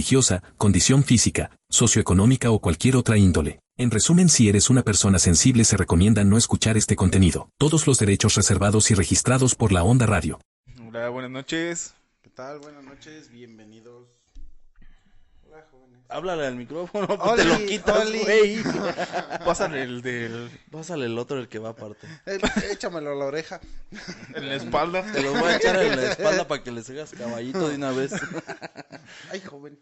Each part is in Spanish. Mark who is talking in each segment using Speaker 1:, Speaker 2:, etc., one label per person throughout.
Speaker 1: religiosa, condición física, socioeconómica o cualquier otra índole. En resumen, si eres una persona sensible se recomienda no escuchar este contenido. Todos los derechos reservados y registrados por la Onda Radio.
Speaker 2: Hola, buenas noches.
Speaker 3: ¿Qué tal? Buenas noches, bienvenidos. Hola, jóvenes.
Speaker 4: Háblale al micrófono,
Speaker 3: Oli,
Speaker 4: te lo quitas,
Speaker 3: Oli.
Speaker 4: güey.
Speaker 2: Pásale el del
Speaker 4: Pásale el otro, el que va aparte.
Speaker 3: Eh, Échamelo a la oreja.
Speaker 2: en la espalda.
Speaker 4: Te lo voy a echar en la espalda para que le hagas caballito de una vez.
Speaker 3: Ah, Ay, joven.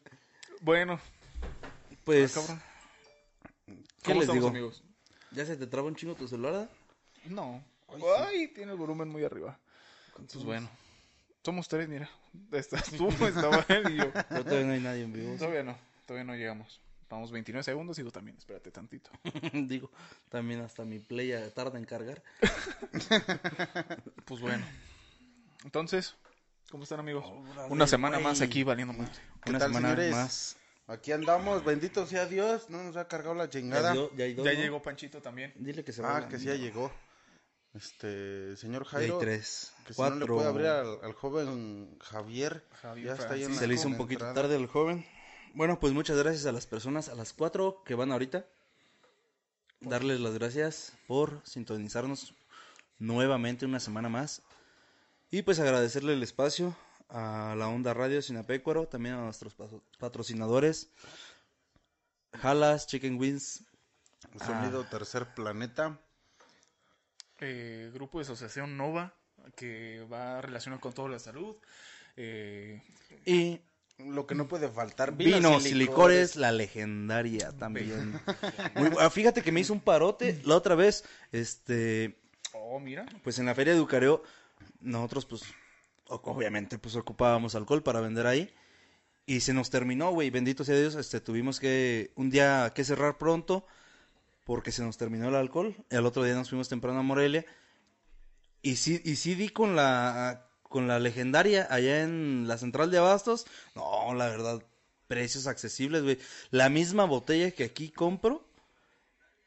Speaker 2: Bueno,
Speaker 4: Pues,
Speaker 2: cabrón.
Speaker 4: ¿qué
Speaker 2: ¿Cómo
Speaker 4: les
Speaker 2: estamos,
Speaker 4: digo?
Speaker 2: amigos?
Speaker 4: ¿Ya se te traba un chingo tu celular? ¿verdad?
Speaker 2: No. Ay, tiene el volumen muy arriba. Pues bueno. Somos tres, mira. Estás tú, estaba él y yo.
Speaker 4: Pero todavía no hay nadie en vivo.
Speaker 2: Todavía no, todavía no llegamos. Vamos 29 segundos y tú también, espérate tantito.
Speaker 4: digo, también hasta mi play ya tarda en cargar.
Speaker 2: Pues bueno. Entonces, ¿cómo están, amigos?
Speaker 4: Órale,
Speaker 2: Una semana
Speaker 4: güey.
Speaker 2: más aquí valiendo madre.
Speaker 3: ¿Qué
Speaker 4: Una
Speaker 3: tal,
Speaker 4: semana
Speaker 3: señores?
Speaker 4: más.
Speaker 3: Aquí andamos, bendito sea Dios. No nos ha cargado la
Speaker 4: Ya,
Speaker 3: chingada.
Speaker 4: dio- ya hay dos,
Speaker 2: Ya
Speaker 4: ¿no?
Speaker 2: llegó Panchito también.
Speaker 4: Dile que se
Speaker 3: Ah,
Speaker 4: vaya.
Speaker 3: que sí ya llegó. Este, señor
Speaker 4: Ya hay
Speaker 3: Jairo.
Speaker 4: tres,
Speaker 3: Que si no
Speaker 4: cuatro.
Speaker 3: le puede abrir al, al joven Javier.
Speaker 2: Javier
Speaker 3: ya está ahí en
Speaker 2: Francisco.
Speaker 3: la-
Speaker 4: Se le hizo
Speaker 3: en
Speaker 4: un
Speaker 3: la
Speaker 4: poquito
Speaker 3: entrada.
Speaker 4: tarde al joven. Bueno, pues muchas gracias a las personas, a las cuatro que van ahorita. Darles las gracias por sintonizarnos nuevamente una semana más. Y pues agradecerle el espacio a la Onda Radio Sinapecuaro, también a nuestros paso- patrocinadores. Jalas, Chicken Wings,
Speaker 3: Sonido Tercer Planeta.
Speaker 2: eh, grupo de asociación Nova que va relacionado con toda la salud. Eh,
Speaker 4: y
Speaker 3: Lo que no puede faltar.
Speaker 4: Vinos y licores, la legendaria también. Muy bu- ah, fíjate que me hizo un parote la otra vez, este,
Speaker 2: oh, mira.
Speaker 4: pues en la feria de Ucareo, nosotros pues, o- obviamente pues ocupábamos alcohol para vender ahí. Y se nos terminó, güey, bendito sea Dios, este, tuvimos que un día que cerrar pronto porque se nos terminó el alcohol. El otro día nos fuimos temprano a Morelia. Y sí, y sí di con la con la legendaria allá en la central de abastos. No, la verdad, precios accesibles, güey. La misma botella que aquí compro,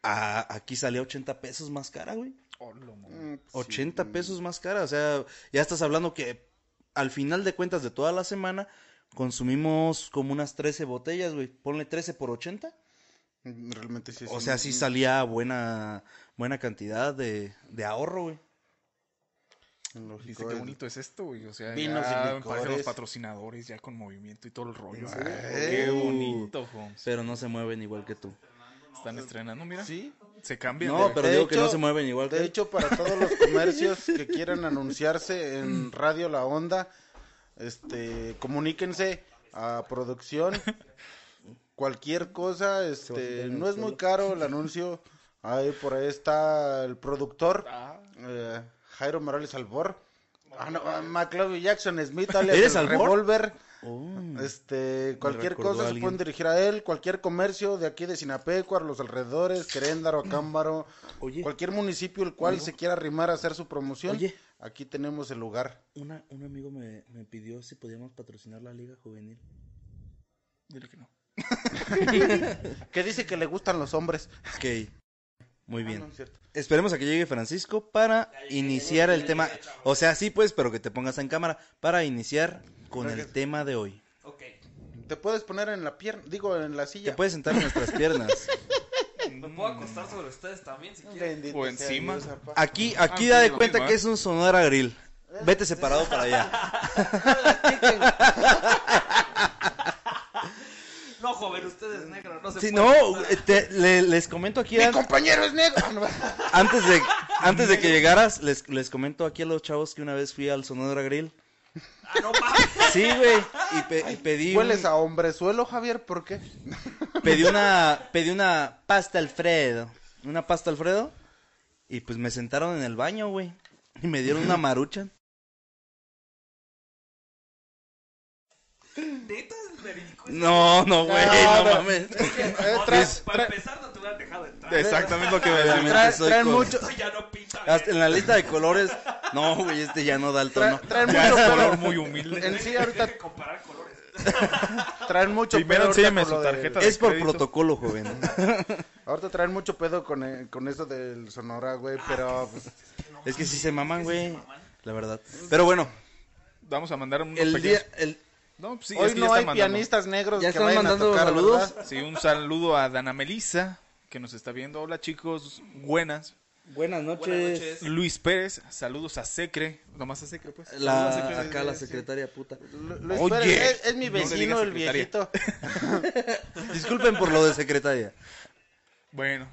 Speaker 4: a- aquí salía 80 pesos más cara, güey.
Speaker 2: Oh, lo mo-
Speaker 4: 80
Speaker 3: Mm,
Speaker 4: pesos más cara. O sea, ya estás hablando que al final de cuentas de toda la semana consumimos como unas 13 botellas, güey. Ponle 13 por 80.
Speaker 3: Realmente sí. es
Speaker 4: o
Speaker 3: un-
Speaker 4: sea, sí salía buena, buena cantidad de, de ahorro, güey.
Speaker 3: un lógico
Speaker 2: Dice qué
Speaker 3: el-
Speaker 2: bonito es esto, güey. O sea,
Speaker 3: Vinos y
Speaker 2: ya
Speaker 3: licores.
Speaker 2: aparecen los patrocinadores ya con movimiento y todo el rollo.
Speaker 3: ¿En serio?
Speaker 2: Ay, qué
Speaker 3: Uh.
Speaker 2: bonito, Holmes.
Speaker 4: Pero no se mueven igual que tú.
Speaker 2: Están estrenando, mira.
Speaker 3: Sí.
Speaker 2: Se cambian.
Speaker 4: No,
Speaker 2: de-
Speaker 4: pero
Speaker 3: de
Speaker 4: digo que no
Speaker 3: hecho-
Speaker 4: se mueven igual que
Speaker 3: De hecho, para todos los comercios que quieran anunciarse en Radio La Onda, este, comuníquense a producción. Cualquier cosa, este, no es muy caro el anuncio. Ahí por ahí está el productor,
Speaker 2: Ah,
Speaker 3: eh, Jairo Morales Albor. Ah, no, ah, McLovin Jackson Smith, alias
Speaker 4: ¿Eres
Speaker 3: el
Speaker 4: Albor?
Speaker 3: Revolver.
Speaker 4: Oh.
Speaker 3: Este, cualquier
Speaker 4: recordó a
Speaker 3: cosa se
Speaker 4: alguien.
Speaker 3: pueden dirigir a él, cualquier comercio de aquí de Sinapeco, a los alrededores, Queréndaro, Acámbaro,
Speaker 4: Oh, Oye.
Speaker 3: cualquier municipio el cual se quiera arrimar a hacer su promoción,
Speaker 4: Oye.
Speaker 3: aquí tenemos el lugar.
Speaker 4: Una- un amigo me, me pidió si podíamos patrocinar la Liga Juvenil.
Speaker 2: dile que no.
Speaker 3: Que dice que le gustan los hombres.
Speaker 4: Ok, muy
Speaker 3: Ah,
Speaker 4: bien.
Speaker 3: no, es cierto.
Speaker 4: Esperemos a que llegue Francisco para iniciar el tema. O sea, sí, pues, pero que te pongas en cámara para iniciar con el tema de hoy.
Speaker 3: Te puedes poner en la pierna, digo, en la
Speaker 4: Te
Speaker 3: silla.
Speaker 4: puedes sentar en nuestras piernas.
Speaker 5: Me puedo acostar sobre ustedes también si quieren.
Speaker 3: Bendito
Speaker 2: O
Speaker 3: sea
Speaker 2: encima.
Speaker 3: Dios, apa.
Speaker 4: Aquí,
Speaker 2: Ah,
Speaker 4: aquí
Speaker 2: sí,
Speaker 4: da de
Speaker 2: lo
Speaker 4: cuenta
Speaker 2: mismo,
Speaker 4: que
Speaker 2: ¿eh?
Speaker 4: es un Sonora Grill. Vete separado para allá.
Speaker 5: No, joven, ustedes negro, no se
Speaker 4: Sí,
Speaker 5: pueden
Speaker 4: no,
Speaker 5: acostar.
Speaker 4: te- le- les comento aquí
Speaker 3: Mi
Speaker 4: an-
Speaker 3: compañero es negro. Ah, no.
Speaker 4: antes de antes de que llegaras, les, les comento aquí a los chavos que una vez fui al Sonora Grill.
Speaker 5: Ah, no mames.
Speaker 4: Sí, güey, y, pe- y pedí un-
Speaker 3: Hueles a hombrezuelo, Javier, ¿por qué?
Speaker 4: pedí una pedí una pasta Alfredo, una pasta Alfredo y pues me sentaron en el baño, güey, y me dieron una marucha.
Speaker 5: Neta, es verídico. hocico. ese.
Speaker 4: No, no, güey,
Speaker 3: No,
Speaker 4: no,
Speaker 3: pero-
Speaker 4: mames.
Speaker 3: Eh,
Speaker 5: O
Speaker 3: trae-
Speaker 5: sea,
Speaker 3: trae-
Speaker 5: para empezar, no te hubieran dejado entrar.
Speaker 2: Exactamente lo que me
Speaker 4: Obviamente
Speaker 3: trae-
Speaker 4: soy
Speaker 3: traen
Speaker 4: con-
Speaker 3: mucho-
Speaker 5: Eso ya no pinta bien.
Speaker 4: Hasta en la lista de colores. No, güey, este ya no da el tono.
Speaker 3: tra- traen
Speaker 2: Ya es
Speaker 3: mucho
Speaker 2: color
Speaker 3: pelo.
Speaker 2: muy humilde.
Speaker 3: En sí,
Speaker 5: Tienen
Speaker 3: ahorita
Speaker 5: que comparar colores.
Speaker 3: traen mucho
Speaker 2: Primero
Speaker 3: pedo. ahorita
Speaker 2: enséñame
Speaker 3: con
Speaker 2: su
Speaker 3: lo del-
Speaker 2: tarjeta.
Speaker 4: Es por
Speaker 2: Crédito.
Speaker 4: protocolo, joven.
Speaker 3: Ahorita traen mucho pedo con, eh, con eso del Sonora, güey.
Speaker 2: Ah,
Speaker 3: Pero pues,
Speaker 4: Es que sí se maman, güey. La verdad. Pero bueno,
Speaker 2: Vamos a mandar unos
Speaker 4: el día.
Speaker 2: pequeños-
Speaker 4: El...
Speaker 2: No, pues sí,
Speaker 3: hoy
Speaker 2: es que ya
Speaker 3: no
Speaker 2: están
Speaker 3: hay
Speaker 2: mandando.
Speaker 3: pianistas negros
Speaker 4: ¿Ya
Speaker 3: que
Speaker 4: están
Speaker 3: vayan
Speaker 4: mandando
Speaker 3: a tocar,
Speaker 4: saludos?
Speaker 3: ¿verdad?
Speaker 2: Sí, un saludo a Dana Melisa, que nos está viendo. Hola chicos, buenas.
Speaker 4: Buenas noches.
Speaker 5: Buenas noches.
Speaker 2: Luis Pérez, saludos a Secre. Nomás a Secre, pues. Saludos a
Speaker 4: La,
Speaker 2: Secre.
Speaker 4: acá la secretaria puta.
Speaker 3: Lu- Luis
Speaker 2: Oye.
Speaker 3: Pérez, es, es mi
Speaker 2: No le digas
Speaker 3: vecino, el
Speaker 2: secretaria.
Speaker 3: viejito.
Speaker 4: Disculpen por lo de secretaria.
Speaker 2: Bueno,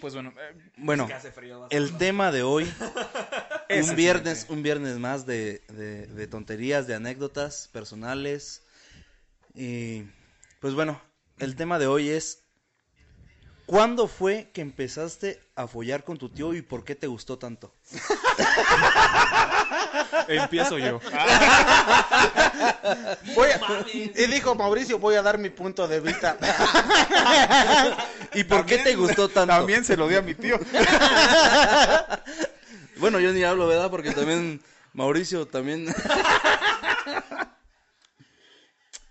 Speaker 2: pues bueno. eh,
Speaker 4: Bueno,
Speaker 5: Que hace frío. vas a-
Speaker 4: el tema de hoy.
Speaker 2: ese
Speaker 4: Un viernes, un viernes más de, de- de tonterías, de anécdotas personales. Y pues bueno, el tema de hoy es, ¿cuándo fue que empezaste a follar con tu tío y por qué te gustó tanto?
Speaker 2: Empiezo yo.
Speaker 3: Voy a-
Speaker 5: Mames.
Speaker 3: y dijo Mauricio, voy a dar mi punto de vista.
Speaker 4: ¿Y por qué te gustó tanto?
Speaker 2: También se lo di a mi tío.
Speaker 4: Bueno, yo ni hablo, ¿verdad? Porque también Mauricio también...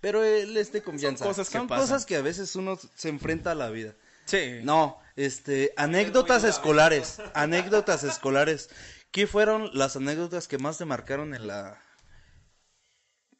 Speaker 4: Pero él es de confianza.
Speaker 2: cosas que
Speaker 4: Son
Speaker 2: pasan.
Speaker 4: cosas que a veces uno se enfrenta a la vida.
Speaker 2: Sí.
Speaker 4: No, este, anécdotas
Speaker 5: muy
Speaker 4: escolares, anécdotas escolares. ¿Qué fueron las anécdotas que más te marcaron en la...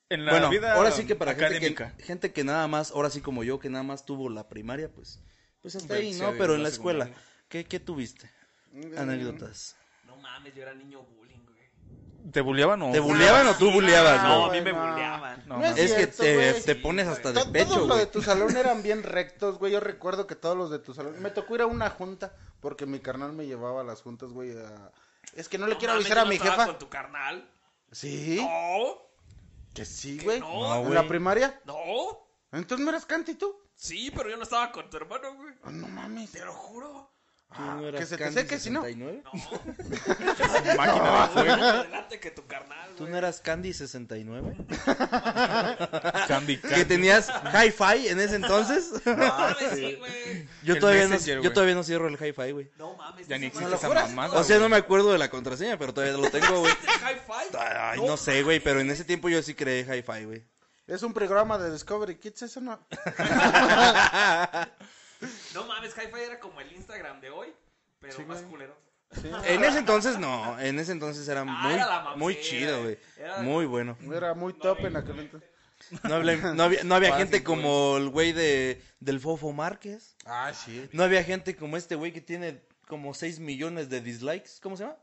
Speaker 2: En la
Speaker 4: bueno,
Speaker 2: vida
Speaker 4: ahora sí que para gente
Speaker 2: académica.
Speaker 4: que, gente que nada más, ahora sí como yo, que nada más tuvo la primaria, pues, pues hasta ahí,
Speaker 2: Sí,
Speaker 4: ¿no?
Speaker 2: sí,
Speaker 4: Pero
Speaker 2: la
Speaker 4: en la escuela,
Speaker 2: secundaria.
Speaker 4: ¿qué, qué tuviste?
Speaker 3: Mm.
Speaker 4: Anécdotas.
Speaker 5: No mames, yo era niño bullying, güey.
Speaker 2: ¿Te buleaban o...? Ah,
Speaker 4: ¿Te buleaban o tú buleabas,
Speaker 5: No,
Speaker 4: güey?
Speaker 5: a mí me
Speaker 3: no.
Speaker 5: buleaban.
Speaker 2: No,
Speaker 3: No es
Speaker 2: mames.
Speaker 4: es que
Speaker 3: cierto,
Speaker 4: te,
Speaker 3: güey.
Speaker 4: te pones hasta de
Speaker 3: To-
Speaker 4: pecho,
Speaker 3: todos los
Speaker 4: güey.
Speaker 3: de tu salón eran bien rectos, güey. Yo recuerdo que todos los de tu salón. Me tocó ir a una junta porque mi carnal me llevaba a las juntas, güey. a- Es que no le quiero
Speaker 5: mames,
Speaker 3: avisar
Speaker 5: yo
Speaker 3: a
Speaker 5: no
Speaker 3: mi
Speaker 5: estaba
Speaker 3: jefa.
Speaker 5: con tu carnal?
Speaker 3: Sí,
Speaker 5: No,
Speaker 3: que sí,
Speaker 5: que
Speaker 3: güey.
Speaker 5: no.
Speaker 4: No,
Speaker 3: ¿En
Speaker 4: güey.
Speaker 3: la primaria?
Speaker 5: no.
Speaker 3: Entonces no eras canti tú.
Speaker 5: Sí, pero yo no estaba con tu hermano, güey.
Speaker 3: Ah, no mames.
Speaker 5: Te lo juro.
Speaker 4: ¿Tú no
Speaker 3: Ah,
Speaker 4: eras
Speaker 3: que se te
Speaker 4: Candy
Speaker 3: seque, si no.
Speaker 4: 69?
Speaker 5: No,
Speaker 2: Máquina de
Speaker 5: fue
Speaker 2: fuego.
Speaker 5: adelante que tu carnal,
Speaker 4: ¿Tú
Speaker 5: güey.
Speaker 4: no eras Candy 69?
Speaker 2: Candy
Speaker 4: ¿Que
Speaker 2: Candy.
Speaker 4: tenías hi-fi en ese entonces?
Speaker 5: No mames, sí, güey.
Speaker 4: Yo
Speaker 2: El
Speaker 4: todavía, no,
Speaker 2: Messenger,
Speaker 4: yo
Speaker 2: güey.
Speaker 4: todavía no cierro el hi-fi, güey.
Speaker 5: No mames.
Speaker 2: Ya ni
Speaker 5: esa
Speaker 2: existe
Speaker 5: madre-
Speaker 2: esa
Speaker 5: ¿Lo juras?
Speaker 2: mamada,
Speaker 4: O sea, no me acuerdo de la contraseña, pero todavía lo tengo, güey.
Speaker 5: ¿Existe el hi-fi?
Speaker 4: Ay, no sé, güey, pero en ese tiempo yo sí creé hi-fi, güey.
Speaker 3: Es un programa de Discovery Kids, eso no.
Speaker 5: No mames, hi-fi era como el Instagram de hoy, pero más culero.
Speaker 4: En ese entonces no, en ese entonces era
Speaker 5: Ah,
Speaker 4: muy,
Speaker 5: era la mamera,
Speaker 4: muy chido, güey.
Speaker 5: era-
Speaker 4: Muy bueno.
Speaker 3: Era muy top en aquel entonces.
Speaker 4: No, habla- no había, no había gente como el güey de, del Fofo Márquez.
Speaker 3: Ah, sí.
Speaker 4: No había gente como este güey que tiene como 6 millones de dislikes. ¿Cómo se llama?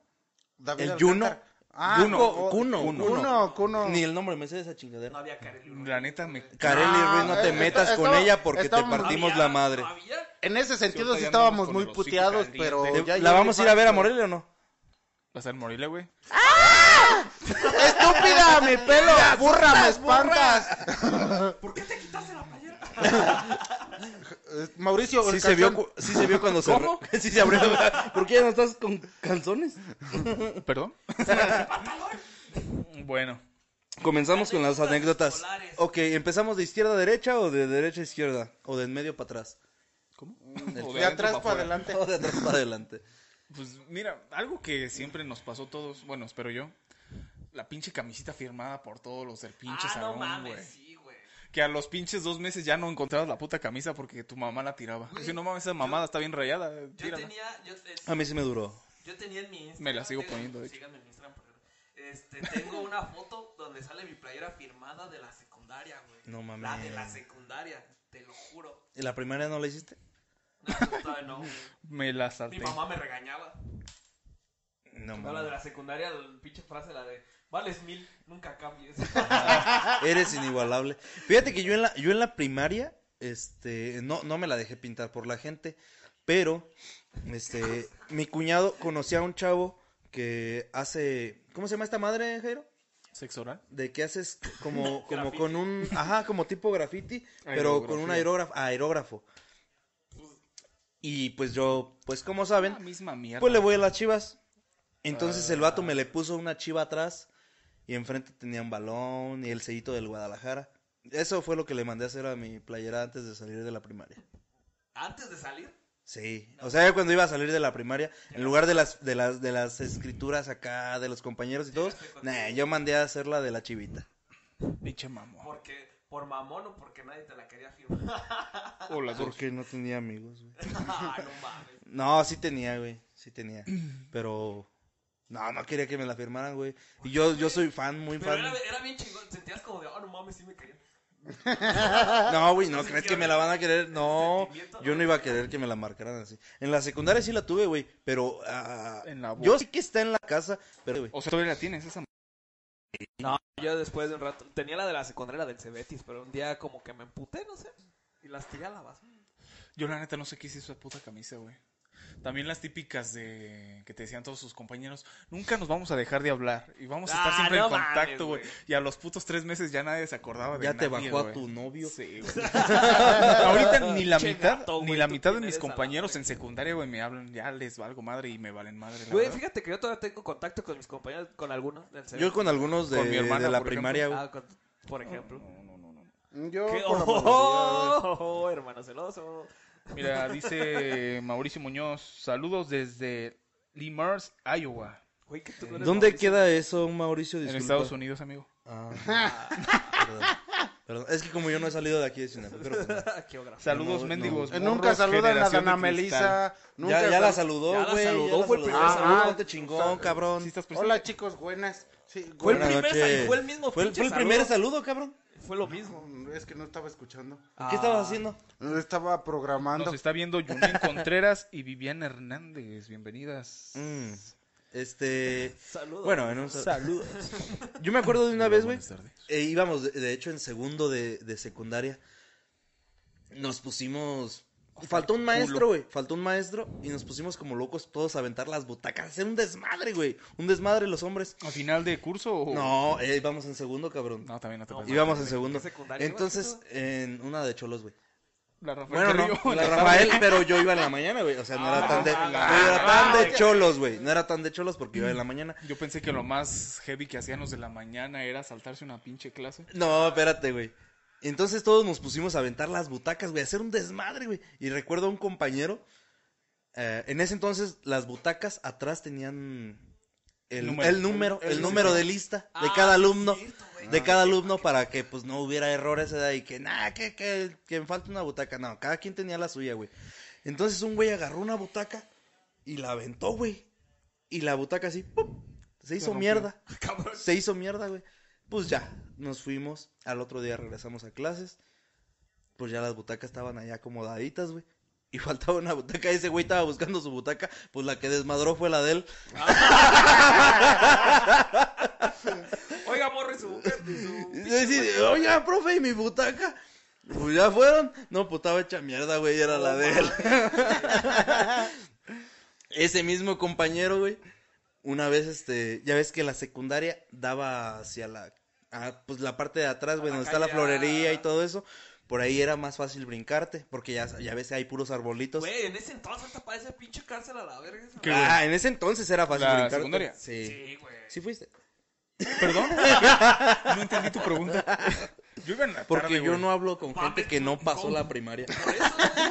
Speaker 3: David
Speaker 4: El Juno.
Speaker 3: Alcántara. Ah,
Speaker 4: Juno,
Speaker 3: o-
Speaker 4: Cuno,
Speaker 3: Cuno,
Speaker 4: Cuno.
Speaker 3: Cuno.
Speaker 4: Ni el nombre me sé de esa
Speaker 5: No
Speaker 4: chingadera.
Speaker 5: había Kareli Ruiz.
Speaker 2: La neta me...
Speaker 4: Carelli
Speaker 3: Ah,
Speaker 4: Ruiz, no te
Speaker 3: eh,
Speaker 4: metas
Speaker 3: esta-
Speaker 4: con
Speaker 3: estaba-
Speaker 4: ella porque te
Speaker 3: estábamos-
Speaker 4: partimos
Speaker 5: ¿Había?
Speaker 4: la madre.
Speaker 5: ¿No había?
Speaker 3: En ese sentido
Speaker 2: ahorita
Speaker 3: sí
Speaker 2: ya
Speaker 3: estábamos
Speaker 2: andamos con
Speaker 3: muy
Speaker 2: el hocico
Speaker 3: puteados,
Speaker 2: caliente.
Speaker 3: pero
Speaker 4: Te-
Speaker 3: ya
Speaker 4: Eh, ¿La
Speaker 3: yo
Speaker 4: vamos a
Speaker 3: le
Speaker 4: ir a ver a
Speaker 3: paso.
Speaker 4: Morelia o no?
Speaker 2: ¿Vas a ir Morelia, güey?
Speaker 3: ¡Estúpida, mi pelo! ¡Burra, me espantas!
Speaker 5: ¿Por qué te quitaste la playera?
Speaker 3: Eh, Mauricio, el
Speaker 4: Sí se, vio,
Speaker 3: calzón-
Speaker 4: cu- sí se vio cuando se...
Speaker 2: ¿Cómo?
Speaker 4: re- Sí se abrió. ¿Por qué ya no estás con calzones?
Speaker 2: ¿Perdón? bueno.
Speaker 4: Comenzamos con las
Speaker 5: Anécdotas
Speaker 4: anécdotas.
Speaker 5: escolares.
Speaker 4: Ok, ¿empezamos de izquierda a derecha o de derecha a izquierda? ¿O de en medio para atrás?
Speaker 2: O
Speaker 3: de atrás
Speaker 2: adentro
Speaker 3: para
Speaker 2: afuera.
Speaker 3: adelante.
Speaker 4: O de atrás para adelante.
Speaker 2: Pues mira, algo que siempre nos pasó a todos, bueno, espero yo, la pinche camisita firmada por todos los del pinche
Speaker 5: Ah, no
Speaker 2: salón,
Speaker 5: mames,
Speaker 2: güey.
Speaker 5: sí, güey.
Speaker 2: Que a los pinches dos meses ya no encontrabas la puta camisa porque tu mamá la tiraba.
Speaker 5: Güey,
Speaker 2: Si no mames, esa mamada está bien rayada,
Speaker 5: Yo
Speaker 2: tírala. Ah.
Speaker 5: tenía, yo, eh,
Speaker 4: A mí sí me duró.
Speaker 5: yo tenía en mi Instagram.
Speaker 2: Me la sigo
Speaker 5: tengo-
Speaker 2: poniendo, de hecho.
Speaker 5: síganme en mi Instagram, por favor. Este, tengo una foto donde sale mi playera firmada de la secundaria, güey.
Speaker 4: No mames.
Speaker 5: La de la secundaria, te lo juro.
Speaker 4: ¿Y la primaria no la hiciste?
Speaker 5: No, pues, todavía no. güey.
Speaker 2: Me la
Speaker 5: Mi
Speaker 2: salté.
Speaker 5: mamá me regañaba.
Speaker 4: No,
Speaker 5: No, la de
Speaker 4: mames.
Speaker 5: la secundaria, la pinche frase, la de vales mil, nunca cambies.
Speaker 4: Eres inigualable. Fíjate que yo en la, yo en la primaria, este, no, no me la dejé pintar por la gente, pero, este, mi cuñado conocía a un chavo que hace, ¿cómo se llama esta madre, Jairo?
Speaker 2: ¿Sexo oral?
Speaker 4: De que haces como, como
Speaker 5: Graffiti.
Speaker 4: con un, ajá, como tipo graffiti, pero con un aerógrafo, aerógrafo. Y pues yo, pues como saben,
Speaker 2: La misma Ah, mierda.
Speaker 4: Pues le voy a las chivas. Entonces el vato me le puso una chiva atrás y enfrente tenía un balón y el sellito del Guadalajara. Eso fue lo que le mandé a hacer a mi playera antes de salir de la primaria.
Speaker 5: Antes de salir,
Speaker 4: Sí, o sea, yo cuando iba a salir de la primaria, en lugar de las, de las, de las escrituras acá, de los compañeros y todos, nah, yo mandé a hacer la de la chivita.
Speaker 2: Pinche mamón.
Speaker 5: porque por mamón o porque nadie te la quería firmar.
Speaker 2: O las dos.
Speaker 4: Porque no tenía amigos, güey.
Speaker 5: Ah, no mames.
Speaker 4: No, sí tenía, güey, sí tenía. Pero, no, no quería que me la firmaran, güey. Y yo, yo soy fan, muy
Speaker 5: Pero
Speaker 4: fan.
Speaker 5: era, era bien chingón, sentías como de, ah, no mames, sí me querían.
Speaker 4: No, güey, no crees que me la van a querer. No, yo no iba a querer que me la marcaran así. En la secundaria sí la tuve, güey, pero ah,
Speaker 2: En la boca.
Speaker 4: yo sí que está en la casa, pero güey,
Speaker 2: O sea, todavía la tienes esa. m-
Speaker 5: No, yo después de un rato, tenía la de la secundaria, la del Cebetis, pero un día como que me emputé, no sé, y las tiré a la basura.
Speaker 2: Yo la neta no sé qué hice esa puta camisa, güey. También las típicas de que te decían todos sus compañeros, nunca nos vamos a dejar de hablar y vamos a estar
Speaker 5: Ah,
Speaker 2: siempre
Speaker 5: no
Speaker 2: en contacto,
Speaker 5: mames,
Speaker 2: güey.
Speaker 5: güey.
Speaker 2: Y a los putos tres meses ya nadie se acordaba de
Speaker 4: ya te
Speaker 2: nadie,
Speaker 4: bajó a
Speaker 2: güey.
Speaker 4: tu novio.
Speaker 2: Sí, güey. Ahorita ni la
Speaker 5: Che,
Speaker 2: mitad,
Speaker 5: gato,
Speaker 2: ni
Speaker 5: güey,
Speaker 2: la
Speaker 5: tú
Speaker 2: mitad de
Speaker 5: quién
Speaker 2: mis
Speaker 5: eres a la
Speaker 2: compañeros
Speaker 5: verga.
Speaker 2: en secundaria, güey, me hablan, ya les valgo madre y me valen madre. la
Speaker 5: Güey,
Speaker 2: verdad.
Speaker 5: fíjate que yo todavía tengo contacto con mis compañeros, con algunos del Cebetis.
Speaker 4: Yo con algunos de,
Speaker 2: Con mi hermana,
Speaker 4: de la
Speaker 2: por ejemplo.
Speaker 4: primaria, güey.
Speaker 5: Ah, con- por ejemplo.
Speaker 3: Yo
Speaker 5: ¿Qué?
Speaker 3: con la
Speaker 5: Oh,
Speaker 3: mayoría,
Speaker 5: oh, oh, hermano celoso.
Speaker 2: Mira, dice Mauricio Muñoz, saludos desde Limers, Iowa,
Speaker 5: Güey, que tú no eres
Speaker 4: Eh, ¿Dónde
Speaker 5: Mauricio.
Speaker 4: queda eso, Mauricio?
Speaker 2: en
Speaker 4: Disculpa.
Speaker 2: Estados Unidos, amigo.
Speaker 4: Ah, perdón, perdón. Es que como yo no he salido de aquí de Sinaloa, pero bueno.
Speaker 5: Geografía.
Speaker 2: Saludos,
Speaker 4: No,
Speaker 2: mendigos.
Speaker 3: Eh,
Speaker 2: morros,
Speaker 3: nunca saludan a
Speaker 2: generación de
Speaker 3: Dana
Speaker 2: cristal.
Speaker 3: Melisa. Nunca
Speaker 4: ya, ya la
Speaker 3: saludan-
Speaker 4: saludó,
Speaker 5: Ya la
Speaker 4: güey.
Speaker 5: saludó,
Speaker 4: ya
Speaker 5: fue el
Speaker 4: saludó.
Speaker 5: primer
Speaker 4: Ah,
Speaker 5: saludo.
Speaker 4: ponte chingón, cabrón.
Speaker 2: ¿Sí estás presente?
Speaker 3: Hola chicos, buenas. Sí,
Speaker 5: Fue
Speaker 3: buenas.
Speaker 5: el
Speaker 4: Buenas
Speaker 5: primer
Speaker 4: noches.
Speaker 5: sal- fue el mismo
Speaker 4: Fue el,
Speaker 5: pinche
Speaker 4: fue el primer
Speaker 5: saludo.
Speaker 4: saludo, cabrón.
Speaker 5: Fue lo mismo.
Speaker 3: Es que no estaba escuchando.
Speaker 4: ¿Qué estabas
Speaker 5: Ah.
Speaker 4: haciendo?
Speaker 3: Estaba programando.
Speaker 2: Nos está viendo Junín Contreras y Viviana Hernández, bienvenidas.
Speaker 4: Mm, Este.
Speaker 5: Ah, Saludos.
Speaker 4: Bueno, en un saludo. Yo me acuerdo de una vez, güey.
Speaker 2: Buenas tardes.
Speaker 4: e íbamos, de, de hecho, en segundo de, de secundaria. Nos pusimos. Faltó un maestro, güey. Faltó un maestro y nos pusimos como locos todos a aventar las butacas. Hacer un desmadre, güey. Un desmadre los hombres.
Speaker 2: ¿A final de curso o...?
Speaker 4: No, eh, íbamos en segundo, cabrón.
Speaker 2: No, también no te
Speaker 5: No,
Speaker 2: pases.
Speaker 4: íbamos en segundo.
Speaker 5: ¿Qué secundaria,
Speaker 4: Entonces, en una de cholos, güey.
Speaker 2: La Rafael
Speaker 4: Bueno,
Speaker 2: Carrillo,
Speaker 4: no,
Speaker 2: en
Speaker 4: la
Speaker 2: la
Speaker 4: Rafael, pero yo iba en la mañana, güey. O sea, no era
Speaker 5: Ah,
Speaker 4: tan de,
Speaker 5: la-
Speaker 4: no era tan de cholos, güey. No era tan de cholos porque iba en la mañana.
Speaker 2: Yo pensé que lo más heavy que hacían los de la mañana era saltarse una pinche clase.
Speaker 4: No, espérate, güey. Entonces todos nos pusimos a aventar las butacas, güey, a hacer un desmadre, güey. Y recuerdo a un compañero. eh, en ese entonces, las butacas atrás tenían el
Speaker 2: Número.
Speaker 4: número, el número,
Speaker 2: El-
Speaker 4: el,
Speaker 2: el-
Speaker 4: número de lista de
Speaker 5: Ah,
Speaker 4: cada
Speaker 5: sí,
Speaker 4: alumno.
Speaker 5: cierto, güey.
Speaker 4: De cada alumno para que pues no hubiera errores ¿verdad? y que nada, que, que, que me falta una butaca. No, cada quien tenía la suya, güey. Entonces un güey agarró una butaca y la aventó, güey. Y la butaca así, ¡pum! se hizo
Speaker 2: rompió.
Speaker 4: mierda.
Speaker 5: Cabrón.
Speaker 4: Se hizo mierda, güey. Pues ya, nos fuimos. Al otro día regresamos a clases. Pues ya las butacas estaban ahí acomodaditas, güey. Y faltaba una butaca. Ese güey estaba buscando su butaca. Pues la que desmadró fue la de él.
Speaker 5: Oiga, morre su buquete y su-
Speaker 4: Y yo decía, oiga, profe, ¿y mi butaca? Pues ya fueron. No, pues estaba hecha mierda, güey. Era la de él. Ese mismo compañero, güey. Una vez, este, ya ves que la secundaria daba hacia la, a, pues la parte de atrás, güey,
Speaker 5: la
Speaker 4: donde está la
Speaker 5: calle.
Speaker 4: florería y todo eso. Por ahí era más fácil brincarte, porque ya, ya ves que hay puros arbolitos.
Speaker 5: Güey, en ese entonces hasta parece pinche cárcel a la verga. esa madre.
Speaker 4: ah, en ese entonces era fácil
Speaker 2: ¿La
Speaker 4: brincarte.
Speaker 2: secundaria?
Speaker 4: Sí. sí.
Speaker 5: Sí, güey.
Speaker 4: fuiste.
Speaker 2: Perdón, no entendí tu pregunta. Yo iba en la
Speaker 4: Porque
Speaker 2: tarde,
Speaker 4: yo
Speaker 2: güey.
Speaker 4: no hablo con
Speaker 5: Mames,
Speaker 4: gente que no
Speaker 5: tú-
Speaker 4: pasó
Speaker 5: ¿cómo?
Speaker 4: la primaria.
Speaker 5: Por eso,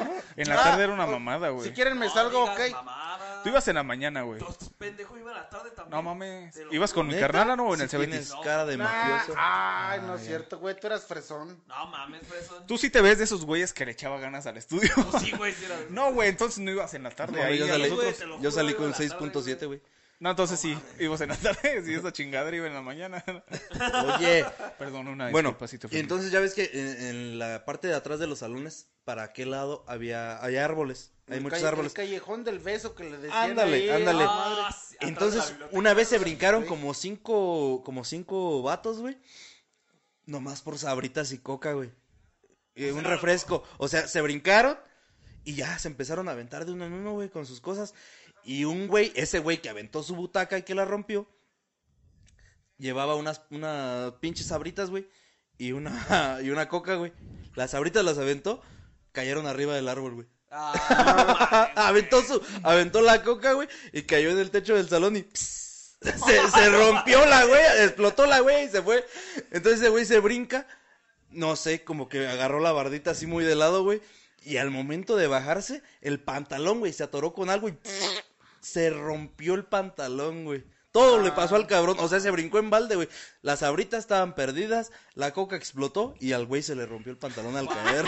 Speaker 5: güey.
Speaker 2: En la tarde era una mamada, güey.
Speaker 3: Ah, si quieren me
Speaker 5: No
Speaker 3: salgo,
Speaker 5: digas
Speaker 3: ok.
Speaker 5: mamadas.
Speaker 2: Tú ibas en la mañana, güey.
Speaker 5: Todos estos pendejos iban a la tarde también.
Speaker 2: No mames.
Speaker 5: Te lo
Speaker 2: ¿Ibas con mi
Speaker 4: ¿Neta?
Speaker 2: carnala no, o en
Speaker 4: Sí
Speaker 2: el Cebetis?
Speaker 4: Tienes cara de mafioso.
Speaker 3: Ay, no es cierto, güey. Tú eras fresón.
Speaker 5: No mames, por eso.
Speaker 2: Tú sí te ves de esos güeyes que le echaba ganas al estudio.
Speaker 5: Pues sí, güey, sí era.
Speaker 2: No, güey, entonces no ibas en la tarde.
Speaker 4: No,
Speaker 2: ahí
Speaker 4: yo
Speaker 2: a
Speaker 4: salí,
Speaker 2: los
Speaker 5: güey,
Speaker 2: otros.
Speaker 5: te lo
Speaker 4: yo
Speaker 5: juro,
Speaker 4: salí
Speaker 5: iba
Speaker 4: con
Speaker 5: a la tarde,
Speaker 4: 6.7, güey.
Speaker 2: No, entonces sí, ibas en la tarde. Si esa chingadera iba en la mañana.
Speaker 4: Oye,
Speaker 2: Perdón, una
Speaker 4: bueno,
Speaker 2: disculpa si te
Speaker 4: y
Speaker 2: ofendí.
Speaker 4: entonces ya ves que en, en la parte de atrás de los salones, ¿para qué lado había hay árboles? Hay
Speaker 3: El
Speaker 4: muchos
Speaker 3: calle-
Speaker 4: árboles.
Speaker 3: El callejón del beso que le decían.
Speaker 4: Ándale,
Speaker 3: ahí,
Speaker 4: ándale.
Speaker 3: ah, madre.
Speaker 5: Ah, sí, atrás de la
Speaker 4: Entonces,
Speaker 5: biblioteca.
Speaker 4: una vez se brincaron como cinco, como cinco vatos, güey. Nomás por sabritas y coca, güey. Eh, un refresco. O sea, se brincaron y ya se empezaron a aventar de uno en uno, güey, con sus cosas. Y un güey, ese güey que aventó su butaca y que la rompió, llevaba unas, unas pinches sabritas, güey. Y una, y una coca, güey. Las sabritas las aventó, cayeron arriba del árbol, güey.
Speaker 5: Ah, no mames,
Speaker 4: aventó
Speaker 5: güey.
Speaker 4: su, aventó la coca, güey, y cayó en el techo del salón y pss, se, se rompió la güey, explotó la güey y se fue. Entonces ese güey se brinca, no sé, como que agarró la bardita así muy de lado, güey. Y al momento de bajarse, el pantalón, güey, se atoró con algo y se rompió el pantalón, güey. Todo le pasó al cabrón, o sea, se brincó en balde, güey. Las abritas estaban perdidas, la coca explotó y al güey se le rompió el pantalón al caer.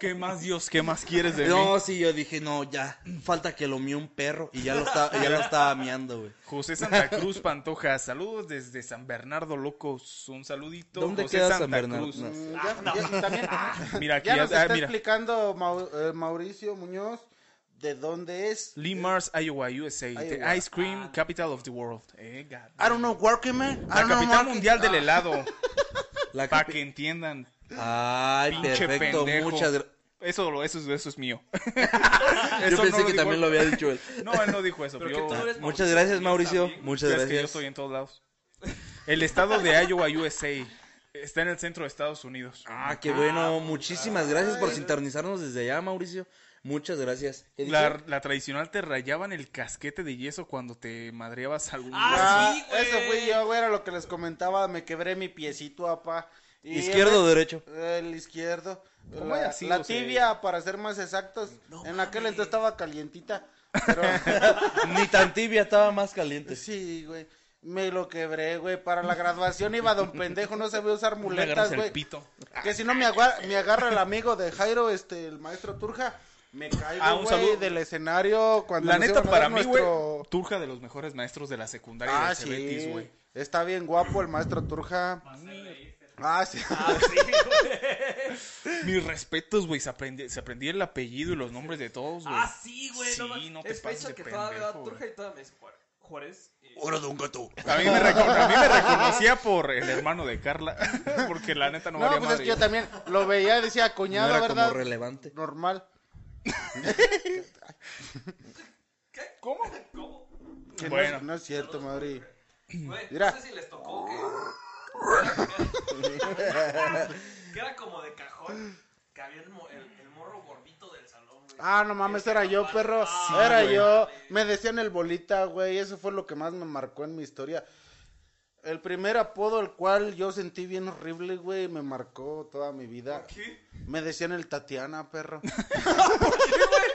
Speaker 2: ¿Qué más, Dios? ¿Qué más quieres de mí?
Speaker 4: No, sí, yo dije, no, ya, falta que lo míe un perro y ya lo estaba, ya lo estaba miando, güey.
Speaker 2: José Santa Cruz Pantoja, saludos desde San Bernardo, locos. Un saludito.
Speaker 4: ¿Dónde
Speaker 2: José
Speaker 4: queda
Speaker 2: Santa
Speaker 4: San Bernardo?
Speaker 2: Cruz.
Speaker 4: No.
Speaker 3: Mm, Ya, ya, también,
Speaker 2: Mira, aquí
Speaker 3: ya
Speaker 2: ya-
Speaker 3: nos
Speaker 2: ah,
Speaker 3: está
Speaker 2: mira.
Speaker 3: explicando Mau- eh, Mauricio Muñoz de dónde es.
Speaker 2: Lee Mars, Iowa, USA.
Speaker 3: Iowa. Ah,
Speaker 2: The ice cream capital of the world. Eh, God.
Speaker 3: I don't know, working man.
Speaker 2: La
Speaker 3: I don't know,
Speaker 2: capital
Speaker 3: working-
Speaker 2: mundial del helado.
Speaker 4: La
Speaker 2: Para
Speaker 4: capi-
Speaker 2: que entiendan.
Speaker 4: Ay,
Speaker 2: Pinche
Speaker 4: perfecto,
Speaker 2: pendejo.
Speaker 4: muchas gracias.
Speaker 2: Eso, lo- eso, es- eso es mío.
Speaker 4: Yo
Speaker 2: Eso
Speaker 4: pensé
Speaker 2: no
Speaker 4: que
Speaker 2: dijo
Speaker 4: también
Speaker 2: él.
Speaker 4: lo había dicho él.
Speaker 2: No, él no dijo eso.
Speaker 5: Pero
Speaker 2: yo-
Speaker 5: que tú eres
Speaker 4: Muchas gracias, Mauricio.
Speaker 5: también.
Speaker 4: Muchas
Speaker 2: Es que yo
Speaker 4: gracias.
Speaker 2: estoy en todos lados. El estado de Iowa, USA. Está en el centro de Estados Unidos.
Speaker 4: Ah, qué bueno. Muchísimas gracias por sintonizarnos desde allá, Mauricio. Muchas gracias. ¿Qué dije?
Speaker 2: La, la tradicional te rayaban el casquete de yeso cuando te madreabas algún
Speaker 5: Ah,
Speaker 3: Ah,
Speaker 5: Sí, güey.
Speaker 3: eso fui yo, güey, era lo que les comentaba. Me quebré mi piecito, apá. Y
Speaker 4: Izquierdo o
Speaker 3: el-
Speaker 4: derecho.
Speaker 3: El izquierdo.
Speaker 2: ¿Cómo
Speaker 3: La,
Speaker 2: haya sido,
Speaker 3: la
Speaker 2: se-
Speaker 3: tibia, para ser más exactos. en aquel entonces estaba calientita. Pero
Speaker 4: Ni tan tibia estaba más caliente.
Speaker 3: Este, sí, güey. Me lo quebré, güey. Para la graduación iba don pendejo, no sabía usar
Speaker 2: No le agarras
Speaker 3: muletas,
Speaker 2: el
Speaker 3: güey.
Speaker 2: pito.
Speaker 3: Que si no me, agua- me agarra el amigo de Jairo, este, el maestro Turja. Me caigo,
Speaker 2: Ah, un
Speaker 3: güey,
Speaker 2: saludo.
Speaker 3: del escenario cuando
Speaker 2: La
Speaker 3: nos
Speaker 2: neta,
Speaker 3: iban a
Speaker 2: para
Speaker 3: dar
Speaker 2: mí, güey,
Speaker 3: nuestro-
Speaker 2: Turja de los mejores maestros de la secundaria
Speaker 3: Ah,
Speaker 2: de
Speaker 3: sí.
Speaker 2: Cebetis, güey.
Speaker 3: Está bien guapo el maestro Turja. Ah, sí.
Speaker 2: Mis respetos, güey. Se aprendí, se aprendí el apellido y los nombres de todos, güey.
Speaker 5: Ah, sí, güey.
Speaker 2: Sí,
Speaker 5: no, ma-
Speaker 2: no te
Speaker 5: es
Speaker 2: pases
Speaker 5: fecha
Speaker 2: de
Speaker 5: que todavía
Speaker 2: pendejo,
Speaker 5: Turja
Speaker 2: güey.
Speaker 5: y todavía me dice Juárez. Juárez y-
Speaker 2: A mí, me recono- a mí me reconocía por el hermano de Carla. Porque la neta no,
Speaker 3: No,
Speaker 2: valía
Speaker 3: pues es que
Speaker 2: madre.
Speaker 3: yo también lo veía y decía
Speaker 4: No
Speaker 3: cuñado,
Speaker 4: era como
Speaker 3: ¿verdad?
Speaker 4: relevante.
Speaker 3: Normal.
Speaker 5: ¿Cómo? ¿Cómo?
Speaker 3: Que no-
Speaker 2: Bueno.
Speaker 3: no, es cierto, Madrid.
Speaker 5: Güey,
Speaker 3: Mira.
Speaker 5: no sé si les tocó que... que era como de cajón. Que había el, mo- el- el morro gordito del salón, güey. Este
Speaker 3: Ah, no mames, era yo, perro.
Speaker 5: Sí,
Speaker 3: era
Speaker 2: güey.
Speaker 3: yo. Me decían el bolita, güey. Eso fue lo que más me marcó en mi historia. El primer apodo el cual yo sentí bien horrible, güey, me marcó toda mi vida.
Speaker 5: ¿Qué?
Speaker 3: Me decían el Tatiana, perro. ¿Por qué, güey?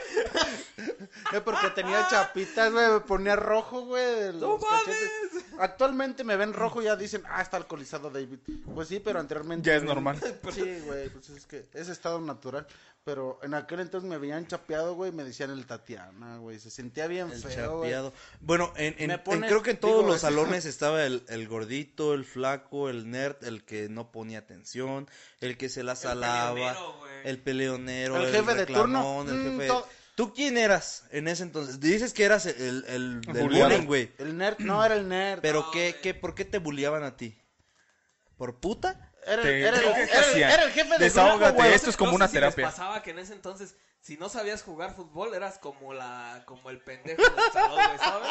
Speaker 3: Porque tenía chapitas, güey, me ponía rojo, güey. de los cachetes. Actualmente me ven rojo y ya dicen, ah, está alcoholizado David. Pues sí, pero anteriormente...
Speaker 2: Ya es
Speaker 3: me ven-
Speaker 2: normal.
Speaker 3: Sí, güey, pues es que es estado natural. Pero en aquel entonces me veían chapeado, güey, me decían el Tatiana, güey. Se sentía bien
Speaker 4: El
Speaker 3: feo, güey.
Speaker 4: chapeado. Bueno, en, en-
Speaker 3: Me
Speaker 4: en-
Speaker 3: pone-
Speaker 4: creo que en todos
Speaker 3: digo,
Speaker 4: los
Speaker 3: es-
Speaker 4: salones estaba el, el gordito, el flaco, el nerd, el que no ponía atención, el que se la salaba,
Speaker 5: peleonero, güey.
Speaker 4: el peleonero,
Speaker 3: El jefe de
Speaker 4: reclamón,
Speaker 3: turno.
Speaker 4: el
Speaker 3: Mm,
Speaker 4: jefe de-
Speaker 3: to-
Speaker 4: ¿Tú quién eras en ese entonces? Dices que eras el, el del
Speaker 2: Bulleado.
Speaker 4: bullying, güey.
Speaker 3: El nerd, no, era el nerd.
Speaker 4: Pero
Speaker 5: No,
Speaker 4: qué,
Speaker 5: güey.
Speaker 4: qué, ¿por qué te bulleaban a ti? ¿Por puta?
Speaker 3: Era, el-
Speaker 2: Te-
Speaker 3: era el,
Speaker 2: ¿qué
Speaker 3: era el-
Speaker 2: hacían?
Speaker 3: era el jefe de grupo,
Speaker 2: Desahógate,
Speaker 3: güey.
Speaker 2: esto es como
Speaker 5: No sé
Speaker 2: una
Speaker 5: si les
Speaker 2: terapia.
Speaker 5: pasaba que en ese entonces, si no sabías jugar fútbol, eras como la, como el pendejo del salón, güey, ¿sabes?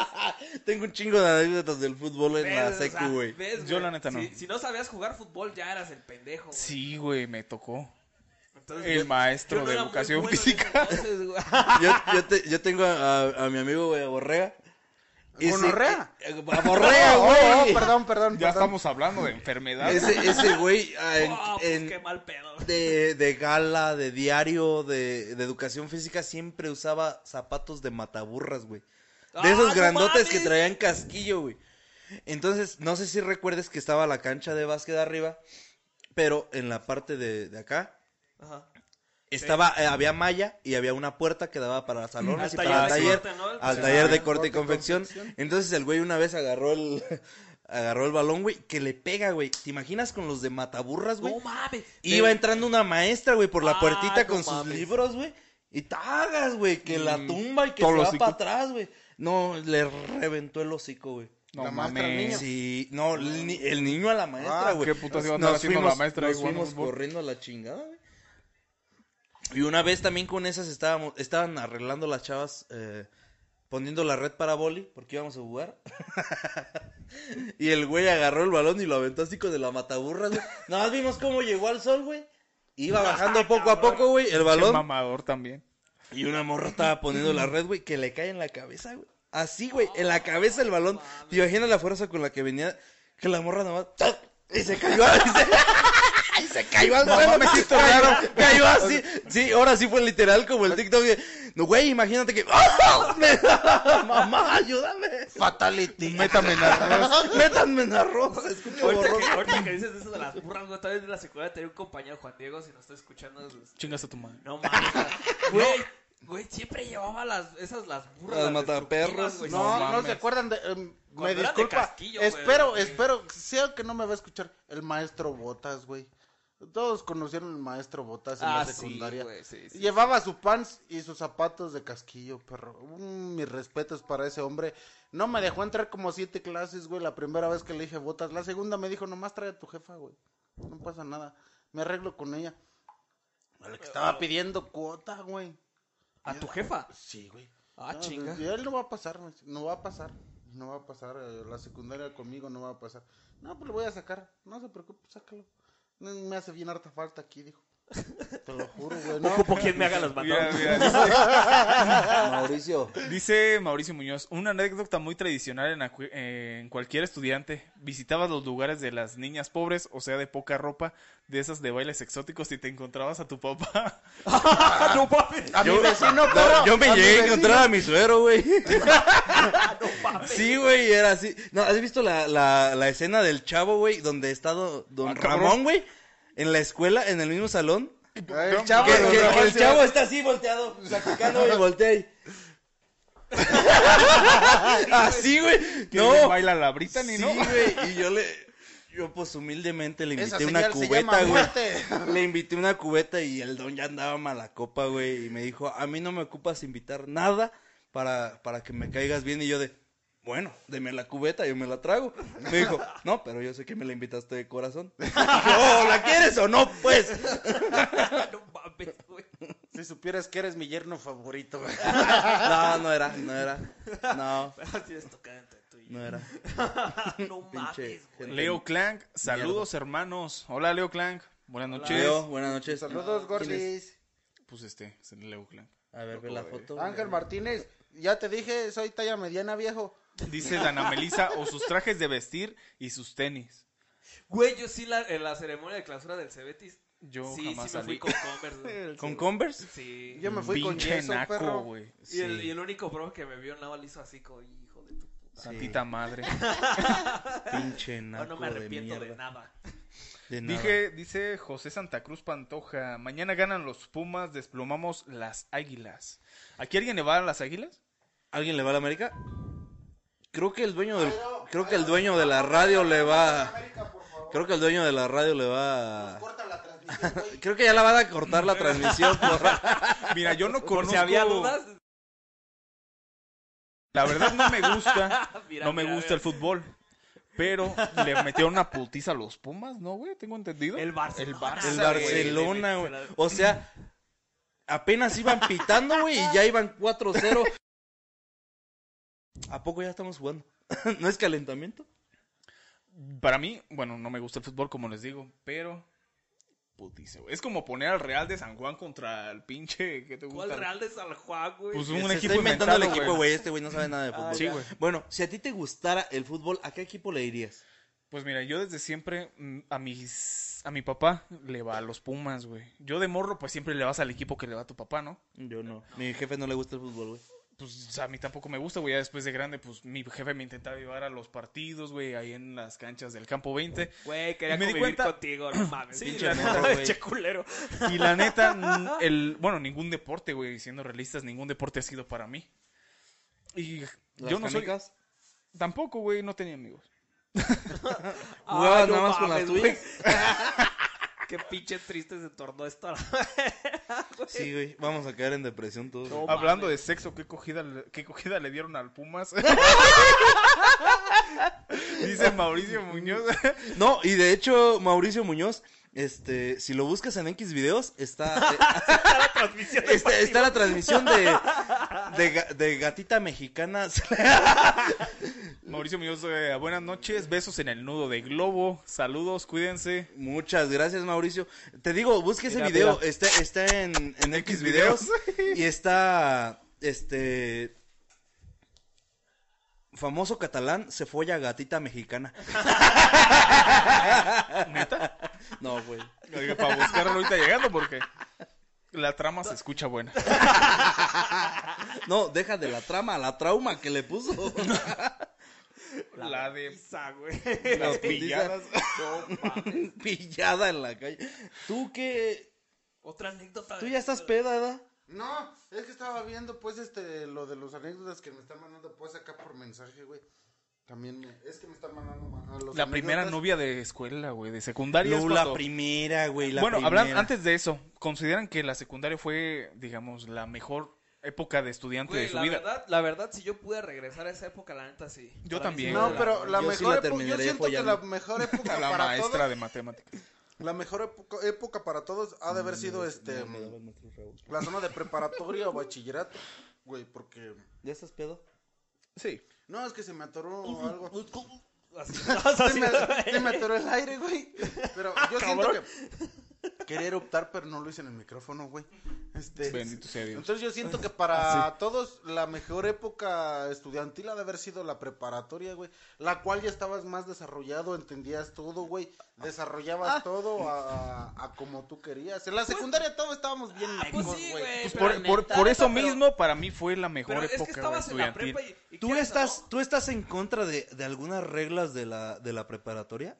Speaker 4: Tengo un chingo de anécdotas del fútbol en la
Speaker 5: Ves, o sea,
Speaker 4: secu, güey.
Speaker 5: ves,
Speaker 2: Yo
Speaker 5: güey,
Speaker 2: la neta no.
Speaker 5: Si, si no sabías jugar fútbol, ya eras el pendejo, güey.
Speaker 2: Sí, güey, me tocó.
Speaker 5: Entonces,
Speaker 2: El
Speaker 5: yo-
Speaker 2: maestro
Speaker 5: yo no
Speaker 2: de
Speaker 5: era muy
Speaker 2: educación
Speaker 5: bueno en ese
Speaker 2: física.
Speaker 5: entonces, güey.
Speaker 4: Yo, yo te- yo tengo a, a- a mi amigo, güey, a Borrega. Ese-
Speaker 3: ¿Gonorrea?
Speaker 4: eh, a Borrega,
Speaker 3: Oh, oh,
Speaker 4: güey.
Speaker 3: perdón, perdón.
Speaker 2: Ya
Speaker 3: perdón.
Speaker 2: estamos hablando de enfermedades.
Speaker 4: Ese, ese güey ah, en-
Speaker 5: Oh, pues,
Speaker 4: en-
Speaker 5: qué mal pedo. güey.
Speaker 4: de, de gala, de diario, de, de educación física, siempre usaba zapatos de mataburras, güey. De
Speaker 5: ¡Ah,
Speaker 4: esos
Speaker 5: no
Speaker 4: grandotes que
Speaker 5: mames!
Speaker 4: traían casquillo, güey. Entonces, no sé si recuerdes que estaba la cancha de básquet arriba, pero en la parte de, de acá
Speaker 5: Ajá.
Speaker 4: estaba eh, había malla y había una puerta que daba para salones
Speaker 5: Al
Speaker 4: y para el
Speaker 5: taller de
Speaker 4: taller,
Speaker 5: corte, ¿no? El
Speaker 4: al
Speaker 5: que-
Speaker 4: taller de
Speaker 3: Ah,
Speaker 4: corte
Speaker 3: corte
Speaker 4: y
Speaker 3: y
Speaker 4: confección.
Speaker 3: confección.
Speaker 4: Entonces el güey una vez agarró el agarró el balón, güey, que le pega, güey. ¿Te imaginas con los de mataburras, güey?
Speaker 5: No mames.
Speaker 4: Iba entrando una maestra, güey, por la
Speaker 5: Ah,
Speaker 4: puertita con
Speaker 5: no
Speaker 4: sus
Speaker 5: mames.
Speaker 4: libros, güey. Y tagas, güey, que la
Speaker 2: Mm,
Speaker 4: tumba y que se
Speaker 2: todo el
Speaker 4: va
Speaker 2: hocico.
Speaker 4: para atrás, güey. No, le reventó el hocico, güey.
Speaker 2: No
Speaker 3: La maestra, el
Speaker 2: mames.
Speaker 3: niño.
Speaker 4: Sí, no, el, ni- el niño a la maestra,
Speaker 3: Ah,
Speaker 4: güey.
Speaker 2: qué putas iba a andar
Speaker 4: Nos
Speaker 2: haciendo la maestra ahí
Speaker 4: Nos
Speaker 2: jugando
Speaker 4: fuimos
Speaker 2: fútbol.
Speaker 4: corriendo a la chingada, güey. Y una vez también con esas estábamos, estaban arreglando las chavas, eh, poniendo la red para boli, porque íbamos a jugar. y el güey agarró el balón y lo aventó así con de la mataburra, güey. Nada más vimos cómo llegó al sol, güey. Iba bajando poco a poco, güey, el
Speaker 2: Qué
Speaker 4: balón.
Speaker 2: mamador también.
Speaker 4: Y una morra estaba poniendo la red, güey, que le cae en la cabeza, güey. Así, güey, en la cabeza el balón. ¿Te imaginas la fuerza con la que venía? Que la morra nomás... ¡tac! Y se cayó. y se- ¡Ay, se cayó al suelo! me siento raro. Cayó así. Sí, ahora sí fue literal como el TikTok. de, No, güey, imagínate que. ¡Ah! Me- ¡Mamá, ayúdame!
Speaker 3: Fatality. Métame en arroz.
Speaker 4: ¡Métanme en arroz! Escucho
Speaker 5: Ahorita
Speaker 4: borroso.
Speaker 5: que, ahorita que dices eso de las burras, güey, vez de la secundaria tenía un compañero, Juan Diego, si nos está escuchando. es-
Speaker 2: Chingas a tu madre.
Speaker 5: No mames. Güey, güey, siempre llevaba las, esas las
Speaker 4: Las
Speaker 5: burras. destructivas,
Speaker 4: mataperros,
Speaker 5: güey,
Speaker 3: No, no,
Speaker 2: mames.
Speaker 3: se acuerdan de. em, me
Speaker 5: eran de
Speaker 3: disculpa.
Speaker 5: casquillo, güey,
Speaker 3: espero,
Speaker 5: güey.
Speaker 3: espero. Sea que no me va a escuchar. El maestro Botas, güey. Todos conocieron al maestro Botas en
Speaker 5: Ah,
Speaker 3: la secundaria.
Speaker 5: sí, güey, sí, sí.
Speaker 3: Llevaba su pants y sus zapatos de casquillo, perro. Mm, mis respetos para ese hombre. No me dejó entrar como siete clases, güey, la primera vez que le dije botas. La segunda me dijo, nomás trae a tu jefa, güey. No pasa nada. Me arreglo con ella. A la que
Speaker 5: Oh.
Speaker 3: estaba pidiendo cuota, güey.
Speaker 5: A tu jefa.
Speaker 3: Sí, güey.
Speaker 5: Ah,
Speaker 3: No,
Speaker 5: chinga.
Speaker 3: y él no va a pasar, güey, no va a pasar, no va a pasar, eh, la secundaria conmigo no va a pasar. No, pues lo voy a sacar, no se preocupe, sácalo. No, Me hace bien harta falta aquí, dijo. Te lo juro, güey. No, pues
Speaker 5: Ocupo quien me haga los
Speaker 2: Mira,
Speaker 5: mandados.
Speaker 2: mira, dice,
Speaker 4: Mauricio.
Speaker 2: dice Mauricio Muñoz, una anécdota muy tradicional en, acu- eh, en cualquier estudiante. Visitabas los lugares de las niñas pobres, o sea, de poca ropa, de esas de bailes exóticos y te encontrabas a tu papá.
Speaker 5: no mames.
Speaker 3: a mi vecino,
Speaker 4: No,
Speaker 3: pero
Speaker 4: yo me
Speaker 3: a mi
Speaker 4: llegué a
Speaker 3: vecino.
Speaker 4: encontrar a mi suero, güey.
Speaker 5: No mames.
Speaker 4: Sí, güey, era así. No, ¿has visto la, la, la escena del chavo, güey? Donde está do- don,
Speaker 2: Ah, cabrón.
Speaker 4: Ramón, güey. En la escuela, en el mismo salón.
Speaker 3: Ay,
Speaker 2: No,
Speaker 3: el chavo,
Speaker 4: Que,
Speaker 2: Bueno,
Speaker 3: don
Speaker 4: que- que
Speaker 3: Ramón
Speaker 4: el
Speaker 3: se-
Speaker 4: chavo está así volteado, platicando y voltea y... Así, güey.
Speaker 2: Que
Speaker 4: No.
Speaker 2: baila la Brittany,
Speaker 4: Sí,
Speaker 2: ¿no?
Speaker 4: güey. Y yo le... Yo, pues, humildemente le
Speaker 3: Esa
Speaker 4: invité una
Speaker 3: señal se llama
Speaker 4: cubeta, güey.
Speaker 3: muerte.
Speaker 4: Le invité una cubeta y el don ya andaba mala copa, güey. Y me dijo, a mí no me ocupas invitar nada para, para que me caigas bien. Y yo de, bueno, deme la cubeta, yo me la trago. Me dijo, no, pero yo sé que me la invitaste de corazón. Y yo, ¿la quieres o no? Pues.
Speaker 5: No mames, güey.
Speaker 3: Si supieras que eres mi yerno favorito, güey.
Speaker 4: No, no era, no era. No,
Speaker 5: Así Ah, es tocada entre tú y yo. Ah,
Speaker 4: no era.
Speaker 5: No
Speaker 4: Pinche
Speaker 5: mames, güey.
Speaker 4: gente.
Speaker 2: Leo Clank, saludos hermanos. Hola Leo Clank, buenas noches.
Speaker 4: Leo, buenas noches.
Speaker 3: Saludos,
Speaker 4: ¿Quién es?
Speaker 3: gordis.
Speaker 2: Pues este, es el Leo Clank.
Speaker 4: A ver, ve la foto.
Speaker 3: Ángel Martínez, ya te dije, soy talla mediana, viejo.
Speaker 2: Dice Dana Melisa, o sus trajes de vestir y sus tenis.
Speaker 5: Güey, yo sí la, en la ceremonia de clausura del Cebetis.
Speaker 2: Yo
Speaker 5: sí, sí
Speaker 2: jamás
Speaker 5: me
Speaker 2: salí.
Speaker 5: fui con Converse. güey.
Speaker 4: ¿Con Converse?
Speaker 5: Sí.
Speaker 3: Yo me fui con
Speaker 2: Pinche
Speaker 3: yeso,
Speaker 2: naco,
Speaker 3: perro.
Speaker 2: güey.
Speaker 5: Y, el,
Speaker 4: Sí.
Speaker 5: y el único profe que me vio nada más le hizo así como, hijo de tu puta.
Speaker 2: Santita madre.
Speaker 4: Pinche
Speaker 5: No, no
Speaker 4: naco
Speaker 5: me arrepiento de,
Speaker 4: mierda.
Speaker 5: nada.
Speaker 4: De nada.
Speaker 2: Dije, dice José Santa Cruz Pantoja, mañana ganan los Pumas, desplomamos las Águilas. ¿Aquí alguien le va a las Águilas?
Speaker 4: ¿Alguien le va a la América? Creo que el dueño del, creo que el dueño de la radio le va, creo que el dueño de la radio le va,
Speaker 3: Corta la transmisión, güey.
Speaker 4: creo que ya la van a cortar la transmisión. por-
Speaker 2: Mira, yo no
Speaker 5: Por
Speaker 2: conozco.
Speaker 5: si había dudas.
Speaker 2: La verdad no me gusta.
Speaker 5: Ah, Mira,
Speaker 2: no me
Speaker 5: mira,
Speaker 2: gusta
Speaker 5: mira.
Speaker 2: el fútbol. Pero le metieron una putiza a los Pumas, ¿no, güey? Tengo entendido.
Speaker 5: El Barcelona.
Speaker 4: El
Speaker 2: Barça, güey.
Speaker 4: Barcelona, güey. O sea, apenas iban pitando, güey, y ya iban 4-0. ¿A poco ya estamos jugando? ¿No es calentamiento?
Speaker 2: Para mí, bueno, no me gusta el fútbol, como les digo, pero. Putiza, güey. Es como poner al Real de San Juan contra el pinche. ¿Qué te gusta?
Speaker 5: ¿Cuál Real de San Juan, güey?
Speaker 2: Pues un
Speaker 4: Se
Speaker 2: equipo
Speaker 4: está inventando el
Speaker 2: inventado, güey.
Speaker 4: equipo,
Speaker 2: Ah,
Speaker 4: güey. Este güey no sabe nada de fútbol.
Speaker 2: Sí, güey.
Speaker 4: Bueno, si a ti te gustara el fútbol, ¿a qué equipo le irías?
Speaker 2: Pues mira, yo desde siempre mm, a mis a mi papá le va a los Pumas, güey. Yo de morro pues siempre le vas al equipo que le va a tu papá, ¿no?
Speaker 4: Yo no. Mi jefe no le gusta el fútbol, güey.
Speaker 2: Pues o sea, a mí tampoco me gusta, güey. Ya después de grande pues mi jefe me intentaba llevar a los partidos, güey, ahí en las canchas del campo 20
Speaker 5: Güey, quería
Speaker 2: Me di
Speaker 5: convivir
Speaker 2: cuenta-
Speaker 5: contigo, no mames.
Speaker 2: Sí,
Speaker 5: pinche
Speaker 2: la neta,
Speaker 5: morro,
Speaker 4: güey.
Speaker 5: pinche culero.
Speaker 2: y la neta mm, el bueno, ningún deporte, güey, siendo realistas, ningún deporte ha sido para mí. Y yo no soy
Speaker 4: canicas?
Speaker 2: tampoco, güey, no tenía amigos.
Speaker 4: Jugabas
Speaker 5: Ay, no
Speaker 4: nada más con las
Speaker 5: mames,
Speaker 4: tuyas.
Speaker 5: güey. Qué pinche triste se tornó esto.
Speaker 4: Sí, güey. Vamos a caer en depresión todos.
Speaker 5: No.
Speaker 4: güey.
Speaker 2: Hablando de sexo, ¿qué cogida, le- qué cogida le dieron al Pumas? Dice Mauricio Muñoz.
Speaker 4: No, y de hecho, Mauricio Muñoz, este, si lo buscas en X videos, está, eh,
Speaker 5: La transmisión de
Speaker 4: está, está la transmisión de, de, ga- de gatita mexicana.
Speaker 2: Mauricio Muñoz, eh, buenas noches. Besos en el nudo de globo. Saludos, cuídense.
Speaker 4: Muchas gracias, Mauricio. Te digo, busca ese
Speaker 2: Mira,
Speaker 4: video.
Speaker 2: mira.
Speaker 4: Está, está en, en X videos. Y está, este... Famoso catalán se folla a gatita mexicana. No, güey.
Speaker 2: Para buscarlo ahorita llegando porque la trama se escucha buena.
Speaker 4: No, deja de la trama, la trauma que le puso.
Speaker 2: La, de
Speaker 5: Pizza, güey.
Speaker 2: las
Speaker 4: putiza.
Speaker 2: pilladas.
Speaker 5: No mames.
Speaker 4: Pillada en la calle. Tú que.
Speaker 5: Otra anécdota.
Speaker 4: Tú
Speaker 5: de-
Speaker 4: ya estás pedada.
Speaker 3: No, es que estaba viendo pues este lo de los anécdotas que me están mandando pues acá por mensaje, güey. También me- es que me están mandando ma- a los
Speaker 2: La primera
Speaker 3: anécdotas.
Speaker 2: novia de escuela, güey, de secundaria. es
Speaker 4: No, la
Speaker 2: cuando-
Speaker 4: primera, güey. La
Speaker 2: bueno,
Speaker 4: primera.
Speaker 2: hablan antes de eso, ¿consideran que la secundaria fue, digamos, la mejor época de estudiante
Speaker 5: Güey,
Speaker 2: de su
Speaker 5: la
Speaker 2: vida?
Speaker 5: verdad, la verdad, si yo pude regresar a esa época, la neta sí.
Speaker 2: Yo
Speaker 5: Para mí
Speaker 2: también.
Speaker 5: sí
Speaker 3: No,
Speaker 5: fue
Speaker 3: pero la
Speaker 4: Yo
Speaker 3: mejor
Speaker 4: sí la
Speaker 3: época-
Speaker 4: terminaré
Speaker 3: yo siento que la
Speaker 4: follando.
Speaker 3: mejor época
Speaker 2: la
Speaker 3: para
Speaker 2: maestra
Speaker 3: todos,
Speaker 2: de matemáticas.
Speaker 3: la mejor época, época para todos ha de haber sido este la zona de preparatoria o bachillerato, güey, porque
Speaker 4: ¿Ya estás pedo?
Speaker 2: Sí.
Speaker 3: no, es que se me atoró algo.
Speaker 5: Así, estabas
Speaker 3: Se
Speaker 5: haciendo-
Speaker 3: me, se me atoró el aire, Ah, güey. Ah, Pero yo siento que quería optar, pero no lo hice en el micrófono, güey. Este,
Speaker 2: Bendito sea Dios.
Speaker 3: Entonces yo siento que para todos la mejor época estudiantil ha de haber sido la preparatoria, güey. La cual ya estabas más desarrollado, entendías todo, güey.
Speaker 5: Ah.
Speaker 3: Desarrollabas todo a, a como tú querías. En la secundaria todos estábamos bien
Speaker 5: Pues
Speaker 3: locos,
Speaker 5: sí, güey.
Speaker 2: Pues
Speaker 5: pero
Speaker 2: por, por-
Speaker 5: neta,
Speaker 2: por eso
Speaker 5: neta, pero-
Speaker 2: mismo, para mí fue la mejor
Speaker 5: Pero es que
Speaker 2: época güey,
Speaker 5: estabas en la
Speaker 2: estudiantil.
Speaker 5: prepa y. y
Speaker 4: ¿Tú
Speaker 5: quieras o
Speaker 4: estás,
Speaker 5: no,
Speaker 4: ¿Tú estás en contra de, de algunas reglas de la, de la preparatoria?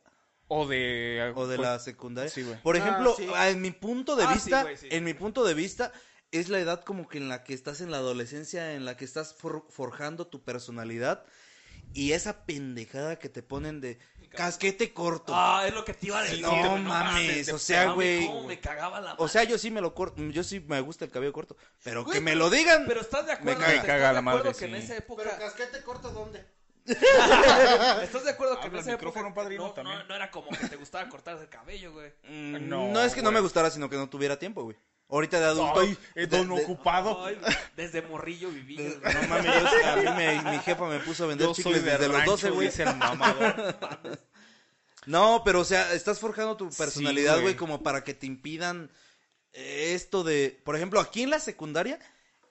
Speaker 2: O de...
Speaker 4: o de
Speaker 2: pues,
Speaker 4: la secundaria.
Speaker 2: sí, güey.
Speaker 4: Por
Speaker 3: Ah,
Speaker 4: ejemplo,
Speaker 3: sí.
Speaker 4: ah, en mi punto de
Speaker 5: Ah, sí,
Speaker 4: vista,
Speaker 5: güey, sí, sí,
Speaker 4: en mi punto de vista es la edad como que en la que estás en la adolescencia, en la que estás for- forjando tu personalidad y esa pendejada que te ponen de casquete corto.
Speaker 5: Ah, es lo que te iba a decir.
Speaker 4: no
Speaker 5: güey,
Speaker 4: mames,
Speaker 5: te-
Speaker 4: o sea,
Speaker 5: mames,
Speaker 4: güey.
Speaker 5: cómo me cagaba la
Speaker 4: o sea, yo sí me lo corto, yo sí me gusta el cabello corto, pero que me lo digan.
Speaker 5: Pero estás de acuerdo,
Speaker 4: caga-
Speaker 5: ¿Estás
Speaker 2: caga
Speaker 5: de
Speaker 2: la madre,
Speaker 5: acuerdo que en
Speaker 2: sí.
Speaker 5: esa
Speaker 3: Pero
Speaker 5: época,
Speaker 3: casquete corto, ¿dónde?
Speaker 5: estás de acuerdo que en
Speaker 2: Habla
Speaker 5: esa
Speaker 2: al
Speaker 5: época
Speaker 2: micrófono, padrino,
Speaker 5: no, no,
Speaker 2: también.
Speaker 5: no era como que te gustaba cortarse el cabello, güey.
Speaker 4: Mm,
Speaker 2: No,
Speaker 4: no, es que no
Speaker 2: güey.
Speaker 4: me gustara, sino que no tuviera tiempo, güey. Ahorita de adulto.
Speaker 2: Ay, es
Speaker 4: de-
Speaker 2: don
Speaker 4: de-
Speaker 2: ocupado.
Speaker 5: Ay, desde morrillo viví.
Speaker 4: de-
Speaker 5: güey.
Speaker 4: no mames, yo- a mí me- mi jefa me puso a vender
Speaker 2: Yo soy
Speaker 4: chicles
Speaker 2: de
Speaker 4: desde los
Speaker 2: rancho,
Speaker 4: 12, güey.
Speaker 2: dice el mamador.
Speaker 4: No, pero o sea, estás forjando tu personalidad,
Speaker 2: güey.
Speaker 4: güey, como para que te impidan eh, esto de, por ejemplo, aquí en la secundaria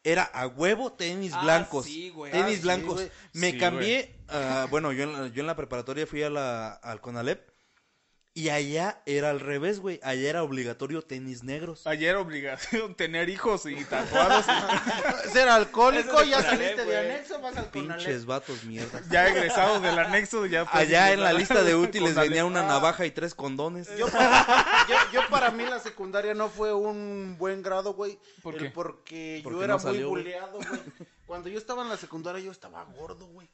Speaker 4: era a huevo tenis
Speaker 5: Ah,
Speaker 4: blancos.
Speaker 5: sí, güey.
Speaker 3: Ah,
Speaker 4: Tenis
Speaker 3: sí,
Speaker 4: blancos.
Speaker 3: güey.
Speaker 4: Me
Speaker 2: Sí,
Speaker 4: cambié, ah, bueno, yo en, la, yo en la preparatoria fui a la, al Conalep y allá era al revés, güey. Allá era obligatorio tenis negros.
Speaker 2: Ayer obligación tener hijos y tatuados.
Speaker 3: Ser Ah, alcohólico,
Speaker 5: Eso es
Speaker 3: ya
Speaker 5: Conalep,
Speaker 3: saliste de
Speaker 5: güey.
Speaker 3: anexo, vas al Conalep.
Speaker 4: Pinches vatos, mierda.
Speaker 2: ya egresados del anexo. Ya puedes
Speaker 4: Allá en la
Speaker 2: empezar
Speaker 4: lista de útiles
Speaker 2: con la
Speaker 4: venía una
Speaker 3: Ah.
Speaker 4: navaja y tres condones.
Speaker 3: Yo para, yo, yo para mí la secundaria no fue un buen grado, güey.
Speaker 2: ¿Por
Speaker 3: El
Speaker 2: qué?
Speaker 3: Porque,
Speaker 4: Porque
Speaker 3: yo era
Speaker 4: no
Speaker 3: muy
Speaker 4: salió, güey.
Speaker 3: buleado, güey. Cuando yo estaba en la secundaria yo estaba gordo, güey.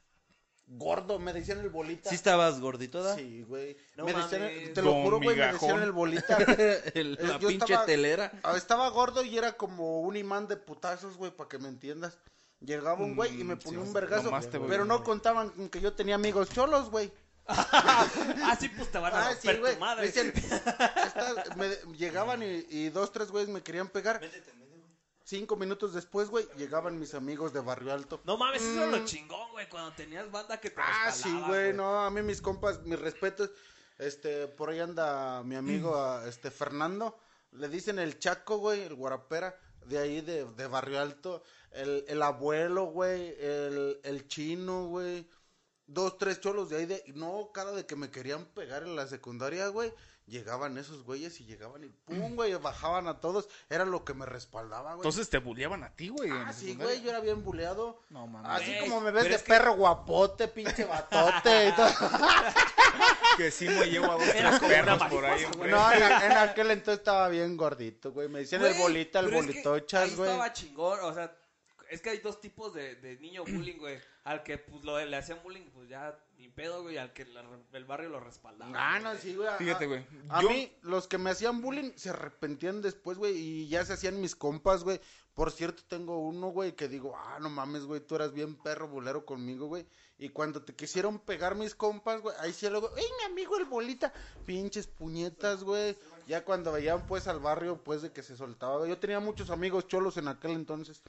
Speaker 3: Gordo, me decían el bolita.
Speaker 4: ¿Sí estabas gordito, ¿da?
Speaker 3: Sí, güey.
Speaker 5: No
Speaker 3: me decían,
Speaker 5: mames.
Speaker 3: te lo
Speaker 2: Don
Speaker 3: juro, güey, me
Speaker 2: Migajón.
Speaker 3: decían el bolita.
Speaker 4: El-
Speaker 3: Eh,
Speaker 4: la
Speaker 3: yo
Speaker 4: pinche
Speaker 3: estaba-
Speaker 4: telera.
Speaker 3: Ah, Estaba gordo y era como un imán de putazos, güey, para que me entiendas. Llegaba un güey y me
Speaker 2: Mm,
Speaker 3: ponía
Speaker 2: sí,
Speaker 3: un vergazo,
Speaker 2: nomás te voy
Speaker 3: pero
Speaker 2: a-
Speaker 3: no contaban con que yo tenía amigos cholos, güey.
Speaker 5: Ah, sí, pues te van a
Speaker 3: Ah, sí,
Speaker 5: romper
Speaker 3: güey.
Speaker 5: tu madre.
Speaker 3: Me decían, "Estás- me- llegaban y, y dos, tres güeyes me querían pegar. Cinco minutos después, güey, llegaban mis amigos de Barrio Alto.
Speaker 5: No mames, eso era lo chingón, güey, cuando tenías banda que te
Speaker 3: Mm. ah,
Speaker 5: respaldaba,
Speaker 3: sí, güey, no, a mí mis compas, mis respetos. Este, por ahí anda mi
Speaker 2: Mm.
Speaker 3: amigo, ah, este, Fernando. Le dicen el Chaco, güey, el Guarapera, de ahí, de, de Barrio Alto. El, el abuelo, güey, el, el chino, güey. Dos, tres cholos de ahí de... No, cada de que me querían pegar en la secundaria, güey, llegaban esos güeyes y llegaban y pum, güey, bajaban a todos. Era lo que me respaldaba, güey.
Speaker 2: Mm. Entonces te bulleaban a ti, güey. en
Speaker 3: Ah,
Speaker 2: la
Speaker 3: sí,
Speaker 2: secundaria.
Speaker 3: güey, yo era bien buleado.
Speaker 2: No mames.
Speaker 3: Así
Speaker 5: Güey,
Speaker 3: como me ves
Speaker 5: pero
Speaker 3: de
Speaker 5: es que-
Speaker 3: perro guapote, pinche batote y todo.
Speaker 2: Que sí me llevo a dos
Speaker 5: Era
Speaker 2: tres
Speaker 5: como una
Speaker 2: perros por ahí.
Speaker 5: mariposa,
Speaker 2: güey.
Speaker 3: No, en, a- en aquel entonces estaba bien gordito, güey. Me decían el
Speaker 5: Güey,
Speaker 3: bolita, el
Speaker 5: pero es que
Speaker 3: bolitochas,
Speaker 5: ahí
Speaker 3: güey.
Speaker 5: estaba chingón, o sea, es que hay dos tipos de, de niño bullying, güey. Al que pues, lo, le hacían bullying, pues ya ni pedo, güey. y Al que la- el barrio lo respaldaba.
Speaker 3: Ah,
Speaker 5: güey.
Speaker 3: no, sí, güey.
Speaker 2: Fíjate,
Speaker 3: A-
Speaker 2: güey,
Speaker 3: A
Speaker 2: yo-
Speaker 3: mí, los que me hacían bullying se arrepentían después, güey, y ya se hacían mis compas, güey. Por cierto, tengo uno, güey, que digo, ah, no mames, güey, tú eras bien perro bolero conmigo, güey. Y cuando te quisieron pegar mis compas, güey, ahí sí luego, ¡ey, mi amigo el bolita! Pinches puñetas, güey. Ya cuando veían, pues, al barrio, pues, de que se soltaba, güey. Yo tenía muchos amigos cholos en aquel entonces.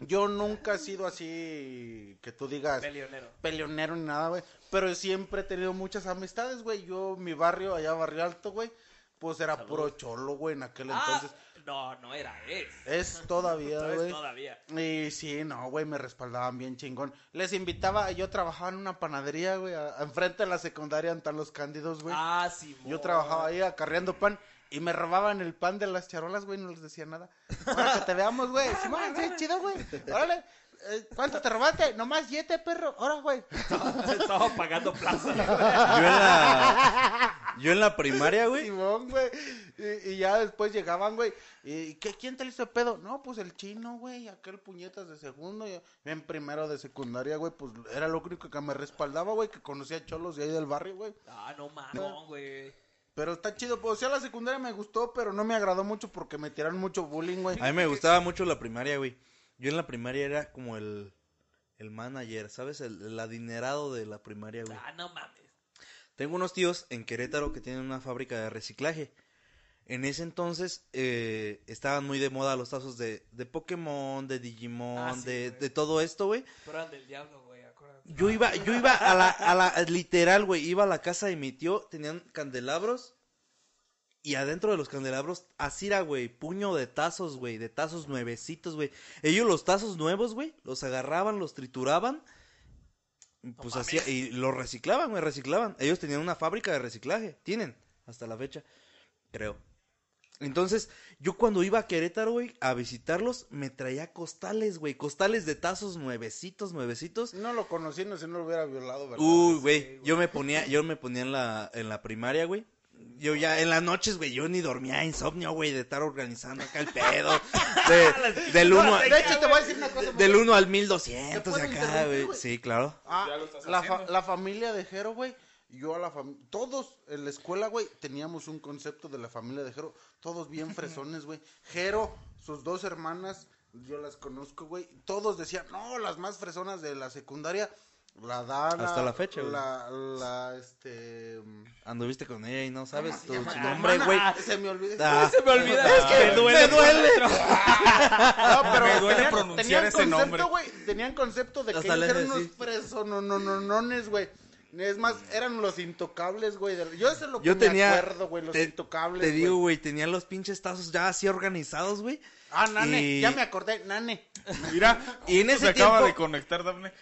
Speaker 3: Yo nunca he sido así que tú digas
Speaker 5: Peleonero.
Speaker 3: peleonero ni nada, güey. Pero siempre he tenido muchas amistades, güey. Yo, mi barrio, allá Barrio Alto, güey, pues era puro cholo, güey, en aquel
Speaker 5: Ah,
Speaker 3: entonces.
Speaker 5: No, no era, es.
Speaker 3: Es todavía,
Speaker 5: Entonces,
Speaker 3: güey.
Speaker 5: todavía.
Speaker 3: Y sí, no, güey, me respaldaban bien chingón. Les invitaba, yo trabajaba en una panadería, güey, a- enfrente de la secundaria en tan los cándidos, güey.
Speaker 5: Ah, sí,
Speaker 3: yo trabajaba ahí acarreando pan y me robaban el pan de las charolas, güey, no les decía nada. Ahora que te veamos, güey. Sí, bueno, sí, chido, güey. Órale. eh, ¿Cuánto te robaste? Nomás siete, perro. Ahora, güey.
Speaker 5: Estaba pagando plaza.
Speaker 4: Ah, Yo en la, yo en la primaria, güey.
Speaker 3: Simón, güey. Y, y ya después llegaban, güey. ¿Y qué, quién te le hizo el pedo? No, pues el chino, güey. Aquel puñetas de segundo. y- en primero de secundaria, güey. Pues era lo único que me respaldaba, güey. Que conocía cholos de ahí del barrio, güey.
Speaker 5: Ah, no mames, güey.
Speaker 3: Pero está chido. pues, O sea, la secundaria me gustó, pero no me agradó mucho porque me tiraron mucho bullying, güey.
Speaker 4: A mí me gustaba mucho la primaria, güey. Yo en la primaria era como el, el manager, ¿sabes? El, el adinerado de la primaria, güey.
Speaker 5: Ah, no mames.
Speaker 4: Tengo unos tíos en Querétaro que tienen una fábrica de reciclaje. En ese entonces eh, estaban muy de moda los tazos de, de Pokémon, de Digimon,
Speaker 5: Ah, sí,
Speaker 4: de,
Speaker 5: güey.
Speaker 4: de todo esto, güey.
Speaker 5: Pero eran del diablo, güey, acuérdate.
Speaker 4: Yo iba, yo iba a la, a la, literal, güey, iba a la casa de mi tío, tenían candelabros y adentro de los candelabros, así era, güey, puño de tazos, güey, de tazos nuevecitos, güey. Ellos los tazos nuevos, güey, los agarraban, los trituraban, pues hacía, y los reciclaban, güey, reciclaban. Ellos tenían una fábrica de reciclaje, tienen, hasta la fecha, creo. Entonces, yo cuando iba a Querétaro, güey, a visitarlos, me traía costales, güey, costales de tazos nuevecitos, nuevecitos.
Speaker 3: No lo conocí, no sé, no lo hubiera violado, ¿verdad?
Speaker 4: Uy, Uh, güey, yo me ponía, yo me ponía en la, en la primaria, güey. Yo ya, en las noches, güey, yo ni dormía, insomnio, güey, de estar organizando acá el pedo. De- del 1
Speaker 3: de hecho, te voy a decir una cosa.
Speaker 4: del
Speaker 3: güey.
Speaker 4: uno al
Speaker 3: ¿Te
Speaker 4: 1200
Speaker 3: puedo
Speaker 4: acá,
Speaker 3: interrumpir,
Speaker 4: güey.
Speaker 3: güey?
Speaker 4: Sí, claro.
Speaker 3: Ah,
Speaker 2: Ya lo estás
Speaker 3: la,
Speaker 2: haciendo.
Speaker 3: fa- la familia de Jero, güey. Yo a la familia. Todos en la escuela, güey, teníamos un concepto de la familia de Jero. Todos bien fresones, güey. Jero, sus dos hermanas, yo las conozco, güey. Todos decían, no, las más fresonas de la secundaria. La Dana.
Speaker 4: Hasta la fecha, güey.
Speaker 3: La, la, este. mm,
Speaker 4: Anduviste con ella y no sabes tu,
Speaker 3: ¿cómo se
Speaker 4: su
Speaker 3: llama?
Speaker 4: nombre,
Speaker 3: Hermana,
Speaker 4: güey.
Speaker 3: ah, Se me olvidó.
Speaker 4: Ah,
Speaker 5: Se me olvida. Es
Speaker 4: que me duele,
Speaker 3: No, pero
Speaker 2: Me duele
Speaker 3: tenían-
Speaker 2: pronunciar
Speaker 3: tenían
Speaker 2: ese
Speaker 3: concepto,
Speaker 2: nombre.
Speaker 3: güey, tenían concepto de que
Speaker 4: Hasta
Speaker 3: ellos
Speaker 4: le
Speaker 3: eran unos
Speaker 4: decís.
Speaker 3: fresonononones, güey. Es más, eran los intocables, güey. de- Yo eso es lo que
Speaker 4: Yo
Speaker 3: me
Speaker 4: tenía.
Speaker 3: acuerdo, güey, los
Speaker 4: te,
Speaker 3: intocables.
Speaker 4: te digo,
Speaker 3: güey.
Speaker 4: güey, tenía los pinches tazos ya así organizados, güey.
Speaker 3: Ah, Nane,
Speaker 4: y-
Speaker 3: ya me acordé, Nane.
Speaker 2: Mira,
Speaker 4: Y en
Speaker 2: se
Speaker 4: ese
Speaker 2: acaba
Speaker 4: tiempo-
Speaker 2: de conectar, Dafne.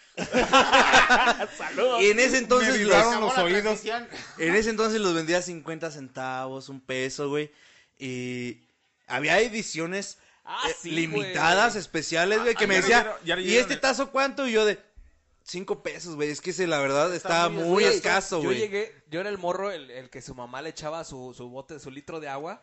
Speaker 4: Y en ese entonces
Speaker 2: Me
Speaker 4: los-
Speaker 2: vibraron los
Speaker 3: Ahora
Speaker 2: oídos.
Speaker 3: transmisión.
Speaker 4: En ese entonces los vendía a 50 centavos, un peso, güey. Y había ediciones
Speaker 5: Ah,
Speaker 4: eh,
Speaker 5: sí,
Speaker 4: limitadas, especiales, güey,
Speaker 2: Ah,
Speaker 4: que me
Speaker 2: ya
Speaker 4: decía,
Speaker 2: leyeron- ya
Speaker 4: ¿y
Speaker 2: leyeron
Speaker 5: eh".
Speaker 4: este
Speaker 2: el-
Speaker 4: tazo cuánto? Y yo de, cinco pesos, güey. Es que ese, la verdad,
Speaker 3: Está
Speaker 4: estaba
Speaker 3: muy
Speaker 4: muy
Speaker 3: escaso.
Speaker 4: escaso,
Speaker 5: Yo
Speaker 4: güey.
Speaker 5: llegué, yo era el morro, el, el que su mamá le echaba su, su bote, su litro de agua.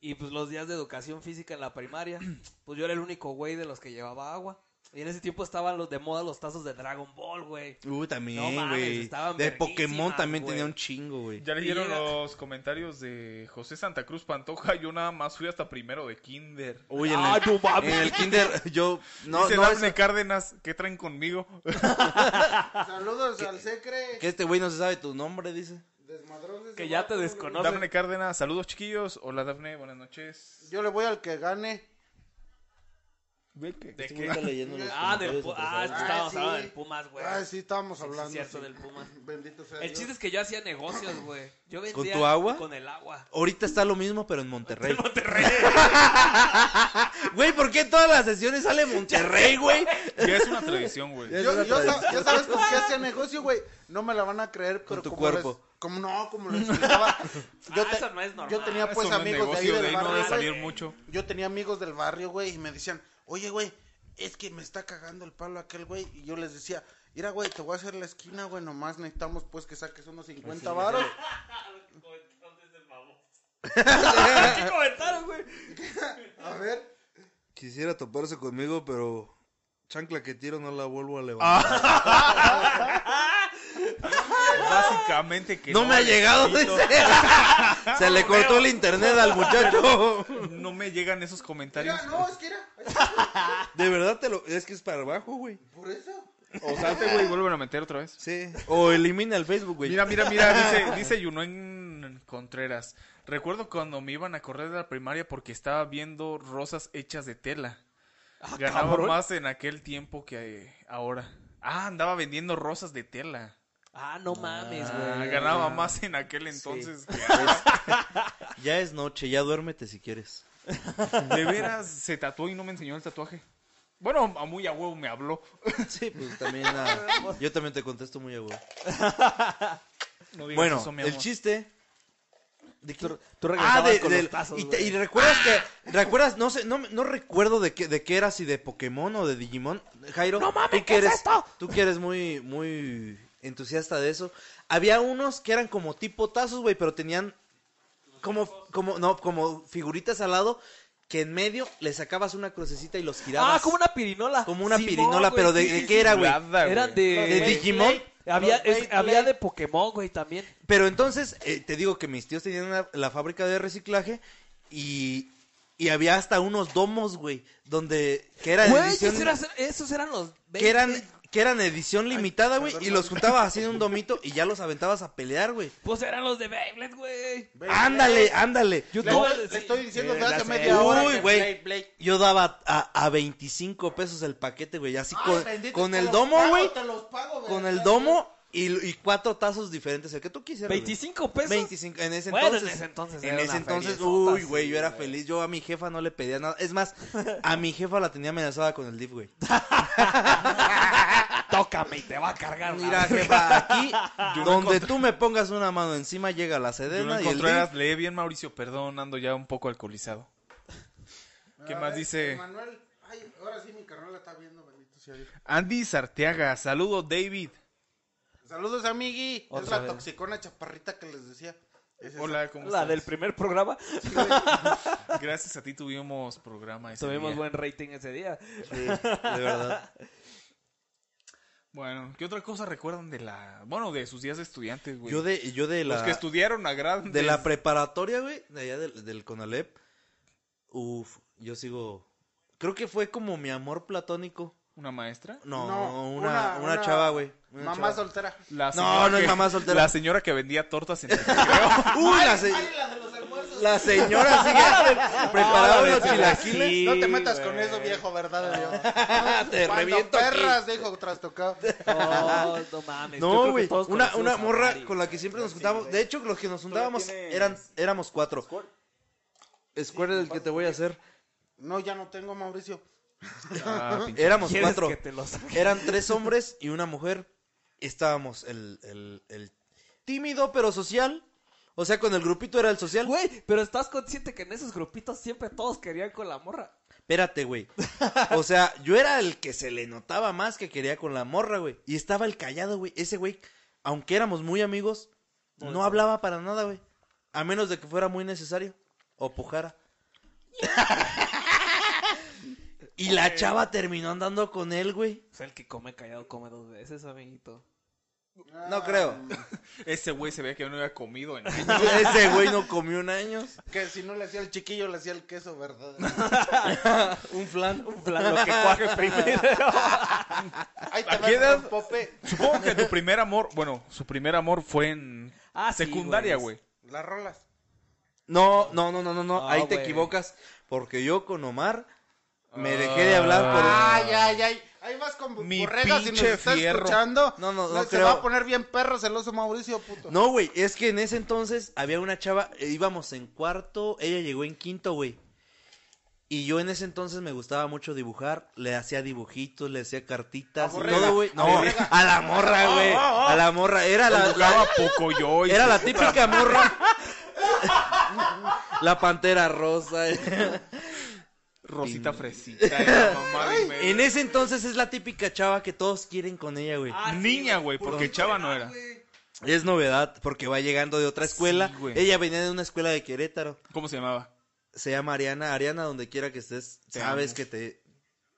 Speaker 5: Y pues los días de educación física en la primaria, pues yo era el único güey de los que llevaba agua. Y en ese tiempo estaban los de moda los tazos de Dragon Ball, güey.
Speaker 4: Uh,
Speaker 5: No
Speaker 4: también,
Speaker 5: mames,
Speaker 4: güey.
Speaker 5: estaban
Speaker 4: de Pokémon
Speaker 5: verguísimas,
Speaker 4: también
Speaker 5: güey.
Speaker 4: tenía un chingo, güey.
Speaker 2: Ya leyeron
Speaker 5: llega-
Speaker 2: los comentarios de José Santa Cruz Pantoja. Yo nada más fui hasta primero de kinder.
Speaker 4: Uy, en,
Speaker 5: Ah,
Speaker 4: el,
Speaker 5: no mames.
Speaker 4: en el Kinder, yo. No,
Speaker 2: Dice
Speaker 4: Oh, no,
Speaker 2: Dafne
Speaker 4: es-
Speaker 2: Cárdenas, ¿qué traen conmigo?
Speaker 3: Saludos al Secre.
Speaker 4: que este güey no se sabe tu nombre, dice.
Speaker 3: desmadrones
Speaker 5: Que
Speaker 3: de
Speaker 5: ya
Speaker 3: vato,
Speaker 5: te
Speaker 3: güey.
Speaker 5: desconoce.
Speaker 2: Dafne Cárdenas, saludos chiquillos. Hola Dafne, buenas noches.
Speaker 3: Yo le voy al que gane.
Speaker 2: ¿De
Speaker 4: Este
Speaker 2: qué?
Speaker 4: güey está leyendo los
Speaker 5: Ah, del
Speaker 4: comentarios
Speaker 5: Pu-
Speaker 4: atrasados.
Speaker 5: ah, es que
Speaker 3: Ah,
Speaker 5: estábamos
Speaker 3: sí.
Speaker 5: hablando del Pumas, güey.
Speaker 3: Ah, sí, estábamos
Speaker 5: Sí, sí,
Speaker 3: hablando.
Speaker 5: cierto,
Speaker 3: sí.
Speaker 5: del Pumas.
Speaker 3: Bendito sea
Speaker 5: El
Speaker 3: Dios.
Speaker 5: chiste es que yo hacía negocios, güey. Yo vendía
Speaker 4: tu agua?
Speaker 5: Con el agua.
Speaker 4: Ahorita está lo mismo, pero en Monterrey.
Speaker 5: Monterrey.
Speaker 4: Güey, ¿por qué en todas las sesiones sale Monterrey, güey?
Speaker 2: Ya es una tradición, güey.
Speaker 4: Ya-
Speaker 3: Yo,
Speaker 4: Es
Speaker 3: yo
Speaker 4: una
Speaker 3: sab- ya sabes por qué hacía negocio, güey. No me la van a creer, pero
Speaker 4: Con tu
Speaker 3: como
Speaker 4: cuerpo.
Speaker 3: les- como no, como lo explicaba. Yo,
Speaker 5: Ah, eso no es normal.
Speaker 3: yo tenía
Speaker 2: Eso
Speaker 3: pues
Speaker 2: no es
Speaker 3: amigos de ahí
Speaker 2: negocio, no
Speaker 3: del barrio.
Speaker 2: debe
Speaker 3: güey.
Speaker 2: salir mucho.
Speaker 3: Yo tenía amigos del barrio, güey, y me decían, oye, güey, es que me está cagando el palo aquel, güey. Y yo les decía, mira, güey, te voy a hacer la esquina, güey, nomás necesitamos pues que saques unos 50 varos.
Speaker 5: ¿Qué comentaron, güey?
Speaker 3: A ver.
Speaker 4: Quisiera toparse conmigo, pero chancla que tiro no la vuelvo a levantar.
Speaker 2: Básicamente que
Speaker 4: no me ha llegado,
Speaker 2: chiquito.
Speaker 4: dice. Se le cortó el internet al muchacho.
Speaker 2: No me llegan esos comentarios.
Speaker 3: Mira, no, es que era.
Speaker 4: De verdad te lo... Es que es para abajo, güey.
Speaker 3: Por eso.
Speaker 2: O salte, güey, y vuelven a meter otra vez.
Speaker 4: Sí. O elimina el Facebook, güey.
Speaker 2: Mira, mira, mira, dice, dice Yunoen Contreras. Recuerdo cuando me iban a correr de la primaria porque estaba viendo rosas hechas de tela.
Speaker 4: Ah,
Speaker 2: Ganaba
Speaker 5: cabrón.
Speaker 2: más en aquel tiempo que eh, ahora. Ah, andaba vendiendo rosas de tela.
Speaker 5: Ah, no mames,
Speaker 2: Ah,
Speaker 5: güey.
Speaker 2: ganaba más en aquel entonces que ahora.
Speaker 4: Ya es noche, ya duérmete si quieres.
Speaker 2: De veras, se tatuó y no me enseñó el tatuaje. Bueno, a muy a huevo me habló.
Speaker 4: Sí, pues también. ah, yo también te contesto muy a huevo.
Speaker 2: No digas
Speaker 4: Bueno,
Speaker 2: eso, mi
Speaker 4: el
Speaker 2: amor.
Speaker 4: chiste. de que-
Speaker 5: Tú
Speaker 4: Ah,
Speaker 5: regresabas
Speaker 4: de,
Speaker 5: con
Speaker 4: del-
Speaker 5: los tazos,
Speaker 4: y, te-
Speaker 5: güey.
Speaker 4: y recuerdas que recuerdas no sé no, no recuerdo de qué de qué era si de Pokémon o de Digimon Jairo no mames tú que eres tú que eres muy muy entusiasta de eso había unos que eran como tipo tazos güey pero tenían como como no como figuritas al lado que en medio le sacabas una crucecita y los girabas
Speaker 5: Ah, como una pirinola.
Speaker 4: como una
Speaker 5: Simón,
Speaker 4: pirinola
Speaker 5: güey,
Speaker 4: pero de,
Speaker 5: sí,
Speaker 4: de
Speaker 5: sí,
Speaker 4: qué era güey
Speaker 2: Chulada, güey.
Speaker 5: Eran de,
Speaker 4: de
Speaker 5: güey,
Speaker 4: Digimon
Speaker 5: Había,
Speaker 3: Los
Speaker 5: es-
Speaker 3: Beyblade.
Speaker 5: había de Pokémon, güey, también.
Speaker 4: Pero entonces, eh, te digo que mis tíos tenían una- la fábrica de reciclaje y, y había hasta unos domos, güey, donde que era
Speaker 5: Güey,
Speaker 4: edición,
Speaker 5: esos, eran- esos eran los
Speaker 4: que eran
Speaker 5: 20.
Speaker 4: que eran edición limitada, güey, y los juntabas así en un domito y ya los aventabas a pelear, güey.
Speaker 5: Pues eran los de Beyblade, güey.
Speaker 3: Ve,
Speaker 4: Ándale, ándale.
Speaker 5: Yo
Speaker 3: Le,
Speaker 5: tuve-
Speaker 3: le
Speaker 5: sí.
Speaker 3: estoy diciendo
Speaker 4: Eh,
Speaker 3: desde hace
Speaker 4: las-
Speaker 3: media hora.
Speaker 4: Uy,
Speaker 3: que
Speaker 4: güey.
Speaker 3: Blake, Blake.
Speaker 4: Yo daba a, a 25 pesos el paquete, güey, así
Speaker 3: Ay,
Speaker 4: con,
Speaker 3: bendito,
Speaker 4: con
Speaker 3: te
Speaker 4: el
Speaker 3: los
Speaker 4: domo,
Speaker 3: pago,
Speaker 4: güey,
Speaker 3: te los pago, güey.
Speaker 4: con el domo y, y cuatro tazos diferentes, el que tú quisieras. güey.
Speaker 5: 25 pesos.
Speaker 4: 25, en ese
Speaker 5: Bueno,
Speaker 4: entonces.
Speaker 5: en ese entonces
Speaker 4: En
Speaker 5: era
Speaker 4: ese
Speaker 5: una
Speaker 4: entonces,
Speaker 5: feriezota,
Speaker 4: uy, güey,
Speaker 5: sí,
Speaker 4: yo era
Speaker 5: güey.
Speaker 4: feliz. Yo a mi jefa no le pedía nada. Es más, a mi jefa la tenía amenazada con el DIF, güey.
Speaker 5: Ah, Tócame y te va a cargar. la
Speaker 4: Mira,
Speaker 5: verga.
Speaker 4: jefa, aquí,
Speaker 2: Yo no
Speaker 4: donde tú me pongas una mano encima, llega la
Speaker 2: Julián
Speaker 4: sedena y el
Speaker 2: Contreras,
Speaker 4: DIF.
Speaker 2: lee bien Mauricio, perdón, ando ya un poco alcoholizado. ¿Qué
Speaker 3: A
Speaker 2: más
Speaker 3: ver,
Speaker 2: dice?
Speaker 3: Ah, este, Manuel, ay, ahora sí mi carnal la está viendo, bendito sea Dios.
Speaker 2: Andy Sarteaga, saludos David.
Speaker 3: Saludos, amigui. es
Speaker 5: Otra
Speaker 3: la
Speaker 5: vez.
Speaker 3: toxicona chaparrita que les decía. Es esa.
Speaker 2: Hola, ¿cómo
Speaker 5: La
Speaker 2: estás?
Speaker 5: del primer programa.
Speaker 3: Sí, güey.
Speaker 2: Gracias a ti tuvimos programa ese
Speaker 5: Tuvimos
Speaker 2: día.
Speaker 5: buen rating ese día.
Speaker 4: Sí, de verdad.
Speaker 2: Bueno, ¿qué otra cosa recuerdan de la... Bueno, de sus días de estudiantes, güey?
Speaker 4: Yo de, yo de
Speaker 2: Los que
Speaker 4: la,
Speaker 2: estudiaron a grandes.
Speaker 4: de la preparatoria, güey, de allá del, del Conalep. Uf, yo sigo. Creo que fue como mi amor platónico.
Speaker 2: ¿Una maestra?
Speaker 4: No, una, una, chava, güey. Una
Speaker 3: Mamá
Speaker 4: chava.
Speaker 3: soltera.
Speaker 2: La
Speaker 4: No,
Speaker 2: señora
Speaker 4: no es
Speaker 2: que-
Speaker 4: mamá soltera.
Speaker 2: La señora que vendía tortas en el
Speaker 4: Uy, la, se-
Speaker 3: Ay, la de los almuerzos.
Speaker 4: la señora sigue preparada
Speaker 5: la
Speaker 4: los
Speaker 5: de-
Speaker 4: chilaquiles.
Speaker 5: Sí,
Speaker 3: no te metas
Speaker 5: güey.
Speaker 3: con eso, viejo, ¿verdad? Dios?
Speaker 4: Te
Speaker 3: Cuando
Speaker 4: reviento aquí.
Speaker 3: perras, dijo trastocado.
Speaker 5: No, no mames. Yo creo
Speaker 4: No,
Speaker 5: que
Speaker 4: güey.
Speaker 5: todos
Speaker 4: Una,
Speaker 5: conocemos
Speaker 4: una
Speaker 5: a
Speaker 4: morra
Speaker 5: Mari.
Speaker 4: con la que siempre nos juntábamos. De hecho, los que nos juntábamos
Speaker 5: tienes-
Speaker 4: eran, éramos cuatro. Square el que te voy a hacer.
Speaker 3: No, ya no tengo, Mauricio.
Speaker 2: Ah,
Speaker 4: Éramos
Speaker 5: ¿Quieres
Speaker 4: cuatro.
Speaker 5: que te lo saque?
Speaker 4: Eran tres hombres y una mujer. Estábamos el, el, el tímido pero social. O sea, con el grupito era el social.
Speaker 5: Güey, pero estás consciente que en esos grupitos siempre todos querían con la morra.
Speaker 4: Espérate, güey. O sea, yo era el que se le notaba más que quería con la morra, güey. Y estaba el callado, güey. Ese güey, aunque éramos muy amigos, no hablaba para nada, güey. A menos de que fuera muy necesario. O pujara. y la chava terminó andando con él, güey.
Speaker 5: O sea, el que come callado come dos veces, amiguito.
Speaker 4: No creo.
Speaker 2: Ese güey se veía que no había comido en años.
Speaker 4: Ese güey no comió un año.
Speaker 3: Que si no le hacía el chiquillo, le hacía el queso, ¿verdad?
Speaker 4: Un flan.
Speaker 5: Un plan, lo que cuaje primero.
Speaker 3: Ahí te
Speaker 2: ¿A
Speaker 3: va
Speaker 2: qué
Speaker 3: el
Speaker 2: edad?
Speaker 3: gran Pope.
Speaker 2: Supongo que tu primer amor, bueno, su primer amor fue en
Speaker 5: Ah, sí,
Speaker 2: secundaria,
Speaker 5: güey.
Speaker 2: güey.
Speaker 3: Las rolas.
Speaker 4: No, no, no, no, no, no.
Speaker 5: No,
Speaker 4: Ahí te
Speaker 5: güey.
Speaker 4: equivocas. Porque yo con Omar me dejé de hablar por...
Speaker 3: Ay, ay, ay. Ahí vas con
Speaker 2: Mi
Speaker 3: borrega si nos
Speaker 2: pinche
Speaker 3: está
Speaker 2: fierro.
Speaker 3: escuchando.
Speaker 4: No, no, no
Speaker 3: Se
Speaker 4: creo.
Speaker 3: va a poner bien perro celoso Mauricio, puto.
Speaker 4: No, güey, es que en ese entonces había una chava, eh, íbamos en cuarto, ella llegó en quinto, güey. Y yo en ese entonces me gustaba mucho dibujar, le hacía dibujitos, le hacía cartitas,
Speaker 3: A
Speaker 4: y
Speaker 3: Borrega,
Speaker 4: todo, güey.
Speaker 3: a
Speaker 4: No,
Speaker 3: Borrega.
Speaker 4: a la morra, güey. A la morra, era la,
Speaker 2: Jugaba
Speaker 4: la-
Speaker 2: Pocoyo y
Speaker 4: era
Speaker 2: su
Speaker 4: la
Speaker 2: puta
Speaker 4: típica morra. la pantera rosa.
Speaker 2: Rosita fresita, era mamá de medio.
Speaker 4: en ese entonces es la típica chava que todos quieren con ella, güey.
Speaker 5: Ah, sí,
Speaker 2: Niña, güey,
Speaker 5: puro
Speaker 2: porque chava no era.
Speaker 5: güey.
Speaker 4: Es novedad porque va llegando de otra escuela.
Speaker 2: güey.
Speaker 4: ella venía de una escuela de Querétaro.
Speaker 2: ¿Cómo se llamaba?
Speaker 4: se llama Ariana. Ariana, donde quiera que estés,
Speaker 2: Te
Speaker 4: sabes
Speaker 2: amo.
Speaker 4: que te,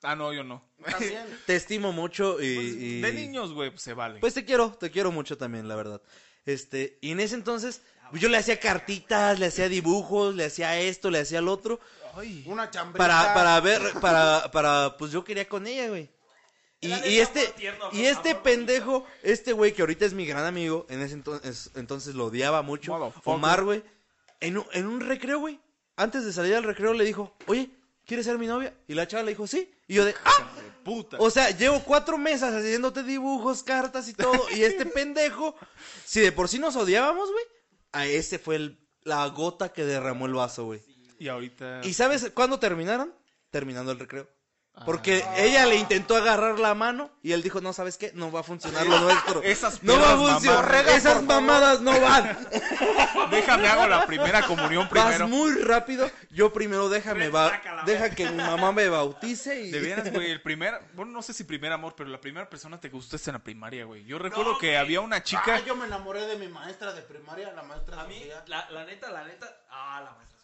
Speaker 2: Ah, no, yo no.
Speaker 3: También.
Speaker 4: te estimo mucho y, y-
Speaker 2: De niños, güey, pues se vale.
Speaker 4: Pues te quiero, te quiero mucho también, la verdad. Este, y en ese entonces, pues, yo le hacía cartitas, le hacía dibujos, le hacía esto, le hacía lo otro,
Speaker 2: Ay.
Speaker 3: Una chambrita.
Speaker 4: para, para ver, para, para, pues yo quería con ella, güey. Y,
Speaker 5: Era de
Speaker 4: y este,
Speaker 5: amor tierno,
Speaker 4: y
Speaker 5: amor
Speaker 4: este
Speaker 5: bonito.
Speaker 4: pendejo, este güey que ahorita es mi gran amigo, en ese entonces, entonces lo odiaba mucho,
Speaker 2: Motherfucker.
Speaker 4: Omar, güey, en, un- en un recreo, güey, antes de salir al recreo le dijo, oye, ¿quieres ser mi novia? Y la chava le dijo, sí, y yo de, ¡ah!
Speaker 2: Puta.
Speaker 4: O sea, llevo cuatro mesas haciéndote dibujos, cartas y todo. Y este pendejo, si de por sí nos odiábamos, güey, a ese fue el- la gota que derramó el vaso, güey.
Speaker 2: Y ahorita.
Speaker 4: ¿Y sabes cuándo terminaron? Terminando el recreo.
Speaker 2: Ah.
Speaker 4: Porque ella le intentó agarrar la mano y él dijo, no, ¿sabes qué? No va a funcionar lo nuestro.
Speaker 2: Esas
Speaker 4: no va
Speaker 2: perras
Speaker 4: a funcionar.
Speaker 2: mamadas.
Speaker 4: Esas mamadas no van.
Speaker 2: Déjame hago la primera comunión primero.
Speaker 4: Vas muy rápido. Yo primero déjame, va, deja que mi mamá me bautice y...
Speaker 2: De veras, güey, el primer, bueno, no sé si primer amor, pero la primera persona te gustó es en la primaria, güey. Yo recuerdo que había una chica.
Speaker 3: Ah, yo me enamoré de mi maestra de primaria, la maestra
Speaker 5: A mí,
Speaker 3: Sofía.
Speaker 5: la, la neta, la neta. Ah, la maestra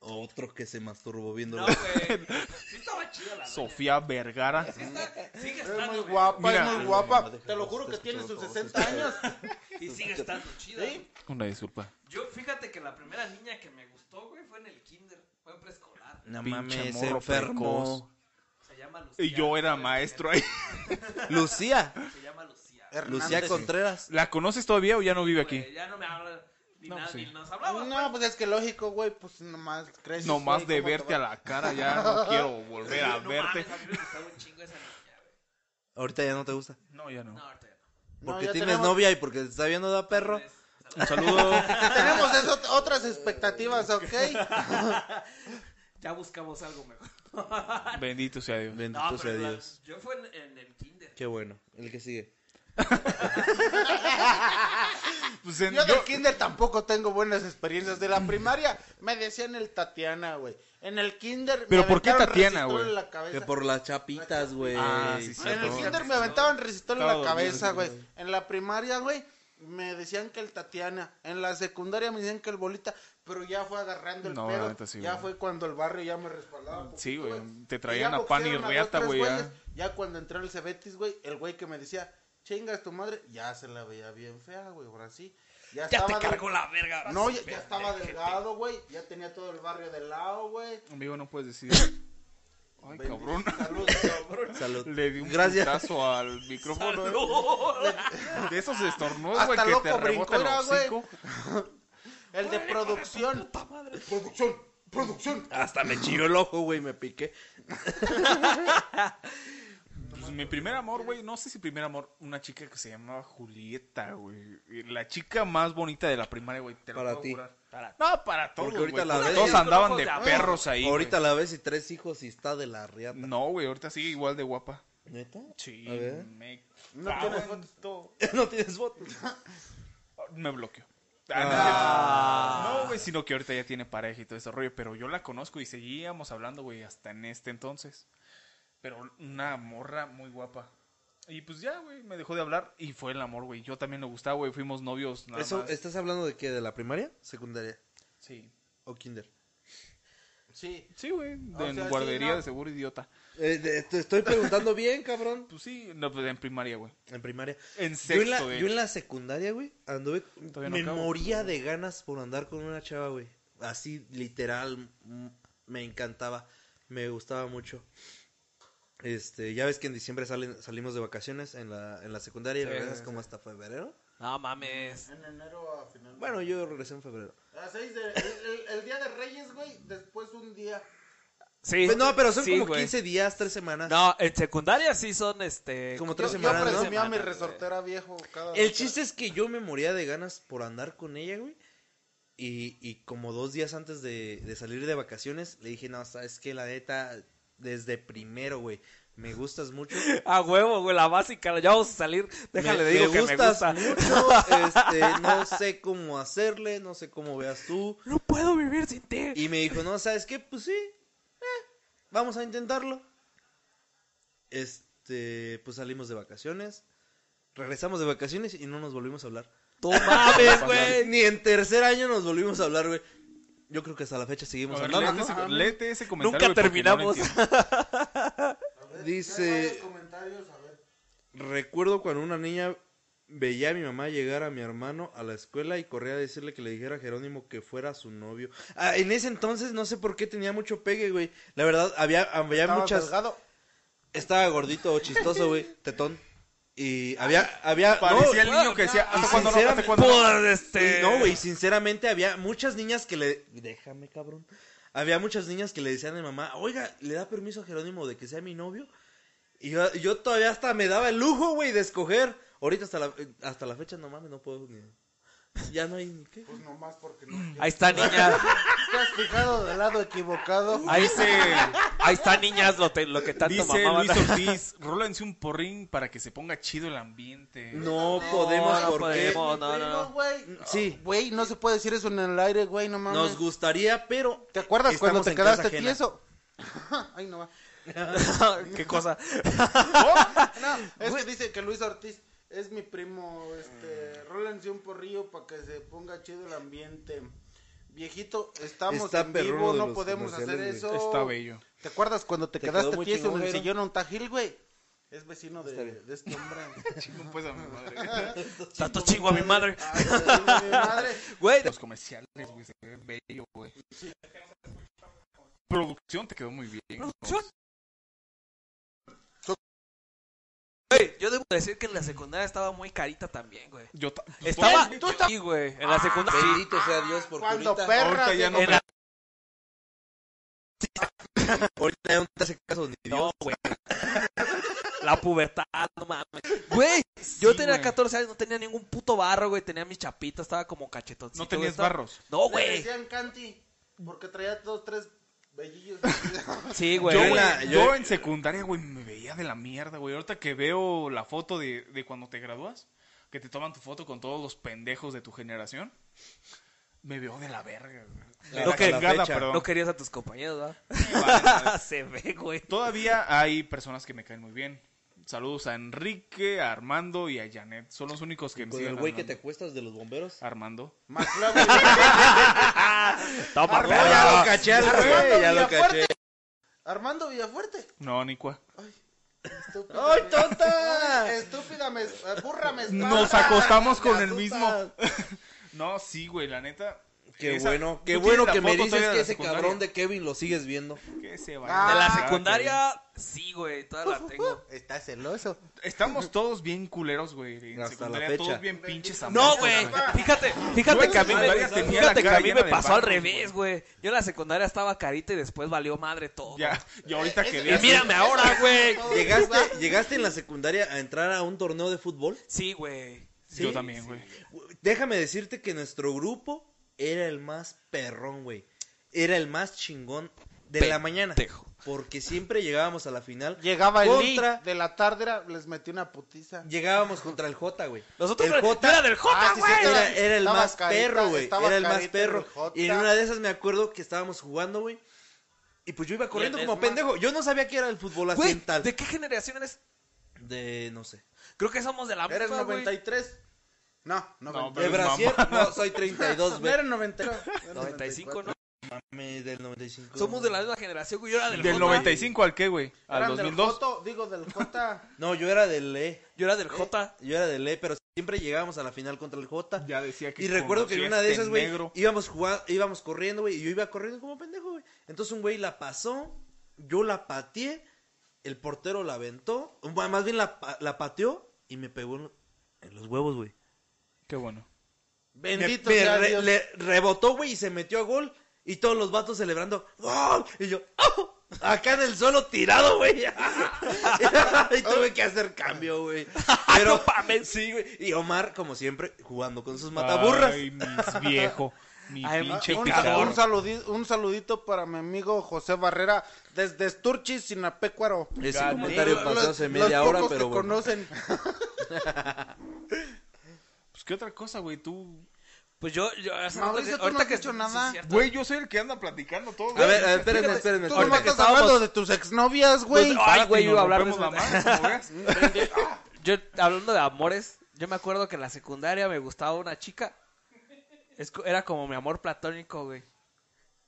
Speaker 5: Sofía.
Speaker 4: Otro que se masturbó viendo.
Speaker 5: No, güey. Sí estaba chida la neta.
Speaker 2: Sofía Vergara.
Speaker 5: Sí está, sigue
Speaker 3: Es
Speaker 5: estando.
Speaker 3: muy
Speaker 5: güey.
Speaker 3: guapa,
Speaker 2: Mira.
Speaker 3: es muy guapa. Te lo juro que tiene sus 60 años.
Speaker 5: Y sigue estando chida. güey.
Speaker 2: Una disculpa.
Speaker 5: Yo, fíjate que la primera niña que me gustó, güey, fue en el kinder. Fue en preescolar.
Speaker 4: No
Speaker 2: Pinche
Speaker 4: mames,
Speaker 2: morro precoz.
Speaker 4: enfermo.
Speaker 5: Se llama Lucía.
Speaker 2: Y yo era maestro ahí.
Speaker 4: Lucía.
Speaker 5: Se llama Lucía.
Speaker 4: Lucía Contreras.
Speaker 2: ¿La conoces todavía o ya no vive aquí?
Speaker 5: Güey, ya no me habla. Ni,
Speaker 2: No,
Speaker 5: nada,
Speaker 2: pues sí.
Speaker 5: ni nos hablaba.
Speaker 3: No, pues es que lógico, güey, pues nomás creces.
Speaker 2: Nomás
Speaker 3: güey,
Speaker 2: de
Speaker 3: ¿cómo te
Speaker 2: verte
Speaker 3: va?
Speaker 2: a la cara, ya no quiero volver a
Speaker 5: No
Speaker 2: verte.
Speaker 5: mames, a mí me gustaba un chingo esa niña, güey.
Speaker 4: Ahorita ya no te gusta.
Speaker 2: No, ya
Speaker 5: No,
Speaker 2: no.
Speaker 5: ahorita ya no.
Speaker 3: No,
Speaker 4: Porque
Speaker 3: ya
Speaker 4: tienes
Speaker 3: tenemos-
Speaker 4: novia y porque te está viendo da perro.
Speaker 5: Entonces,
Speaker 2: Un saludo.
Speaker 3: Tenemos esas otras expectativas, ¿ok?
Speaker 5: ya buscamos algo mejor.
Speaker 2: Bendito sea Dios.
Speaker 5: No,
Speaker 4: Bendito sea
Speaker 5: pero la-
Speaker 4: Dios.
Speaker 5: yo fue en, en el kinder.
Speaker 4: Qué bueno. El que sigue.
Speaker 2: Pues en-
Speaker 3: Yo
Speaker 2: yo-
Speaker 3: del kinder tampoco tengo buenas experiencias. De la primaria me decían el Tatiana, güey. En el kinder. me
Speaker 2: ¿Pero por qué
Speaker 3: aventaron
Speaker 2: Tatiana,
Speaker 3: resistol
Speaker 2: güey?
Speaker 3: en la cabeza.
Speaker 4: Que por las chapitas, güey.
Speaker 2: Ah, sí, sí.
Speaker 3: En el
Speaker 2: Todo.
Speaker 3: kinder me aventaban resistol en la
Speaker 2: Todo,
Speaker 3: cabeza, güey. En la primaria, güey, me decían que el Tatiana. En la secundaria me decían que el Bolita. Pero ya fue agarrando el
Speaker 2: No, la
Speaker 3: pedo.
Speaker 2: neta sí,
Speaker 3: ya
Speaker 2: güey.
Speaker 3: fue cuando el barrio ya me respaldaba. un
Speaker 2: Sí,
Speaker 3: poquito,
Speaker 2: güey, te traían
Speaker 3: Y ya
Speaker 2: a pan y
Speaker 3: boxearon a
Speaker 2: reata,
Speaker 3: dos, tres
Speaker 2: güey, ya.
Speaker 3: güeyes. Ya cuando entró el Cebetis, güey, el güey que me decía, chingas tu madre, ya se la veía bien fea, güey, ahora sí. Ya,
Speaker 5: Ya te
Speaker 3: estaba de-
Speaker 5: cargó la verga. ahora
Speaker 3: No,
Speaker 5: sí,
Speaker 3: ya, ya estaba delgado, güey. Ya tenía todo el barrio de lado, güey.
Speaker 2: Amigo, no puedes decir. Ay, cabrón.
Speaker 3: Salud, cabrón.
Speaker 4: Salud.
Speaker 2: Le di un
Speaker 4: Gracias.
Speaker 2: putazo al micrófono. De esos estornudos, güey,
Speaker 3: Hasta
Speaker 2: que te
Speaker 3: loco brincó,
Speaker 2: rebota el
Speaker 3: era, güey.
Speaker 2: hocico.
Speaker 3: El de producción. Producción, producción.
Speaker 4: Hasta me chilló el ojo, güey. Me piqué.
Speaker 2: Pues mi primer amor, güey, no sé si primer amor, una chica que se llamaba Julieta, güey. La chica más bonita de la primaria, güey, te lo
Speaker 4: Para
Speaker 2: puedo
Speaker 4: ti.
Speaker 2: jurar. No, para todos,
Speaker 4: Porque ahorita
Speaker 2: güey,
Speaker 4: la
Speaker 2: porque
Speaker 4: ves-
Speaker 2: todos
Speaker 5: Con
Speaker 2: andaban
Speaker 5: ojos
Speaker 2: de
Speaker 5: de amor.
Speaker 2: perros ahí,
Speaker 4: Ahorita
Speaker 2: güey.
Speaker 4: la ves y tres hijos y está de la riata.
Speaker 2: No, güey, ahorita sigue igual de guapa.
Speaker 4: ¿Neta?
Speaker 2: Sí,
Speaker 4: A ver.
Speaker 2: me...
Speaker 3: No
Speaker 2: cago
Speaker 3: tienes
Speaker 2: en
Speaker 3: fotos.
Speaker 2: todo.
Speaker 4: no tienes foto.
Speaker 2: Me bloqueó. Ah, no, es cierto. No, güey, sino que ahorita ya tiene pareja y todo ese rollo. Pero yo la conozco y seguíamos hablando, güey, hasta en este entonces. Pero una morra muy guapa. Y pues ya, güey, me dejó de hablar y fue el amor, güey. Yo también le gustaba, güey. Fuimos novios, nada
Speaker 4: Eso,
Speaker 2: más.
Speaker 4: ¿Estás hablando de qué? ¿De la primaria? ¿Secundaria?
Speaker 2: Sí.
Speaker 4: ¿O kinder?
Speaker 3: Sí.
Speaker 2: Sí, güey,
Speaker 3: O
Speaker 2: de
Speaker 3: sea, sí,
Speaker 2: guardería
Speaker 3: no.
Speaker 2: de seguro idiota.
Speaker 4: Eh, de- te estoy preguntando bien, cabrón.
Speaker 2: Pues sí, no, pues en primaria, güey.
Speaker 4: En primaria.
Speaker 2: En
Speaker 4: Yo en, la,
Speaker 2: sexto, de
Speaker 4: yo en
Speaker 2: hecho.
Speaker 4: la secundaria, güey, anduve...
Speaker 2: Todavía no
Speaker 4: me
Speaker 2: acabo.
Speaker 4: moría de ganas por andar con una chava, güey. Así, literal, mm, me encantaba. Me gustaba mucho. Este, ya ves que en diciembre salen, salimos de vacaciones en la, en la secundaria y
Speaker 2: Sí,
Speaker 4: regresas
Speaker 2: sí,
Speaker 4: como hasta febrero.
Speaker 5: No mames.
Speaker 3: En enero a final.
Speaker 4: Bueno, yo regresé en febrero.
Speaker 3: A seis de- el, el- el día de Reyes, güey. Después un día.
Speaker 5: Sí.
Speaker 4: Pues no, pero son
Speaker 5: sí,
Speaker 4: como
Speaker 5: güey.
Speaker 4: 15 días, 3 semanas.
Speaker 5: No, en secundaria sí son este.
Speaker 4: Como
Speaker 3: Yo,
Speaker 4: tres
Speaker 3: yo
Speaker 4: semanas, ¿no?
Speaker 3: presumía mi
Speaker 5: Semanas,
Speaker 3: resortera viejo cada
Speaker 4: El
Speaker 3: vez.
Speaker 4: chiste es que yo me moría de ganas por andar con ella, güey. Y, y como dos días antes de, de salir de vacaciones, le dije, no, sabes que la neta, desde primero, güey, me gustas mucho.
Speaker 5: A huevo, güey, la básica. Ya vamos a salir. Déjale,
Speaker 4: me,
Speaker 5: digo
Speaker 4: me
Speaker 5: que me
Speaker 4: gustas
Speaker 5: gusta.
Speaker 4: mucho, este, no sé cómo hacerle, no sé cómo veas tú.
Speaker 5: No puedo vivir sin ti.
Speaker 4: Y me dijo, no, ¿sabes qué? Pues sí, eh, vamos a intentarlo. Este, pues salimos de vacaciones, regresamos de vacaciones y no nos volvimos a hablar.
Speaker 5: Tú mames,
Speaker 4: Güey,
Speaker 5: güey.
Speaker 4: Ni en tercer año nos volvimos a hablar, güey. Yo creo que hasta la fecha seguimos
Speaker 2: A ver,
Speaker 4: hablando, Ah,
Speaker 2: léete,
Speaker 4: ¿no?
Speaker 2: ese, léete ese comentario.
Speaker 5: Nunca
Speaker 2: güey, porque no lo
Speaker 5: terminamos.
Speaker 2: entiendo.
Speaker 3: A ver,
Speaker 4: dice-
Speaker 3: hay varios comentarios, a ver.
Speaker 4: Recuerdo cuando una niña veía a mi mamá llegar a mi hermano a la escuela y corría a decirle que le dijera a Jerónimo que fuera su novio. Ah, en ese entonces no sé por qué tenía mucho pegue, güey. La verdad, había, había
Speaker 3: Estaba
Speaker 4: muchas...
Speaker 3: delgado.
Speaker 4: Estaba gordito o chistoso, güey. Tetón. Y había... había no,
Speaker 2: Parecía el niño que decía, ¿hasta cuándo no? ¿Hasta
Speaker 4: sinceramente-
Speaker 2: cuándo no?
Speaker 5: Por este.
Speaker 4: Y no, güey, sinceramente había muchas niñas que le... Déjame, cabrón. Había muchas niñas que le decían a mi mamá, oiga, ¿le da permiso a Jerónimo de que sea mi novio? Y yo, yo todavía hasta me daba el lujo, güey, de escoger. Ahorita hasta la, hasta la fecha, no mames, no puedo ni...
Speaker 6: Ya no hay ni qué.
Speaker 3: Pues nomás porque no.
Speaker 5: Ahí está, niña.
Speaker 3: Te has fijado del lado equivocado.
Speaker 5: Ahí se. Ahí está, niñas, lo, te- lo que tanto
Speaker 2: Dice
Speaker 5: mamaban.
Speaker 2: Luis Ortiz, rólense un porrín para que se ponga chido el ambiente.
Speaker 4: No
Speaker 5: podemos,
Speaker 4: podemos
Speaker 5: no
Speaker 4: porque
Speaker 5: podemos. No, no, no.
Speaker 3: güey. Ah,
Speaker 4: Sí.
Speaker 3: Güey, no se puede decir eso en el aire, güey, no mames.
Speaker 4: nos gustaría, pero
Speaker 3: ¿Te acuerdas cuando
Speaker 4: estamos
Speaker 3: te
Speaker 4: en casa
Speaker 3: quedaste
Speaker 4: ajena.
Speaker 3: tieso? Ay, no va.
Speaker 5: Qué cosa.
Speaker 3: No, es que dice que Luis Ortiz es mi primo, este, rólense un porrillo para que se ponga chido el ambiente. Viejito, estamos
Speaker 4: Está
Speaker 3: en vivo,
Speaker 4: perruno de
Speaker 3: no
Speaker 4: los
Speaker 3: podemos hacer
Speaker 4: comerciales,
Speaker 3: eso.
Speaker 2: Está bello.
Speaker 3: ¿Te acuerdas cuando te,
Speaker 6: Te quedó
Speaker 3: quedaste
Speaker 6: muy
Speaker 3: tieso en el
Speaker 6: chingón,
Speaker 3: sillón un tajil, güey? Es vecino
Speaker 4: Está
Speaker 3: de,
Speaker 4: bien.
Speaker 3: de este hombre.
Speaker 2: No, pues, a mi madre.
Speaker 5: Tanto chingo a mi madre.
Speaker 3: Ay, vecino de mi madre.
Speaker 5: Güey,
Speaker 2: Los comerciales, güey, se ve bello, güey. Producción te quedó muy bien. ¿no?
Speaker 5: Güey, yo debo decir que en la secundaria estaba muy carita también, güey.
Speaker 2: Yo ta- pues,
Speaker 5: Estaba.
Speaker 3: Güey, tú estás-
Speaker 5: Sí, güey. En la secundaria. sí.
Speaker 6: Bendito sea Dios por
Speaker 3: Cuando
Speaker 6: ahorita.
Speaker 3: perra
Speaker 2: Ahorita ya
Speaker 3: digo,
Speaker 2: no
Speaker 5: En la-
Speaker 4: ahorita ya no te hace caso ni Dios.
Speaker 5: No, güey. La pubertad, no mames. Güey, yo
Speaker 2: Sí,
Speaker 5: tenía
Speaker 2: güey.
Speaker 5: 14 años, no tenía ningún puto barro, güey. Tenía mis chapitas, estaba como cachetoncito.
Speaker 2: no tenías
Speaker 5: güey, estaba-
Speaker 2: barros.
Speaker 5: No,
Speaker 3: le
Speaker 5: güey.
Speaker 3: decían Canti porque traía dos, tres bellillos.
Speaker 5: Sí,
Speaker 2: Yo,
Speaker 5: güey.
Speaker 2: güey,
Speaker 4: la- yo-
Speaker 2: yo en secundaria, güey, me veía de la mierda, güey. Ahorita que veo la foto de, de cuando te gradúas, que te toman tu foto con todos los pendejos de tu generación, me veo de la verga, güey. De
Speaker 4: Lo
Speaker 2: la
Speaker 5: que-
Speaker 2: chingada,
Speaker 4: la fecha.
Speaker 2: perdón.
Speaker 5: No querías a tus compañeros,
Speaker 2: Sí, vale, vale.
Speaker 5: ¿verdad? Se ve, güey.
Speaker 2: Todavía hay personas que me caen muy bien. Saludos a Enrique, a Armando y a Janet. Son los únicos que me
Speaker 6: Con
Speaker 2: siguen.
Speaker 6: el güey que te
Speaker 2: hablando.
Speaker 6: cuestas de los bomberos.
Speaker 2: Armando.
Speaker 3: McLovin.
Speaker 2: Ah,
Speaker 5: Toma,
Speaker 6: Ah,
Speaker 4: No, ya lo
Speaker 5: perro.
Speaker 4: caché, al
Speaker 3: Armando
Speaker 4: güey, ya lo
Speaker 3: Villafuerte.
Speaker 4: caché.
Speaker 3: Armando Villafuerte.
Speaker 2: No, Nicua.
Speaker 3: Estúpida
Speaker 4: ¡Ay,
Speaker 3: me-
Speaker 4: tonta!
Speaker 3: Estúpida, me, burra me espanta.
Speaker 2: Nos acostamos con
Speaker 3: Me
Speaker 2: el mismo.
Speaker 3: asustas.
Speaker 2: No, sí, güey, la neta.
Speaker 6: Qué
Speaker 2: Esa-
Speaker 6: bueno, qué
Speaker 2: ¿tú
Speaker 6: bueno
Speaker 2: tienes la
Speaker 6: que me
Speaker 2: foto
Speaker 6: dices
Speaker 2: todavía de
Speaker 6: que
Speaker 2: la
Speaker 6: ese
Speaker 2: secundaria?
Speaker 6: cabrón de Kevin lo sigues viendo.
Speaker 2: Que se
Speaker 3: Ah,
Speaker 5: De la
Speaker 2: Ah,
Speaker 5: secundaria, sí, güey. Toda la tengo.
Speaker 3: Está celoso.
Speaker 2: que bien. Estamos todos bien culeros, güey. En
Speaker 4: Hasta la
Speaker 2: secundaria
Speaker 4: fecha.
Speaker 2: todos bien pinches
Speaker 5: No,
Speaker 2: amantes,
Speaker 5: güey. Fíjate, fíjate
Speaker 2: Yo
Speaker 5: que a mí
Speaker 2: en
Speaker 5: me,
Speaker 2: secundaria tenía la
Speaker 5: fíjate que
Speaker 2: cara
Speaker 5: a mí
Speaker 2: llena
Speaker 5: me
Speaker 2: de
Speaker 5: pasó al
Speaker 2: barros,
Speaker 5: revés, güey. Yo en la secundaria estaba carita y después valió madre todo.
Speaker 2: Ya, yo ahorita que
Speaker 5: Y
Speaker 2: veas.
Speaker 5: mírame ahora, güey.
Speaker 4: ¿Llegaste, ¿Llegaste en la secundaria a entrar a un torneo de fútbol?
Speaker 5: Sí, güey.
Speaker 2: Yo
Speaker 4: Sí,
Speaker 2: también, güey.
Speaker 4: Déjame decirte que nuestro grupo era el más perrón, güey. Era el más chingón de la mañana.
Speaker 5: Pendejo.
Speaker 4: Porque siempre llegábamos a la final.
Speaker 3: Llegaba el Lee
Speaker 4: Contra-
Speaker 3: de la tarde, era- les metí una putiza.
Speaker 4: Llegábamos contra el J, güey.
Speaker 5: Nosotros
Speaker 4: el
Speaker 5: era, yo
Speaker 4: J
Speaker 5: era del J,
Speaker 3: Ah, sí,
Speaker 5: güey.
Speaker 3: sí,
Speaker 4: era, era el
Speaker 3: Estaba
Speaker 4: más
Speaker 3: carita,
Speaker 4: perro, güey.
Speaker 3: estaba
Speaker 4: Era el más
Speaker 3: carita
Speaker 4: perro.
Speaker 3: el J.
Speaker 4: Y en una de esas me acuerdo que estábamos jugando, güey. Y pues yo iba corriendo
Speaker 5: Y en
Speaker 4: como
Speaker 5: Esma.
Speaker 4: pendejo. Yo no sabía que era el fútbol
Speaker 5: Güey,
Speaker 4: asiental.
Speaker 5: ¿De qué generación eres?
Speaker 4: De, no sé.
Speaker 5: Creo que somos de la
Speaker 3: ¿Eres
Speaker 5: misma, güey.
Speaker 3: 93? No,
Speaker 2: No,
Speaker 3: 90.
Speaker 2: pero
Speaker 4: De
Speaker 2: es
Speaker 4: Brasil,
Speaker 2: mamá.
Speaker 4: no, soy 32,
Speaker 3: No,
Speaker 4: güey.
Speaker 3: era 90. Era
Speaker 5: 95, ¿no?
Speaker 4: Mame, Del 95.
Speaker 5: Somos de la misma generación, güey. Yo era del,
Speaker 2: Del
Speaker 5: J.
Speaker 2: 95 al qué, güey? Al
Speaker 3: Eran del
Speaker 2: 2002.
Speaker 3: Joto, digo del J.
Speaker 4: No, yo era del E.
Speaker 5: Yo era del J.
Speaker 4: Yo era del E, pero siempre llegábamos a la final contra el J.
Speaker 2: Ya decía que
Speaker 4: Y recuerdo que en una de
Speaker 2: este
Speaker 4: esas, güey,
Speaker 2: negro.
Speaker 4: íbamos jugando, íbamos corriendo, güey, y yo iba corriendo como pendejo, güey. Entonces un güey la pasó, yo la pateé, el portero la aventó, bueno, más bien la, pa- la pateó y me pegó en, lo- en los huevos, güey.
Speaker 2: Qué bueno.
Speaker 4: Me-
Speaker 3: Bendito
Speaker 4: me
Speaker 3: sea
Speaker 4: re-
Speaker 3: Dios.
Speaker 4: le rebotó, güey, y se metió a gol. Y todos los vatos celebrando, ¡Gol! Y yo, ¡Oh! Acá en el suelo tirado, güey. y tuve que hacer cambio, güey. Pero, sí, güey. Y Omar, como siempre, jugando con sus mataburras.
Speaker 2: Ay, mis viejo. Mi
Speaker 5: Ay,
Speaker 2: pinche
Speaker 3: un,
Speaker 2: picador.
Speaker 3: un saludi- un saludito para mi amigo José Barrera desde Esturchis, Sinapecuaro.
Speaker 6: Ese
Speaker 2: Gané.
Speaker 6: comentario
Speaker 3: Los-
Speaker 6: pasó hace
Speaker 3: los
Speaker 6: media hora,
Speaker 3: pocos
Speaker 6: pero
Speaker 3: que
Speaker 6: bueno.
Speaker 3: conocen.
Speaker 2: Pues qué otra cosa, güey, tú.
Speaker 5: Pues yo, yo hace rato
Speaker 3: Mauricio,
Speaker 5: que-
Speaker 3: tú no has dicho nada.
Speaker 5: es cierto.
Speaker 2: Güey, yo soy el que anda platicando todo.
Speaker 4: A ver, a ver, espérenme, espérenme.
Speaker 3: Tú
Speaker 4: espérenme.
Speaker 3: no estás hablando de tus exnovias, güey.
Speaker 5: Pues, Ay, güey, yo iba a hablar de
Speaker 2: la
Speaker 5: eso.
Speaker 2: mano, como veas.
Speaker 5: Yo, hablando de amores, yo me acuerdo que en la secundaria me gustaba una chica. Es co- era como mi amor platónico, güey.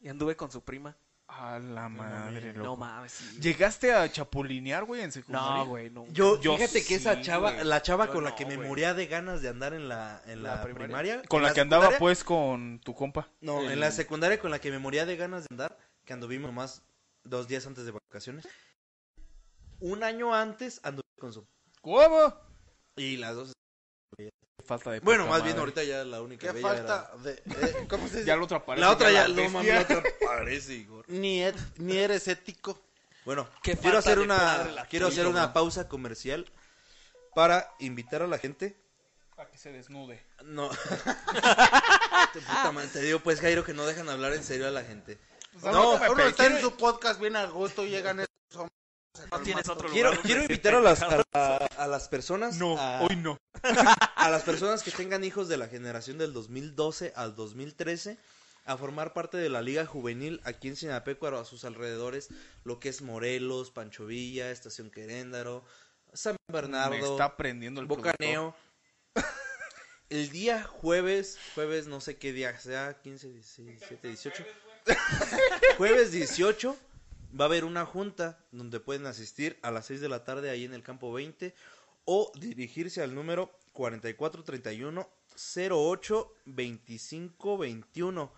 Speaker 5: Y anduve con su prima.
Speaker 2: A la madre,
Speaker 5: No
Speaker 2: loco.
Speaker 5: mames. sí.
Speaker 2: ¿Llegaste a chapulinear, güey, en secundaria?
Speaker 5: No, güey, no.
Speaker 4: Yo,
Speaker 2: Yo
Speaker 4: fíjate
Speaker 2: sí,
Speaker 4: que esa chava,
Speaker 2: güey.
Speaker 4: la chava
Speaker 5: Yo
Speaker 4: con la
Speaker 5: no,
Speaker 4: que me
Speaker 5: güey.
Speaker 4: moría de ganas de andar en la, en la, primaria,
Speaker 2: Con
Speaker 4: en
Speaker 2: la que andaba,
Speaker 4: secundaria-
Speaker 2: pues, con tu compa.
Speaker 4: No,
Speaker 2: El-
Speaker 4: en la secundaria con la que me moría de ganas de andar, que anduvimos nomás dos días antes de vacaciones. Un año antes anduve con su...
Speaker 2: ¿Cómo?
Speaker 4: Y las dos...
Speaker 2: Falta de.
Speaker 4: Bueno,
Speaker 2: poca
Speaker 4: más bien
Speaker 2: madre.
Speaker 4: ahorita ya la única...
Speaker 3: Qué
Speaker 4: bella
Speaker 3: falta de... eh, ¿Cómo se dice?
Speaker 2: Ya la otra
Speaker 4: era-
Speaker 2: parece.
Speaker 4: La otra ya...
Speaker 2: la
Speaker 4: No, mami,
Speaker 2: bestia.
Speaker 4: la otra parece, Igor.
Speaker 3: Ni, et- ni eres ético.
Speaker 4: Bueno,
Speaker 5: Qué
Speaker 4: quiero
Speaker 5: falta
Speaker 4: hacer
Speaker 5: de
Speaker 4: una
Speaker 5: padre la
Speaker 4: quiero
Speaker 5: tuya,
Speaker 4: hacer una
Speaker 5: güey.
Speaker 4: pausa comercial para invitar a la gente
Speaker 2: A que se desnude.
Speaker 4: No. Te puta madre, te digo, pues, Jairo, que no dejan hablar en serio a la gente.
Speaker 3: Pues
Speaker 4: No,
Speaker 2: me
Speaker 3: Uno está en
Speaker 2: quiero-
Speaker 3: su podcast bien a gusto y llegan estos hombres.
Speaker 5: No tienes otro
Speaker 4: Quiero,
Speaker 5: lugar.
Speaker 4: quiero invitar a las, a, a- a las personas.
Speaker 2: No,
Speaker 4: a,
Speaker 2: hoy no.
Speaker 4: a las personas que tengan hijos de la generación del 2012 al 2013 a formar parte de la liga juvenil aquí en Sinapecuaro, a sus alrededores, lo que es Morelos, Pancho Villa, Estación Queréndaro, San
Speaker 2: Me
Speaker 4: Bernardo,
Speaker 2: está prendiendo el productor.
Speaker 4: Bocaneo. El día jueves, jueves no sé qué día sea, 15, 16, 17, 18. Jueves 18 va a haber una junta donde pueden asistir a las 6 de la tarde ahí en el campo 20 o dirigirse al número 4431 08 25 21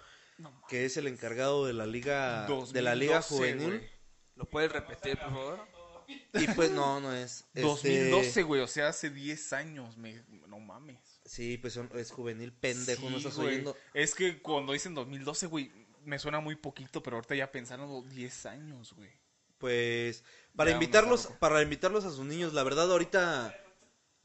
Speaker 4: que es el encargado de la liga ah, de la liga
Speaker 2: 2012,
Speaker 4: juvenil
Speaker 2: güey.
Speaker 5: ¿Lo puedes repetir, por favor?
Speaker 4: y pues no no es este,
Speaker 2: 2012, güey, o sea, hace 10 años, me... no mames.
Speaker 4: sí pues son- es juvenil pendejo
Speaker 2: Sí,
Speaker 4: no estás
Speaker 2: güey.
Speaker 4: oyendo
Speaker 2: Es que cuando dicen 2012, güey, me suena muy poquito, pero ahorita ya pensando 10 años, güey.
Speaker 4: Pues para
Speaker 2: Ya,
Speaker 4: invitarlos,
Speaker 2: vamos a-
Speaker 4: para invitarlos a sus niños, la verdad ahorita,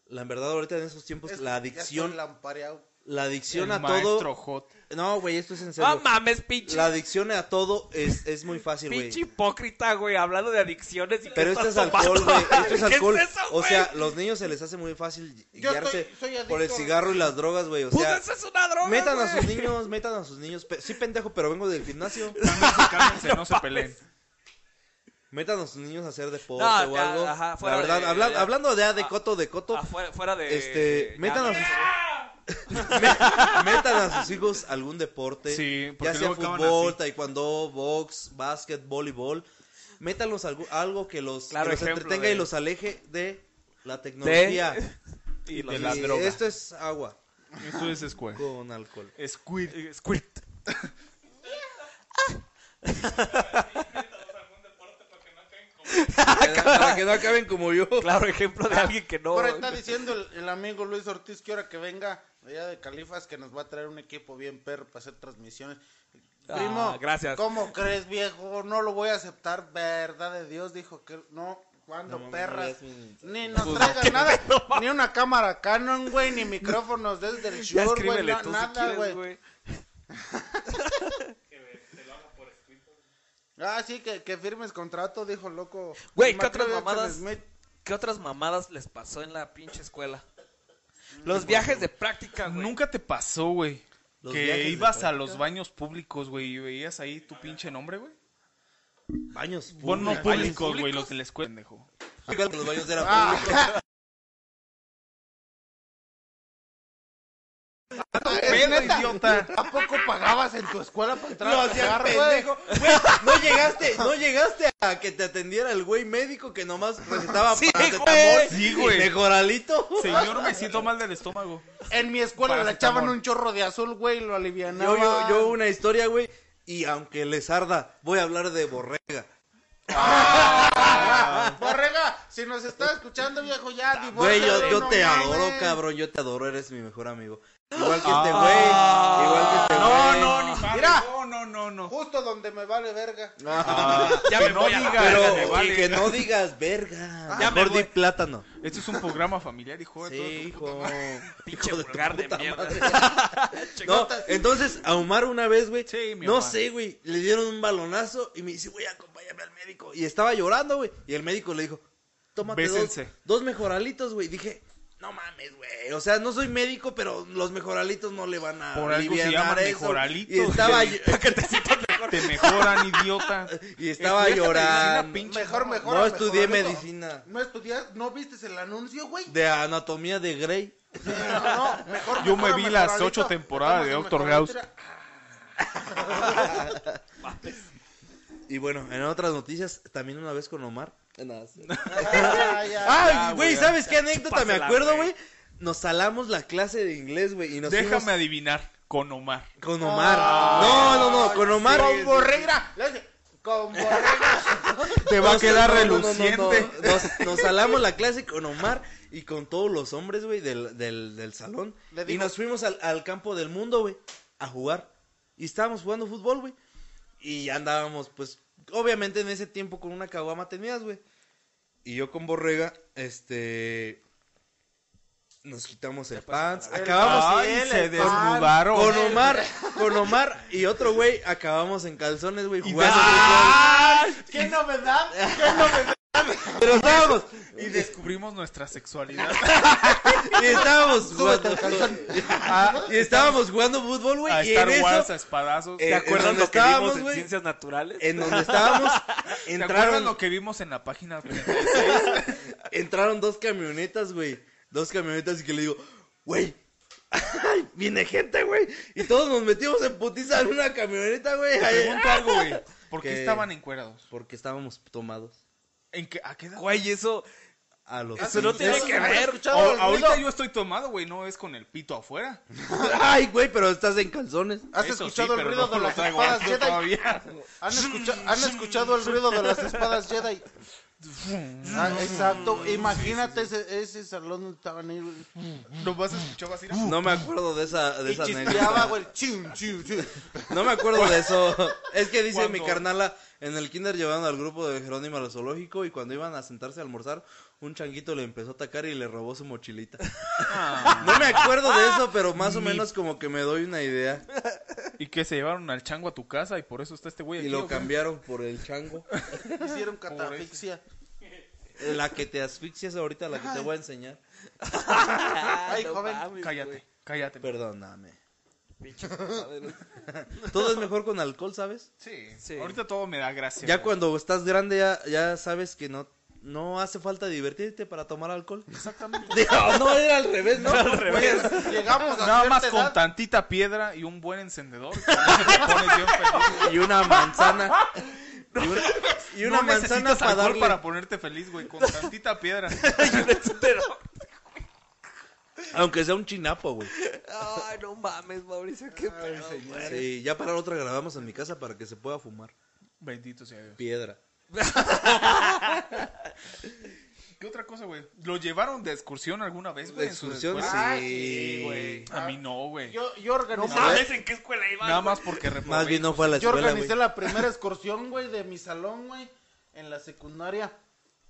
Speaker 4: la verdad ahorita en esos
Speaker 5: Pues,
Speaker 4: tiempos,
Speaker 3: Es-
Speaker 4: la
Speaker 3: ya estoy
Speaker 4: adicción, la...
Speaker 3: lampareado.
Speaker 4: adicción
Speaker 2: El
Speaker 4: a
Speaker 2: maestro
Speaker 4: todo,
Speaker 2: Hot.
Speaker 4: no güey, esto es en
Speaker 5: No
Speaker 4: serio,
Speaker 5: mames, pinche.
Speaker 4: la adicción a todo es, es muy fácil, güey.
Speaker 5: Pinche hipócrita, güey, hablando de adicciones y que
Speaker 4: Pero esto
Speaker 5: estás
Speaker 4: es alcohol,
Speaker 5: tomando.
Speaker 4: güey. Esto es
Speaker 5: ¿Qué
Speaker 4: alcohol.
Speaker 5: eso,
Speaker 4: o
Speaker 5: güey?
Speaker 4: sea, los niños se les hace muy fácil
Speaker 3: Yo
Speaker 4: guiarse
Speaker 3: estoy- soy
Speaker 4: por el
Speaker 3: adicto.
Speaker 4: cigarro y las drogas, güey. O
Speaker 5: Pues
Speaker 4: sea,
Speaker 5: eso es una droga,
Speaker 4: metan a
Speaker 5: güey.
Speaker 4: sus niños, metan a sus niños. Pe- Sí, pendejo, pero vengo del gimnasio.
Speaker 2: Cálmense, cálmense, no se peleen.
Speaker 4: Metan a sus niños a hacer deporte
Speaker 5: No,
Speaker 4: o
Speaker 5: ya,
Speaker 4: algo.
Speaker 5: ajá,
Speaker 4: la
Speaker 5: fuera
Speaker 4: verdad,
Speaker 5: de-
Speaker 4: habla-
Speaker 5: ya.
Speaker 4: hablando de, de
Speaker 5: Ah,
Speaker 4: coto, de coto.
Speaker 5: Ah, fuera, fuera de...
Speaker 4: Este,
Speaker 5: ya,
Speaker 4: metan a,
Speaker 5: no.
Speaker 4: sus, metan a sus hijos algún deporte.
Speaker 2: Sí, porque
Speaker 4: ya sea
Speaker 2: luego acaban
Speaker 4: fútbol,
Speaker 2: así.
Speaker 4: taekwondo, box, básquet, voleibol. Métanlos algo, algo que los, que
Speaker 5: Claro,
Speaker 4: los
Speaker 5: ejemplo
Speaker 4: entretenga
Speaker 5: de-
Speaker 4: y los aleje de la tecnología.
Speaker 2: Y de
Speaker 4: Y
Speaker 2: la droga.
Speaker 4: Esto es agua
Speaker 2: Esto es Square.
Speaker 4: con alcohol.
Speaker 2: Squid.
Speaker 5: Squirt.
Speaker 4: Para, para que no acaben como yo.
Speaker 5: Claro, ejemplo de alguien que no... eh.
Speaker 3: Ahora está diciendo el, el amigo Luis Ortiz que ahora que venga allá de Califas que nos va a traer un equipo bien perro para hacer transmisiones.
Speaker 5: Ah,
Speaker 3: Primo,
Speaker 5: gracias.
Speaker 3: ¿cómo crees, viejo? No lo voy a aceptar, verdad de Dios, dijo que no. Cuando perras, ni nos
Speaker 5: Pues,
Speaker 3: traigan nada, ni una cámara Canon, güey, ni micrófonos desde el
Speaker 5: Ya
Speaker 3: show, güey,
Speaker 5: escríbele
Speaker 3: na-
Speaker 5: tú si
Speaker 3: nada,
Speaker 5: quieres,
Speaker 3: güey.
Speaker 5: güey.
Speaker 3: ah, sí, que, que firmes contrato, dijo loco.
Speaker 5: Güey,
Speaker 3: El
Speaker 5: ¿qué otras
Speaker 3: Macro de
Speaker 5: mamadas?
Speaker 3: Jackson Smith.
Speaker 5: ¿Qué otras mamadas les pasó en la pinche escuela?
Speaker 4: Mm,
Speaker 5: Los viajes de práctica, güey.
Speaker 2: Nunca te pasó, güey.
Speaker 4: Ah, Los viajes
Speaker 2: Que
Speaker 4: de
Speaker 2: ibas a
Speaker 4: práctica.
Speaker 2: los baños públicos, güey, y veías ahí tu pinche nombre, güey.
Speaker 4: Baños.
Speaker 2: Bueno, no
Speaker 4: públicos.
Speaker 2: públicos, güey, los de la escuela. pendejo.
Speaker 4: Los baños eran públicos.
Speaker 2: Pero, idiota.
Speaker 3: ¿A poco pagabas en tu escuela para entrar a trabajar, güey?
Speaker 4: pendejo. Güey, no llegaste, no llegaste a que te atendiera el güey médico que nomás recetaba
Speaker 5: Sí,
Speaker 4: paracetamol
Speaker 5: güey.
Speaker 2: Sí, güey.
Speaker 4: y mejoralito.
Speaker 2: Señor, me siento mal del estómago.
Speaker 3: En mi escuela le
Speaker 2: Paracetamol.
Speaker 3: echaban un chorro de azul, güey, y lo alivianaban.
Speaker 4: Yo, yo, yo una historia, güey, y aunque les arda, voy a hablar de borrega.
Speaker 3: Ah, Borrega, si nos está escuchando, viejo, ya, divorcia.
Speaker 4: Güey, yo, yo
Speaker 3: no
Speaker 4: te
Speaker 3: mames.
Speaker 4: adoro, cabrón, yo te adoro, eres mi mejor amigo. Igual que este güey,
Speaker 5: Ah.
Speaker 4: igual que este güey.
Speaker 2: No, ni madre.
Speaker 3: Mira.
Speaker 2: No, no, no, no.
Speaker 3: Justo donde me vale verga.
Speaker 4: Ah.
Speaker 5: ya me voy a la verga, Ah, me
Speaker 4: Pero
Speaker 5: vale.
Speaker 4: que no digas verga.
Speaker 5: Ya me
Speaker 4: Mejor di
Speaker 5: voy.
Speaker 4: plátano.
Speaker 2: Esto Este es un programa familiar, hijo de
Speaker 4: Sí,
Speaker 2: todo.
Speaker 4: hijo.
Speaker 5: Pinche
Speaker 4: Hijo de tu
Speaker 5: vulgar de,
Speaker 4: puta
Speaker 5: mierda.
Speaker 4: madre. No, entonces a Omar una vez, güey,
Speaker 2: Sí, mi
Speaker 4: no
Speaker 2: Omar.
Speaker 4: sé, güey, le dieron un balonazo y me dice, güey, acompáñame al médico. Y estaba llorando, güey, y el médico le dijo, tómate dos,
Speaker 2: Bésense.
Speaker 4: dos mejoralitos, güey. Dije, no mames, güey, o sea, no soy médico, pero los mejoralitos no le van a
Speaker 2: Por algo se
Speaker 4: alivianar
Speaker 2: llaman
Speaker 4: eso.
Speaker 2: mejoralitos,
Speaker 4: Y estaba,
Speaker 2: güey. Te mejoran, idiota.
Speaker 4: y estaba
Speaker 2: Estudiaste
Speaker 4: llorando.
Speaker 2: medicina, pinche.
Speaker 3: Mejor, mejor.
Speaker 4: no estudié
Speaker 3: mejoralito.
Speaker 4: medicina.
Speaker 3: No estudias, no viste el anuncio, güey.
Speaker 4: De anatomía de Grey.
Speaker 3: No, no, mejor.
Speaker 2: Yo
Speaker 3: mejor,
Speaker 2: me vi las
Speaker 3: mejoralito.
Speaker 2: ocho temporadas de
Speaker 3: Vamos,
Speaker 2: Dr.
Speaker 3: mejoralito.
Speaker 4: Y bueno, en otras noticias, también una vez con Omar.
Speaker 3: Ah, ya.
Speaker 4: Ay, güey, ¿sabes qué anécdota me
Speaker 5: chúpasela,
Speaker 4: acuerdo,
Speaker 5: güey?
Speaker 4: güey? Nos salamos la clase de inglés, güey, y nos
Speaker 2: Déjame
Speaker 4: fuimos
Speaker 2: adivinar. Con Omar.
Speaker 4: con Omar. no, no, no, con Omar
Speaker 3: Con Borrega. le hace, Con Borrega.
Speaker 4: te
Speaker 2: va a quedar
Speaker 4: No, no, Nos, nos salamos la clase con Omar y con todos los hombres, güey, del, del, del salón.
Speaker 3: Le
Speaker 4: Y
Speaker 3: digo-
Speaker 4: nos fuimos al, al campo del mundo, güey, a jugar. Y estábamos jugando fútbol, güey. Y ya andábamos, pues, obviamente en ese tiempo con una caguama tenías, güey. Y yo con Borrega, este... nos quitamos el
Speaker 5: Ya pasó
Speaker 4: pants.
Speaker 5: para la-
Speaker 4: Acabamos
Speaker 2: Ay,
Speaker 4: en
Speaker 2: se
Speaker 4: el pan.
Speaker 2: desnudaron.
Speaker 4: Con Omar, con Omar y otro güey acabamos en calzones, güey, jugando.
Speaker 5: Ah.
Speaker 3: ¡Qué novedad!
Speaker 4: fútbol. Pero estábamos,
Speaker 2: Y descubrimos nuestra sexualidad.
Speaker 4: y estábamos jugando. y estábamos jugando fútbol,
Speaker 2: A
Speaker 4: güey, Ah, y en
Speaker 2: Star Wars,
Speaker 4: eso
Speaker 2: a espadazos.
Speaker 4: Eh,
Speaker 5: ¿Se
Speaker 4: ¿en
Speaker 5: acuerdan
Speaker 4: dónde
Speaker 5: lo que vimos
Speaker 4: estábamos,
Speaker 5: en
Speaker 4: güey? Eh,
Speaker 5: Ciencias Naturales?
Speaker 4: en donde estábamos
Speaker 2: ¿Te acuerdas
Speaker 4: entraron
Speaker 2: lo que vimos en la página?
Speaker 4: entraron dos camionetas, güey. Dos camionetas y que le digo, güey, ay, viene gente, güey. Y todos nos metimos en putiza en una camioneta, güey.
Speaker 2: Te pregunto algo, güey. ¿Por qué
Speaker 4: Que-
Speaker 2: estaban encuerados?
Speaker 4: Porque estábamos tomados.
Speaker 2: ¿En qué, ¿A qué edad?
Speaker 5: Güey, eso,
Speaker 4: A los
Speaker 5: eso no tiene
Speaker 4: cinco.
Speaker 5: que ver.
Speaker 2: O- ahorita yo estoy tomado, güey. No es con el pito afuera.
Speaker 4: Ay, güey, pero estás en calzones.
Speaker 3: ¿Has
Speaker 2: Eso sí,
Speaker 3: escuchado el
Speaker 2: pero
Speaker 3: ruido
Speaker 2: no
Speaker 3: de
Speaker 2: lo
Speaker 3: las
Speaker 2: traigo
Speaker 3: espadas
Speaker 2: alto
Speaker 3: Jedi?
Speaker 2: todavía.
Speaker 3: ¿Han, escucha- han escuchado el ruido de las espadas Jedi? Ah, exacto. Imagínate ese, ese salón donde estaban ahí, güey.
Speaker 2: Nomás escuchaba así.
Speaker 4: No me acuerdo de esa, de
Speaker 3: Y
Speaker 4: esa
Speaker 3: chispeaba,
Speaker 4: anécdota.
Speaker 3: güey. Chum, chum, chum.
Speaker 4: No me acuerdo de eso. Es que dice mi
Speaker 2: Cuando-
Speaker 4: carnala, en el kinder llevaron al grupo de Jerónimo al zoológico y cuando iban a sentarse a almorzar, un changuito le empezó a atacar y le robó su mochilita.
Speaker 2: Ah.
Speaker 4: No me acuerdo de eso, pero más o menos como que me doy una idea.
Speaker 2: Y que se llevaron al chango a tu casa y por eso está este güey
Speaker 4: Y
Speaker 2: aquí.
Speaker 4: lo
Speaker 2: ¿o qué?
Speaker 4: cambiaron por el chango.
Speaker 3: Hicieron catafixia.
Speaker 4: La que te asfixias ahorita, la que te voy a enseñar.
Speaker 3: Ay,
Speaker 5: Ah, no
Speaker 3: joven,
Speaker 5: mames,
Speaker 2: Cállate,
Speaker 5: güey.
Speaker 2: cállate.
Speaker 4: Perdóname.
Speaker 5: Pinche madre, güey.
Speaker 4: Todo es mejor con alcohol, ¿sabes?
Speaker 2: Sí,
Speaker 5: Sí.
Speaker 2: ahorita todo me da gracia.
Speaker 4: Ya
Speaker 2: güey.
Speaker 4: cuando estás grande ya, ya sabes que no, no hace falta divertirte para tomar alcohol.
Speaker 2: Exactamente.
Speaker 4: Digo, no, era al revés, ¿no?
Speaker 3: Pues, llegamos a
Speaker 2: Nada
Speaker 3: cierta
Speaker 2: más con
Speaker 3: edad.
Speaker 2: tantita piedra y un buen encendedor. Con eso te pones bien feliz.
Speaker 4: Y una manzana. Y una, y una
Speaker 2: no
Speaker 4: manzana
Speaker 2: necesitas
Speaker 4: para
Speaker 2: alcohol
Speaker 4: darle.
Speaker 2: para ponerte feliz, güey. Con tantita piedra.
Speaker 4: Aunque sea un chinapo, güey.
Speaker 5: Ay, no mames, Mauricio, qué pedo, güey.
Speaker 4: Sí, ya para la otra grabamos en mi casa para que se pueda fumar
Speaker 2: Bendito sea Dios.
Speaker 4: piedra.
Speaker 2: ¿Qué otra cosa, güey? ¿Lo llevaron de excursión alguna vez, güey?
Speaker 4: De
Speaker 2: en su
Speaker 4: excursión,
Speaker 2: escuela?
Speaker 4: sí.
Speaker 5: Sí, güey.
Speaker 2: A mí no, güey.
Speaker 3: Yo, yo
Speaker 5: No
Speaker 3: organizé,
Speaker 5: mames, ¿en qué escuela iba?
Speaker 2: Nada más porque reprobé.
Speaker 4: Más bien no fue a la
Speaker 3: yo
Speaker 4: escuela,
Speaker 3: organicé
Speaker 4: güey.
Speaker 3: la primera excursión, güey, de mi salón, güey, en la secundaria.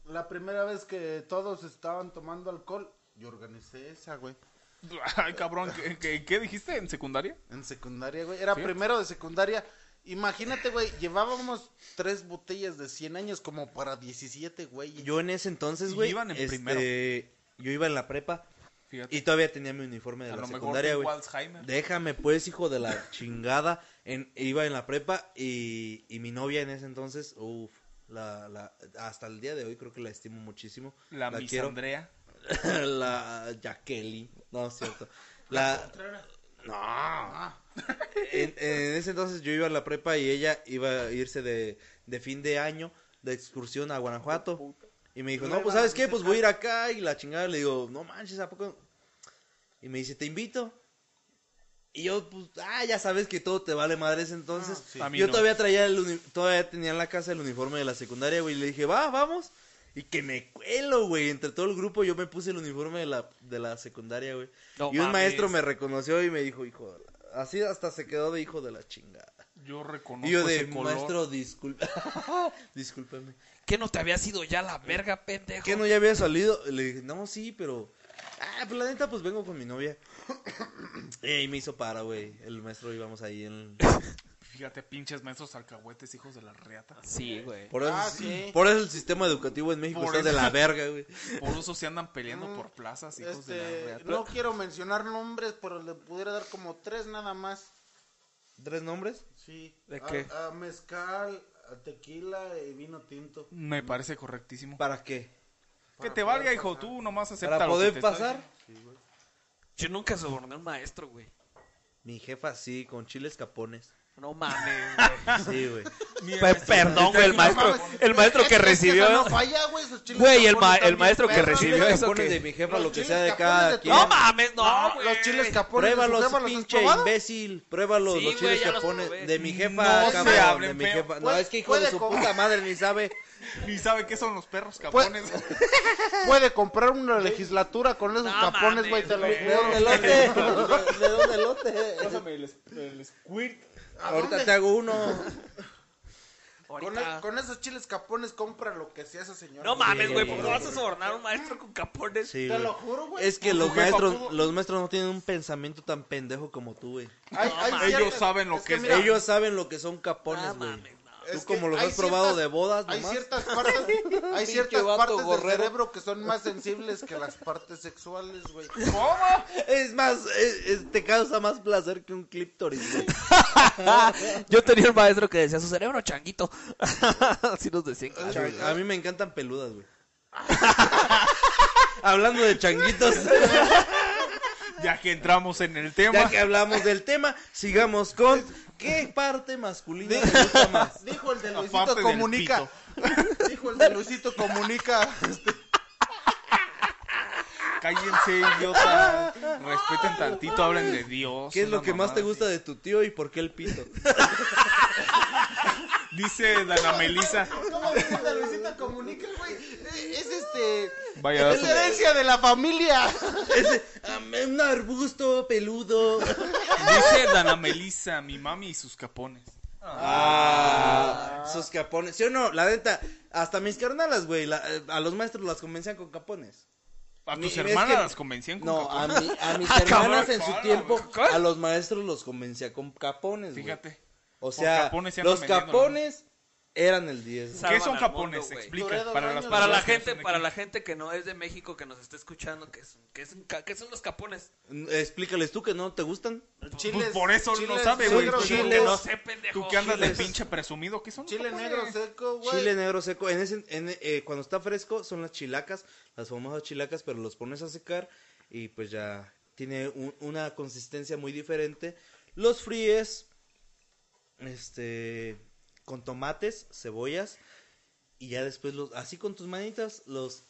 Speaker 3: La primera vez que todos estaban tomando alcohol, yo organicé esa, güey.
Speaker 2: Ay, cabrón, ¿qué, qué, qué dijiste en secundaria?
Speaker 3: En secundaria, güey. Era
Speaker 2: ¿Sí?
Speaker 3: primero de secundaria. Imagínate, güey, llevábamos tres botellas de 100 años como para 17, güey.
Speaker 4: Yo en ese entonces,
Speaker 2: Y
Speaker 4: güey.
Speaker 2: iban en
Speaker 4: este, Yo iba en la prepa
Speaker 2: Fíjate.
Speaker 4: y todavía tenía mi uniforme de
Speaker 2: a
Speaker 4: la
Speaker 2: lo mejor
Speaker 4: secundaria,
Speaker 2: fue
Speaker 4: güey.
Speaker 2: Alzheimer.
Speaker 4: Déjame pues, hijo de la chingada. En, iba en la prepa y, y mi novia en ese entonces, uff, la, la, hasta el día de hoy creo que la estimo muchísimo.
Speaker 2: La, Miss
Speaker 4: quiero.
Speaker 2: Andrea.
Speaker 4: la Jaqueli. No, es cierto. La... Ah. No. En, en ese entonces yo iba a la prepa y ella iba a irse de, de fin de año de excursión a Guanajuato. Y me dijo, no, pues sabes qué, pues voy a ir acá y la chingada le digo, no manches, ¿a poco? Y me dice, te invito. Y yo, pues, ah, ya sabes que todo te vale madres entonces.
Speaker 3: Ah, sí.
Speaker 2: A mí
Speaker 4: Yo
Speaker 2: no.
Speaker 4: todavía traía el uni- todavía tenía en la casa el uniforme de la secundaria, güey. Y le dije, va, vamos. Y que me cuelo, güey. Entre todo el grupo yo me puse el uniforme de la, de la secundaria, güey.
Speaker 5: No
Speaker 4: y un
Speaker 5: mames.
Speaker 4: maestro me reconoció y me dijo, hijo de la-". Así hasta se quedó de hijo de la chingada.
Speaker 2: Yo reconozco
Speaker 4: Y yo de,
Speaker 2: ese color.
Speaker 4: maestro, disculpa. Discúlpame.
Speaker 5: ¿Qué no te había sido ya la verga, pendejo?
Speaker 4: ¿Qué no ya había salido? Le dije, no, sí, pero. Ah, pues la neta, pues vengo con mi novia. Eh, y me hizo para, güey. El maestro íbamos ahí en.
Speaker 2: Fíjate, pinches maestros alcahuetes, hijos de la reata.
Speaker 5: Sí, güey.
Speaker 4: Por eso,
Speaker 3: Ah, sí.
Speaker 4: por eso el sistema educativo en México
Speaker 2: Por
Speaker 4: está de
Speaker 2: eso.
Speaker 4: la verga, güey.
Speaker 2: Por eso se andan peleando por plazas, hijos de la
Speaker 3: Este,
Speaker 2: reata.
Speaker 3: no quiero mencionar nombres, pero le pudiera dar como tres nada más.
Speaker 4: ¿Tres nombres?
Speaker 3: Sí.
Speaker 5: ¿De
Speaker 3: A-
Speaker 5: qué?
Speaker 3: a mezcal, a tequila y vino tinto.
Speaker 2: Me parece correctísimo.
Speaker 4: ¿Para qué?
Speaker 2: que te valga, hijo, tú nomás acepta
Speaker 4: ¿Para
Speaker 2: lo que
Speaker 4: poder
Speaker 2: te está
Speaker 4: pasar?
Speaker 2: diciendo.
Speaker 5: Yo nunca soborné a un maestro, güey.
Speaker 4: Mi jefa sí, con chiles capones.
Speaker 5: No mames, güey.
Speaker 4: Sí, güey.
Speaker 5: Pe- Perdón, güey, el maestro, el maestro que
Speaker 3: Es
Speaker 5: recibió...
Speaker 3: esa no falla, güey, esos chiles
Speaker 5: Güey, el,
Speaker 3: capones
Speaker 5: ma-
Speaker 3: están
Speaker 5: el
Speaker 3: bien
Speaker 5: maestro que
Speaker 3: perros,
Speaker 5: recibió
Speaker 4: Chiles
Speaker 5: eso
Speaker 4: capones
Speaker 5: que...
Speaker 4: de mi jefa,
Speaker 3: Los
Speaker 4: lo que
Speaker 3: chiles
Speaker 4: sea de
Speaker 3: capones
Speaker 4: cada
Speaker 3: de tu
Speaker 4: quien.
Speaker 5: No mames, no,
Speaker 3: No,
Speaker 5: güey.
Speaker 3: los chiles capones. de su
Speaker 4: Pruébalos,
Speaker 3: jefa, ¿los has
Speaker 4: pinche
Speaker 3: probado?
Speaker 4: imbécil. Pruébalos,
Speaker 5: Sí,
Speaker 4: los
Speaker 5: güey,
Speaker 4: chiles
Speaker 5: ya los
Speaker 4: capones
Speaker 5: probé.
Speaker 4: de mi jefa,
Speaker 2: No se
Speaker 4: cabrón. de
Speaker 2: hablen
Speaker 4: mi
Speaker 2: feo.
Speaker 4: jefa. No,
Speaker 3: Puede-
Speaker 4: es que hijo de
Speaker 3: puede
Speaker 4: su
Speaker 3: comer.
Speaker 4: puta madre ni sabe.
Speaker 2: Ni sabe qué son los perros
Speaker 4: Pues,
Speaker 2: capones.
Speaker 3: Puede comprar una legislatura con esos
Speaker 5: No
Speaker 3: capones, güey,
Speaker 5: mames,
Speaker 3: te lo
Speaker 5: güey.
Speaker 4: ¿De
Speaker 3: juro.
Speaker 4: dónde elote? ¿De dónde elote?
Speaker 2: Pásame el, el squirt.
Speaker 4: Ahorita te hago uno.
Speaker 3: Con,
Speaker 5: Ahorita.
Speaker 3: e- con esos chiles capones compra lo que sea esa señora.
Speaker 5: No mames, güey, ¿por qué
Speaker 7: Sí.
Speaker 5: vas a sobornar a un maestro con capones?
Speaker 4: Sí,
Speaker 3: Te
Speaker 4: güey.
Speaker 3: lo juro, güey.
Speaker 4: Es que los
Speaker 2: Güey,
Speaker 4: maestros,
Speaker 2: papudo.
Speaker 4: los maestros no tienen un pensamiento tan pendejo como tú, güey.
Speaker 3: Hay- hay
Speaker 2: mames. Ellos saben lo que es-
Speaker 3: mira,
Speaker 4: Ellos saben lo que son capones,
Speaker 5: No
Speaker 4: güey.
Speaker 5: mames, no.
Speaker 3: es
Speaker 4: Tú como los
Speaker 3: hay
Speaker 4: has probado
Speaker 3: ciertas-
Speaker 4: de bodas,
Speaker 3: Hay
Speaker 4: nomás.
Speaker 3: ciertas partes, hay ciertas
Speaker 5: vato
Speaker 3: partes del
Speaker 5: gorrero.
Speaker 3: cerebro que son más sensibles que las partes sexuales, güey.
Speaker 4: Es más, es- es- te causa más placer que un clíptoris, güey.
Speaker 5: Yo tenía un maestro que decía su cerebro changuito. Así nos decían.
Speaker 4: Chan- A mí me encantan peludas, güey. Hablando de changuitos,
Speaker 2: Ya que entramos en el tema.
Speaker 4: ya que hablamos del tema, sigamos con ¿qué parte masculina te gusta más?
Speaker 3: Dijo el de
Speaker 2: Aparte
Speaker 3: Luisito
Speaker 2: del
Speaker 3: Comunica. Dijo el de Luisito Comunica.
Speaker 2: Cállense, idiota. Respeten tantito, hablen de Dios.
Speaker 4: ¿Qué es lo
Speaker 2: una
Speaker 4: que más te
Speaker 2: mamada
Speaker 4: gusta de tu tío y por qué el pito?
Speaker 2: así. Dice Dana Melisa.
Speaker 3: ¿Cómo dijo el de Luisito Comunica, güey? Eh, Es este.
Speaker 2: Vaya dato.
Speaker 3: es herencia de la familia.
Speaker 4: Ese, am- un arbusto peludo.
Speaker 2: Dice Dana Melisa, mi mami y sus capones.
Speaker 4: Ah, sus capones. ¿Sí o no? La neta, hasta mis carnalas, güey, la- eh, a los maestros las convencían con capones.
Speaker 2: A
Speaker 4: Ni-
Speaker 2: tus
Speaker 4: es
Speaker 2: hermanas
Speaker 4: que-
Speaker 2: las convencían con
Speaker 4: No,
Speaker 2: capones.
Speaker 4: a, mi- a mis
Speaker 2: Ah, cabrón,
Speaker 4: hermanas en su
Speaker 2: cabrón,
Speaker 4: tiempo,
Speaker 2: cabrón.
Speaker 4: a los maestros los convencía con capones, güey.
Speaker 2: Fíjate.
Speaker 4: O sea,
Speaker 2: capones se andan
Speaker 4: los
Speaker 2: vendiendo,
Speaker 4: capones eran el 10.
Speaker 5: Salvan
Speaker 2: ¿Qué son
Speaker 5: al
Speaker 2: capones?
Speaker 5: mundo, güey.
Speaker 2: Explica.
Speaker 3: Toredo
Speaker 2: para
Speaker 3: Baños.
Speaker 2: las
Speaker 5: Para la
Speaker 2: personas que no
Speaker 5: gente,
Speaker 2: son de
Speaker 5: para
Speaker 2: aquí.
Speaker 5: la gente que no es de México, que nos está escuchando, que son, que son, que son los capones.
Speaker 4: Explícales tú que no te gustan.
Speaker 2: Pues por eso no
Speaker 3: chiles
Speaker 2: sabe, güey.
Speaker 3: negro
Speaker 2: Tú
Speaker 3: seco.
Speaker 2: que
Speaker 5: No
Speaker 2: no
Speaker 5: sé, pendejo.
Speaker 2: Tú que andas de
Speaker 5: Chiles.
Speaker 2: pinche presumido, ¿qué son?
Speaker 3: Chile
Speaker 2: capones?
Speaker 3: negro seco, güey.
Speaker 4: Chile negro seco. En ese, en- eh, cuando está fresco son las chilacas, las famosas chilacas, pero los pones a secar y pues ya tiene un- una consistencia muy diferente. Los fríes, este, con tomates, cebollas y ya después los, así con tus manitas los,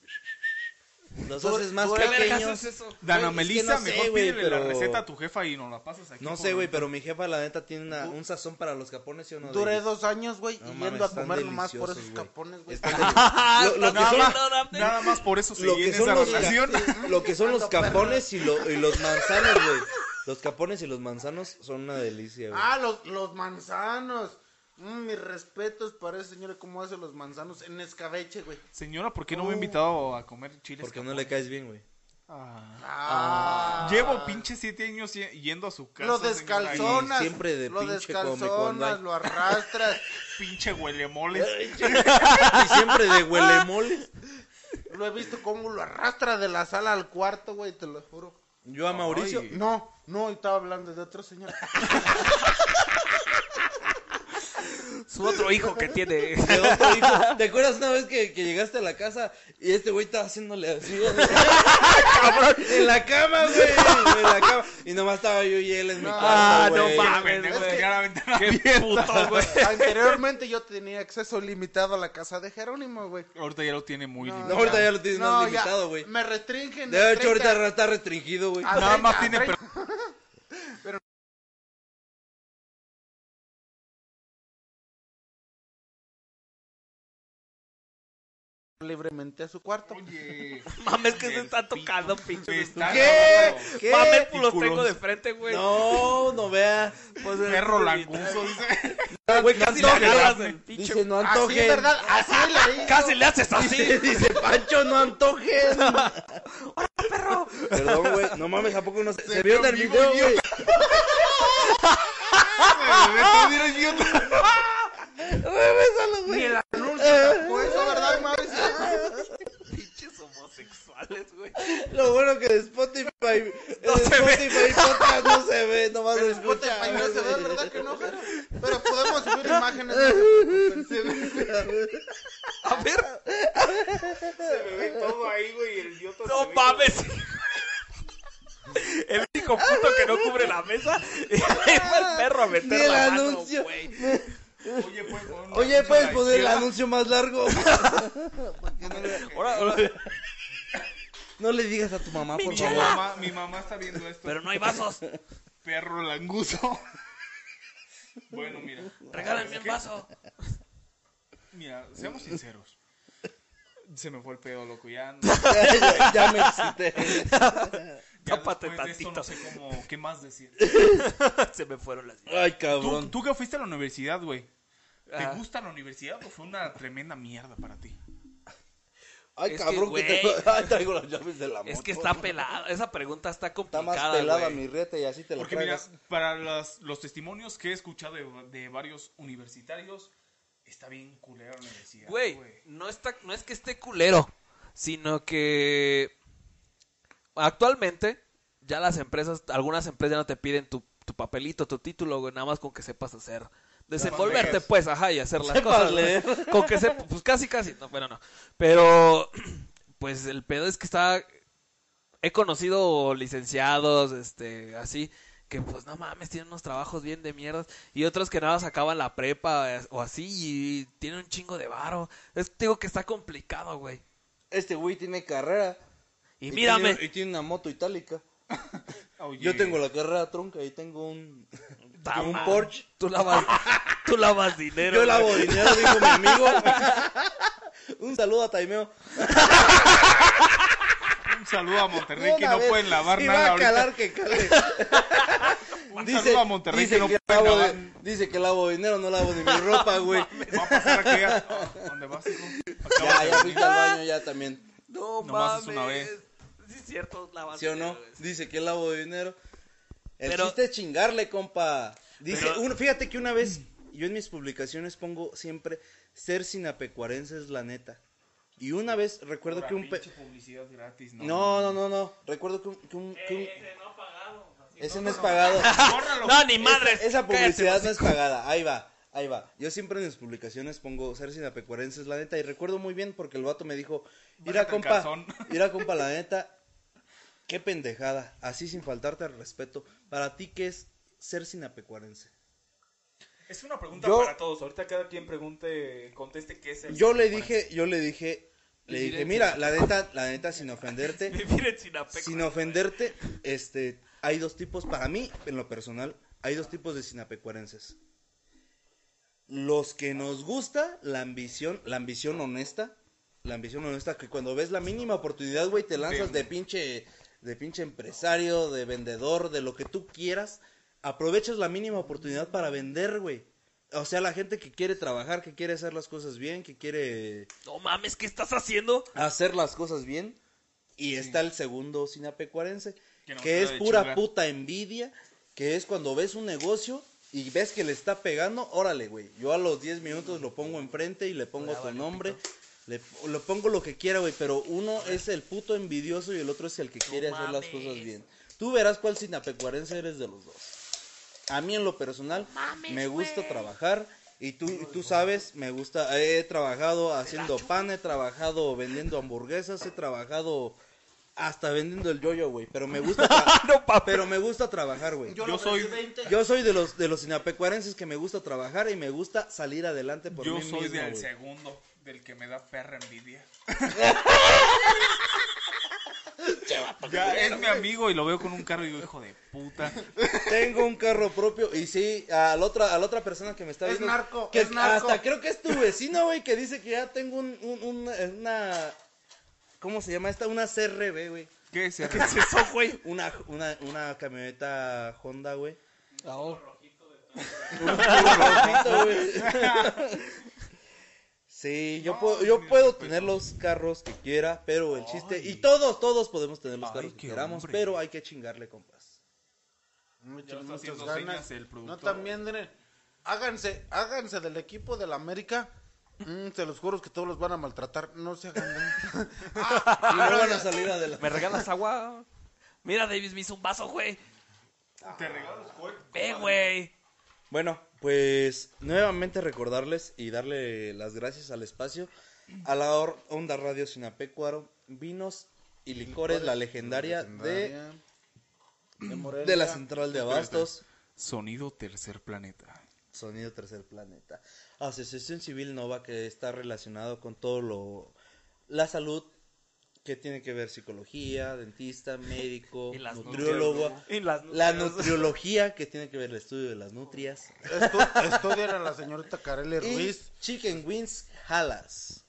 Speaker 4: los haces más
Speaker 5: ¿Por qué vergas
Speaker 4: pequeños.
Speaker 5: haces eso?
Speaker 2: Dana
Speaker 4: Güey, es que
Speaker 2: Melisa,
Speaker 4: no sé,
Speaker 2: mejor
Speaker 4: güey,
Speaker 2: pídele la
Speaker 4: pero-
Speaker 2: receta a tu jefa y nos la pasas aquí.
Speaker 4: No
Speaker 2: por
Speaker 4: sé, güey,
Speaker 2: el-
Speaker 4: pero mi jefa, la neta, tiene una- un sazón para los capones, ¿sí o no?
Speaker 3: Duré
Speaker 4: David?
Speaker 3: dos años, güey,
Speaker 4: No
Speaker 3: y
Speaker 4: mames,
Speaker 3: yendo a
Speaker 4: están
Speaker 3: comer nomás por
Speaker 4: deliciosos,
Speaker 3: esos
Speaker 4: güey.
Speaker 3: capones, güey.
Speaker 4: Están
Speaker 5: Ah,
Speaker 4: Lo- lo
Speaker 5: estás
Speaker 4: que son-
Speaker 5: hablando, Dante.
Speaker 2: Nada más por eso se
Speaker 4: lo que
Speaker 2: llena esa
Speaker 4: son los,
Speaker 2: relación.
Speaker 4: lo que son los capones y, lo- y los manzanos, güey. Los capones y los manzanos son una delicia, güey.
Speaker 3: Ah, los, los manzanos. Mm, mis respetos para ese señor, cómo hace los manzanos en escabeche, güey.
Speaker 2: Señora, ¿por qué no me ha invitado a comer chiles?
Speaker 4: Uh. Porque no le
Speaker 2: capones?
Speaker 4: caes bien, güey.
Speaker 2: Ah.
Speaker 3: Ah.
Speaker 2: Llevo pinche siete años y- yendo a su casa.
Speaker 3: Lo
Speaker 2: señora,
Speaker 3: descalzonas.
Speaker 4: Y siempre de
Speaker 3: lo
Speaker 4: pinche come cuando
Speaker 3: descalzonas,
Speaker 4: hay.
Speaker 3: lo arrastras,
Speaker 2: y Pinche huelemoles.
Speaker 4: Y siempre de huelemoles.
Speaker 3: lo he visto cómo lo arrastra de la sala al cuarto, güey, te lo juro.
Speaker 4: Yo a Mauricio.
Speaker 2: Ay.
Speaker 3: No, no, estaba hablando de otro señor.
Speaker 5: Su otro hijo que tiene.
Speaker 4: de otro hijo. ¿Te acuerdas una vez que, que llegaste a la casa y este güey estaba haciéndole así? güey? En la cama, güey. En la cama. Y nomás estaba yo y él en mi
Speaker 3: No.
Speaker 4: casa.
Speaker 5: Ah, no
Speaker 4: güey.
Speaker 2: Ah,
Speaker 5: mames,
Speaker 2: pendejo,
Speaker 5: güey.
Speaker 2: tenía la ventana
Speaker 5: Qué
Speaker 2: abierta.
Speaker 5: puto, güey.
Speaker 3: Anteriormente yo tenía acceso limitado a la casa de Jerónimo, güey.
Speaker 2: Ahorita ya lo tiene muy
Speaker 4: No,
Speaker 2: limpio.
Speaker 4: ahorita ya lo tienes más
Speaker 3: ya, Mm,
Speaker 4: limitado, güey.
Speaker 3: Me restringen.
Speaker 4: De hecho,
Speaker 3: 30,
Speaker 4: ahorita está restringido, güey.
Speaker 3: a
Speaker 2: Nada
Speaker 3: 30,
Speaker 2: más
Speaker 3: a
Speaker 2: tiene
Speaker 3: 30. libremente a su cuarto.
Speaker 2: Oye,
Speaker 5: Mames, que se
Speaker 2: Del
Speaker 5: está
Speaker 2: pinche-
Speaker 5: tocando,
Speaker 2: me
Speaker 5: pinche.
Speaker 2: está
Speaker 4: ¿Qué?
Speaker 2: grabando.
Speaker 4: ¿Qué?
Speaker 5: Mames, pues los
Speaker 2: Piculos.
Speaker 5: tengo de frente, güey.
Speaker 4: No, no veas.
Speaker 5: Pues,
Speaker 2: Perro
Speaker 5: eh,
Speaker 2: languzo, dice.
Speaker 4: Güey,
Speaker 5: Casi le agarras
Speaker 2: grande.
Speaker 5: el pinche.
Speaker 4: Dice, no
Speaker 3: Así,
Speaker 4: antojen.
Speaker 3: ¿verdad? Así le hizo.
Speaker 5: Casi le haces así.
Speaker 4: Dice, dice, Pancho, no antojen. perro! Perdón, güey. No mames, ¿a poco no se, se vio en el
Speaker 2: vio
Speaker 4: video,
Speaker 2: vivo,
Speaker 4: güey?
Speaker 2: Mira, idiota.
Speaker 3: Ni el anuncio fue eso, ¿verdad, Mauricio?
Speaker 5: Pinches homosexuales, güey.
Speaker 4: Lo bueno que de Spotify. el Spotify podcast no se ve, nomás se escucha.
Speaker 3: Ay, no se ve,
Speaker 4: güey.
Speaker 3: ¿verdad que no, Jero? Pero podemos subir imágenes. no se preocupen.
Speaker 5: A ver,
Speaker 2: Se me ve todo ahí, güey. El idiota
Speaker 5: no mames. El único puto que no cubre la mesa fue el perro a
Speaker 4: Ni
Speaker 5: meter
Speaker 4: el
Speaker 5: la mano,
Speaker 4: anuncio.
Speaker 5: güey.
Speaker 2: Oye, pues, pon-
Speaker 4: Oye, ¿puedes poner el
Speaker 2: la-
Speaker 4: anuncio más largo?
Speaker 5: Ahora, ahora-
Speaker 4: No le digas a tu mamá, por
Speaker 2: Mi
Speaker 4: favor.
Speaker 2: mamá, mi mamá está viendo esto.
Speaker 5: Pero no hay vasos.
Speaker 2: Perro languzo. Bueno, mira.
Speaker 5: Regálenme un vaso.
Speaker 2: Mira, seamos sinceros. Se me fue el pedo, loco. Ya, no-
Speaker 4: ya, ya me excité.
Speaker 2: ya
Speaker 5: Tápate
Speaker 2: después de esto
Speaker 5: tantito.
Speaker 2: no sé cómo, qué más decir.
Speaker 5: Se me fueron las
Speaker 4: Ay,
Speaker 2: ¿Tú,
Speaker 4: cabrón.
Speaker 2: tú que fuiste a la universidad, güey. ¿Te
Speaker 5: Ajá.
Speaker 2: gusta la universidad o fue una tremenda mierda para ti?
Speaker 4: Ay,
Speaker 5: Es que,
Speaker 4: cabrón, que,
Speaker 5: güey.
Speaker 4: te... Ay, traigo las llaves de la moto.
Speaker 5: Es que está pelada. Esa pregunta está
Speaker 4: Está
Speaker 5: complicada.
Speaker 4: más pelada
Speaker 5: güey.
Speaker 4: mi reta y así te la
Speaker 2: Porque mira,
Speaker 4: traigas.
Speaker 2: para las- los testimonios que he escuchado de, de varios universitarios, está bien culera la universidad.
Speaker 5: Güey, no, está, no es que esté culero, sino que actualmente ya las empresas, algunas empresas ya no te piden tu, tu papelito, tu título, güey, nada más con que sepas hacer. Desenvolverte,
Speaker 2: leer.
Speaker 5: pues, ajá, y hacer las
Speaker 4: Sepas
Speaker 5: cosas. güey.
Speaker 4: leer.
Speaker 5: Con que sepas, pues casi, casi, no, bueno, no. Pero, pues el pedo es que está. He conocido licenciados, este, así, que pues no mames, tienen unos trabajos bien de mierda. Y otros que nada más acaban la prepa eh, o así y tienen un chingo de varo. Es te digo que está complicado, güey.
Speaker 4: Este güey tiene carrera.
Speaker 5: Y mírame.
Speaker 4: tiene- y tiene una moto itálica. Yo tengo la carrera tronca y tengo un...
Speaker 5: Ta
Speaker 4: un
Speaker 5: madre,
Speaker 4: Porsche.
Speaker 5: Tú lavas, tú lavas dinero.
Speaker 4: Yo
Speaker 5: güey.
Speaker 4: lavo dinero, dijo mi amigo. un saludo a Taimeo.
Speaker 2: Un saludo a Monterrey que
Speaker 4: Una
Speaker 2: no
Speaker 4: vez,
Speaker 2: pueden lavar
Speaker 4: si
Speaker 2: nada
Speaker 4: va a
Speaker 2: ahorita.
Speaker 4: calar, que cale.
Speaker 2: Un
Speaker 4: Dice,
Speaker 2: saludo a Monterrey
Speaker 4: dice
Speaker 2: que no
Speaker 4: que
Speaker 2: pueden
Speaker 4: lavo
Speaker 2: lavar.
Speaker 4: de- dice que lavo dinero, no lavo ni mi ropa, güey.
Speaker 2: Va a pasar aquí a... a- ¿Dónde vas, hijo? Acabas
Speaker 4: ya,
Speaker 2: de
Speaker 4: ya
Speaker 2: venir.
Speaker 4: fuiste al baño, ya también.
Speaker 5: No
Speaker 2: Nomás
Speaker 5: mames.
Speaker 2: es una vez.
Speaker 5: Sí, es cierto, lavas
Speaker 4: ¿Sí o no?
Speaker 5: dinero, güey.
Speaker 4: Dice que lavo dinero. El
Speaker 5: Pero-
Speaker 4: chiste es chingarle, compa. Dice,
Speaker 5: Pero-
Speaker 4: un- fíjate que una vez, yo en mis publicaciones pongo siempre, ser sinapecuarense es la neta. Y una vez, recuerdo
Speaker 2: Pura
Speaker 4: que un... pe-
Speaker 2: pinche publicidad gratis, no.
Speaker 4: No, no, no, no. Recuerdo que un... que un- que un- Ese no es pagado.
Speaker 2: Bórralo.
Speaker 5: No, ni madres.
Speaker 4: Esa
Speaker 5: cállate,
Speaker 4: publicidad no
Speaker 5: güey.
Speaker 4: es pagada. Ahí va, ahí va. Yo siempre en mis publicaciones pongo ser sinapecuarenses, la neta. Y recuerdo muy bien porque el vato me dijo: Mira,
Speaker 2: Bájate el
Speaker 4: compa,
Speaker 2: calzón".
Speaker 4: mira, compa, la neta. Qué pendejada. Así sin faltarte al respeto. Para ti, ¿qué es ser sinapecuarense?
Speaker 2: Es una pregunta
Speaker 4: Yo-
Speaker 2: para todos. Ahorita cada quien pregunte, conteste qué es el
Speaker 4: Yo le
Speaker 2: sinapecuarense.
Speaker 4: dije, yo le dije, le
Speaker 5: Vivir
Speaker 4: dije:
Speaker 5: en
Speaker 4: Mira, la neta, la neta, sin ofenderte.
Speaker 5: Vivir en Sinapecuaro.
Speaker 4: Sin ofenderte, este, hay dos tipos, para mí, en lo personal, hay dos tipos de sinapecuarenses. Los que nos gusta la ambición, la ambición honesta, la ambición honesta, que cuando ves la mínima oportunidad, güey, te lanzas de pinche, de pinche empresario, de vendedor, de lo que tú quieras, aprovechas la mínima oportunidad para vender, güey. O sea, la gente que quiere trabajar, que quiere hacer las cosas bien, que quiere
Speaker 5: No mames, ¿qué estás haciendo?
Speaker 4: hacer las cosas bien. Y está el segundo sinapecuarense,
Speaker 2: Que
Speaker 4: que,
Speaker 2: no
Speaker 4: es
Speaker 2: sabe
Speaker 4: pura
Speaker 2: chingar.
Speaker 4: puta envidia, que es cuando ves un negocio y ves que le está pegando, órale, güey. Yo a los 10 minutos lo pongo enfrente y le pongo tu nombre, le, le pongo lo que quiera, güey, pero uno es el puto envidioso y el otro es el que quiere hacer las
Speaker 5: mames.
Speaker 4: cosas bien. Tú verás cuál sinapecuarense eres de los dos. A mí en lo personal me gusta trabajar y tú, y tú sabes, me gusta, he trabajado haciendo pan, he trabajado vendiendo hamburguesas, he trabajado hasta vendiendo el yoyo, güey, pero me gusta tra-
Speaker 5: No, papi.
Speaker 4: pero me gusta trabajar, güey.
Speaker 2: Yo soy,
Speaker 4: Yo soy de los de los inapecuarenses que me gusta trabajar y me gusta salir adelante por
Speaker 2: yo
Speaker 4: mí
Speaker 2: soy
Speaker 4: mismo,
Speaker 2: del
Speaker 4: güey.
Speaker 2: segundo, del que me da perra envidia. ya es mi amigo y lo veo con un carro y digo, hijo de puta.
Speaker 4: Tengo un carro propio y sí, a la otra, a la otra persona que me está
Speaker 3: Es
Speaker 4: viendo.
Speaker 3: narco,
Speaker 4: que
Speaker 3: es narco.
Speaker 4: Hasta creo que es tu vecino, güey, que dice que ya tengo un, un- un- una. ¿Cómo se llama esta? Una CRB, güey.
Speaker 2: ¿Qué es
Speaker 5: ¿Qué es eso, güey?
Speaker 4: Una, una, una camioneta Honda, güey. Rojito, güey. Sí, yo
Speaker 2: No,
Speaker 4: puedo,
Speaker 2: mi
Speaker 4: yo puedo
Speaker 2: respeto.
Speaker 4: tener los carros que quiera, pero el chiste. Y todos, todos podemos tener los
Speaker 2: Ay,
Speaker 4: carros que
Speaker 2: qué
Speaker 4: queramos,
Speaker 2: hombre.
Speaker 4: pero hay que chingarle, compas.
Speaker 2: Ya
Speaker 3: Muchas,
Speaker 2: lo está
Speaker 3: muchas
Speaker 2: haciendo
Speaker 3: ganas.
Speaker 2: señas el
Speaker 3: no
Speaker 2: productor.
Speaker 3: también, miren, háganse, háganse del equipo del América. Mm, se los juro que todos los van a maltratar. No se hagan. daño.
Speaker 4: Y no van a salir adelante.
Speaker 5: ¿Me regalas agua? Mira, Davis me hizo un vaso, güey.
Speaker 2: Te regalo los juegos.
Speaker 5: Ve, güey.
Speaker 4: Bueno, pues nuevamente recordarles y darle las gracias al espacio, a la or- Onda Radio Sinapecuaro, Vinos y Licores, la legendaria de,
Speaker 3: Legendaria. de Morelia.
Speaker 4: de la Central de Abastos,
Speaker 2: Sonido tercer planeta.
Speaker 4: Sonido Tercer Planeta. Asociación Civil Nova que está relacionado con todo lo... la salud que tiene que ver psicología, dentista, médico,
Speaker 5: Y las
Speaker 4: nutriólogo,
Speaker 5: nutrias, Y las
Speaker 4: la
Speaker 5: nutrias.
Speaker 4: nutriología que tiene que ver el estudio de las nutrias.
Speaker 3: Estu- estudian a la señorita Carely
Speaker 4: Y
Speaker 3: Ruiz.
Speaker 4: Chicken Wings Jalas.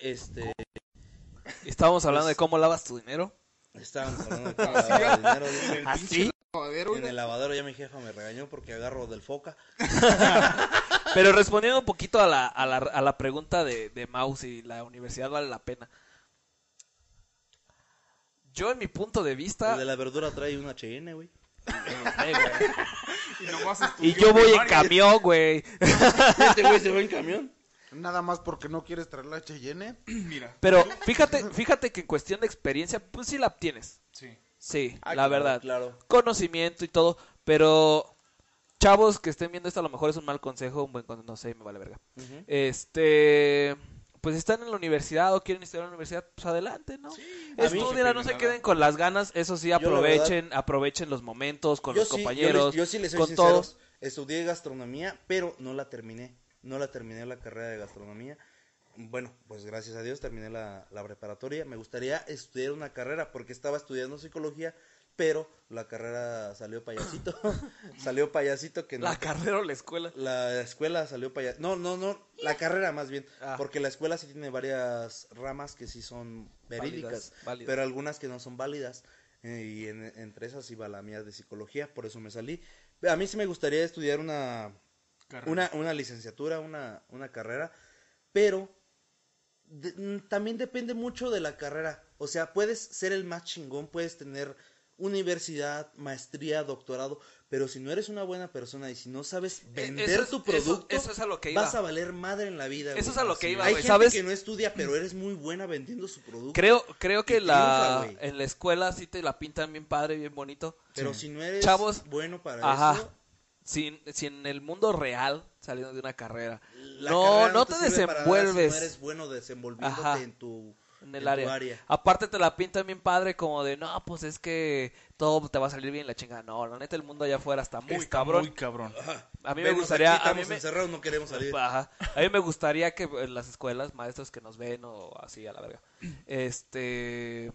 Speaker 4: Este.
Speaker 5: Pues- Estábamos hablando de cómo lavas tu dinero.
Speaker 4: Estábamos hablando de cómo lavar el dinero, ¿Ah, güey.
Speaker 5: ¿Así?
Speaker 8: lavadero,
Speaker 4: En
Speaker 8: güey.
Speaker 4: el lavadero ya mi jefa me regañó porque agarro del foca.
Speaker 5: Pero respondiendo un poquito a la, a la, a la pregunta de, de Mau, si la universidad vale la pena. Yo, en mi punto Pues de vista.
Speaker 4: El de la verdura trae un HN, güey.
Speaker 5: Ay, güey.
Speaker 2: Y nomás estudió
Speaker 5: Y yo voy en
Speaker 2: primaria.
Speaker 5: camión, güey.
Speaker 4: Este güey se va en camión.
Speaker 3: Nada más porque no quieres traer la Cheyenne.
Speaker 2: Mira,
Speaker 5: Pero fíjate, fíjate que en cuestión de experiencia, pues sí la obtienes.
Speaker 2: sí.
Speaker 5: Sí,
Speaker 4: Ah,
Speaker 5: la
Speaker 4: claro,
Speaker 5: verdad.
Speaker 4: Claro.
Speaker 5: Conocimiento y todo. Pero, chavos que estén viendo esto, a lo mejor es un mal consejo, un buen consejo, no sé, me vale verga.
Speaker 4: Ujú.
Speaker 5: Este. Pues están en la universidad o quieren estudiar en la universidad, pues adelante, ¿no?
Speaker 4: a mí-
Speaker 5: Estudien, no se queden con las ganas, eso sí,
Speaker 4: la verdad-
Speaker 5: aprovechen, aprovechen los momentos con
Speaker 4: Yo
Speaker 5: los
Speaker 4: sí, yo
Speaker 5: compañeros,
Speaker 4: les- yo sí les soy
Speaker 5: con
Speaker 4: sincero,
Speaker 5: todos.
Speaker 4: Estudié gastronomía, pero no la terminé. No la terminé la carrera de gastronomía. Bueno, pues gracias a Dios terminé la, la preparatoria. Me gustaría estudiar una carrera porque estaba estudiando psicología, pero la carrera salió payasito. salió payasito que no.
Speaker 5: La carrera o la escuela.
Speaker 4: La escuela salió para allá. No, no, no. La carrera más bien.
Speaker 5: Ah.
Speaker 4: Porque la escuela sí tiene varias ramas que sí son verídicas.
Speaker 5: Válidas, válidas.
Speaker 4: Pero algunas que no son válidas. eh, y en- entre esas iba la mía de psicología. Por eso me salí. A mí sí me gustaría estudiar una,
Speaker 2: Carrera.
Speaker 4: una, una licenciatura, una, una carrera. Pero de- mm, también depende mucho de la carrera. O sea, puedes ser el más chingón, puedes tener universidad, maestría, doctorado, pero si no eres una buena persona y si no sabes vender
Speaker 5: E-, eso es-
Speaker 4: tu
Speaker 5: eso-
Speaker 4: producto,
Speaker 5: eso es a lo que iba.
Speaker 4: vas a valer madre en la vida.
Speaker 5: Eso
Speaker 4: güey.
Speaker 5: es a lo que
Speaker 4: Sí.
Speaker 5: iba,
Speaker 4: Hay
Speaker 5: güey,
Speaker 4: gente
Speaker 5: ¿sabes?
Speaker 4: que no estudia, pero eres muy buena vendiendo su producto.
Speaker 5: Creo, creo que
Speaker 4: Y
Speaker 5: la,
Speaker 4: triunfa, güey.
Speaker 5: en la escuela sí te la pintan bien padre, bien bonito.
Speaker 4: pero si no eres
Speaker 5: Chavos,
Speaker 4: bueno para
Speaker 5: Ajá.
Speaker 4: eso,
Speaker 5: Si, en- si en el mundo real, saliendo de una carrera,
Speaker 4: la
Speaker 5: no,
Speaker 4: carrera
Speaker 5: no, te,
Speaker 4: sirve para nada
Speaker 5: desenvuelves
Speaker 4: Si no eres bueno desenvolviéndote
Speaker 5: Ajá.
Speaker 4: en tu
Speaker 5: en el
Speaker 4: tu
Speaker 5: área. Aparte te la pintan bien padre como de, no, pues es que todo te va a salir bien la chingada. No, la neta, el mundo allá afuera está muy
Speaker 2: Está
Speaker 5: cabrón.
Speaker 2: Muy cabrón.
Speaker 5: A mí me
Speaker 4: Venos
Speaker 5: gustaría...
Speaker 4: aquí,
Speaker 5: a mí
Speaker 4: estamos
Speaker 5: me-
Speaker 4: encerrados, no queremos salir.
Speaker 5: Ajá. A mí me gustaría que en las escuelas, maestros que nos ven o así a la verga, este...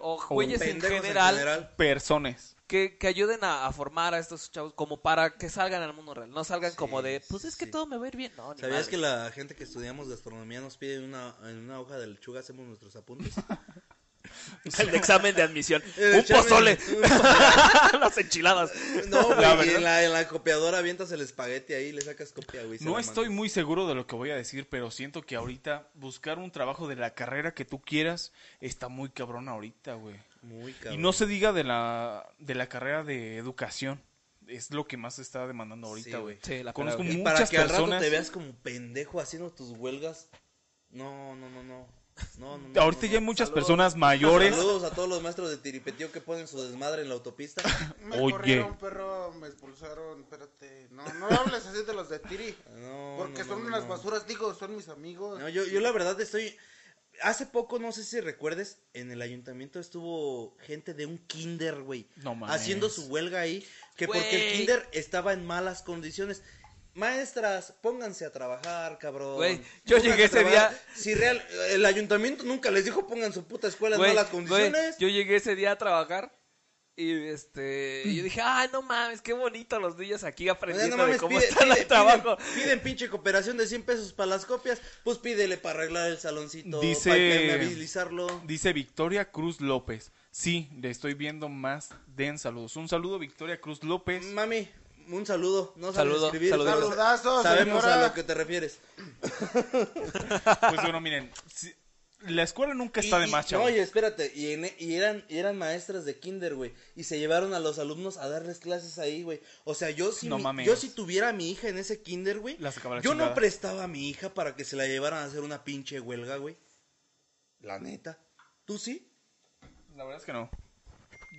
Speaker 5: O güeyes en
Speaker 4: Pendejos en
Speaker 5: general,
Speaker 4: general.
Speaker 2: Personas.
Speaker 5: que, que ayuden a, a formar a estos chavos como para que salgan al mundo real. No salgan
Speaker 4: Sí,
Speaker 5: como de, pues
Speaker 4: sí,
Speaker 5: es que
Speaker 4: sí.
Speaker 5: todo me va a ir bien. No, ni
Speaker 4: ¿Sabías
Speaker 5: madre.
Speaker 4: que la gente que estudiamos gastronomía nos pide una, en una hoja de lechuga hacemos nuestros apuntes?
Speaker 5: El examen de admisión.
Speaker 4: El
Speaker 5: Un
Speaker 4: examen-
Speaker 5: pozole. Las enchiladas.
Speaker 4: No, güey,
Speaker 2: La
Speaker 4: y
Speaker 2: verdad.
Speaker 4: en la, en la copiadora avientas el espagueti ahí y le sacas copia, güey. se
Speaker 2: No
Speaker 4: la
Speaker 2: estoy
Speaker 4: mandas.
Speaker 2: muy seguro de lo que voy a decir, pero siento que ahorita buscar un trabajo de la carrera que tú quieras está muy cabrón ahorita, güey.
Speaker 4: Muy
Speaker 2: Y
Speaker 4: cabrón.
Speaker 2: no se diga de la, de la carrera de educación. Es lo que más se está demandando
Speaker 4: Sí,
Speaker 2: ahorita, güey.
Speaker 4: güey.
Speaker 5: Sí, la
Speaker 2: Conozco
Speaker 5: peda,
Speaker 4: Y
Speaker 5: güey.
Speaker 4: para
Speaker 2: muchas
Speaker 4: que al rato
Speaker 2: personas. ¿eh?
Speaker 4: te veas como pendejo haciendo tus huelgas. No, no, no, no. No, no, no,
Speaker 2: Ahorita
Speaker 4: no,
Speaker 2: ya hay
Speaker 4: no.
Speaker 2: muchas personas mayores.
Speaker 4: Saludos a todos los maestros de Tiripetío que ponen su desmadre en la autopista.
Speaker 3: Me
Speaker 2: Oye.
Speaker 3: corrieron, perro, me expulsaron, espérate. No, no hables así de los de Tiri.
Speaker 4: No,
Speaker 3: Porque
Speaker 4: no, no,
Speaker 3: son
Speaker 4: no,
Speaker 3: unas
Speaker 4: no.
Speaker 3: basuras, digo, son mis amigos.
Speaker 4: No, yo, yo la verdad estoy. Hace poco, no sé si recuerdes, en el ayuntamiento estuvo gente de un kinder, güey.
Speaker 2: No mames.
Speaker 4: haciendo su huelga ahí. Que porque
Speaker 5: Güey.
Speaker 4: el kinder estaba en malas condiciones. Maestras, pónganse a trabajar, cabrón.
Speaker 5: Güey, yo
Speaker 4: Pónganse
Speaker 5: llegué
Speaker 4: a
Speaker 5: ese
Speaker 4: trabajar.
Speaker 5: día-
Speaker 4: Si real, el ayuntamiento nunca les dijo pongan su puta escuela en
Speaker 5: Güey,
Speaker 4: malas
Speaker 5: güey,
Speaker 4: condiciones.
Speaker 5: yo llegué ese día a trabajar y este yo dije, ay no mames, qué bonito los niños aquí aprendiendo
Speaker 4: No mames,
Speaker 5: de cómo
Speaker 4: pide-
Speaker 5: están
Speaker 4: pide-
Speaker 5: el trabajo.
Speaker 4: Piden, piden pinche cooperación de 100 pesos para las copias. Pues pídele para arreglar el saloncito.
Speaker 2: Dice-
Speaker 4: Para impermeabilizarlo.
Speaker 2: Dice Victoria Cruz López. Sí, le estoy viendo más. Den saludos. Un saludo, Victoria Cruz López.
Speaker 4: Mami, un saludo. No
Speaker 5: Saludo,
Speaker 4: sabes escribir.
Speaker 5: saludo.
Speaker 4: pero
Speaker 3: Saludazo,
Speaker 4: Sabemos
Speaker 3: señora.
Speaker 4: a lo que te refieres.
Speaker 2: Pues bueno, miren. si- la escuela nunca está
Speaker 4: Y-
Speaker 2: de
Speaker 4: y-
Speaker 2: más,
Speaker 4: No,
Speaker 2: chavos.
Speaker 4: oye, espérate. Y, en- y eran, y eran maestras de kinder, güey. Y se llevaron a los alumnos a darles clases ahí, güey. O sea, yo si,
Speaker 2: No
Speaker 4: mi-
Speaker 2: mames.
Speaker 4: yo si tuviera a mi hija en ese kinder, güey.
Speaker 2: La sacaba la
Speaker 4: Yo no
Speaker 2: chingada.
Speaker 4: prestaba a mi hija para que se la llevaran a hacer una pinche huelga, güey. La neta. ¿Tú sí?
Speaker 2: pues, La verdad es que no.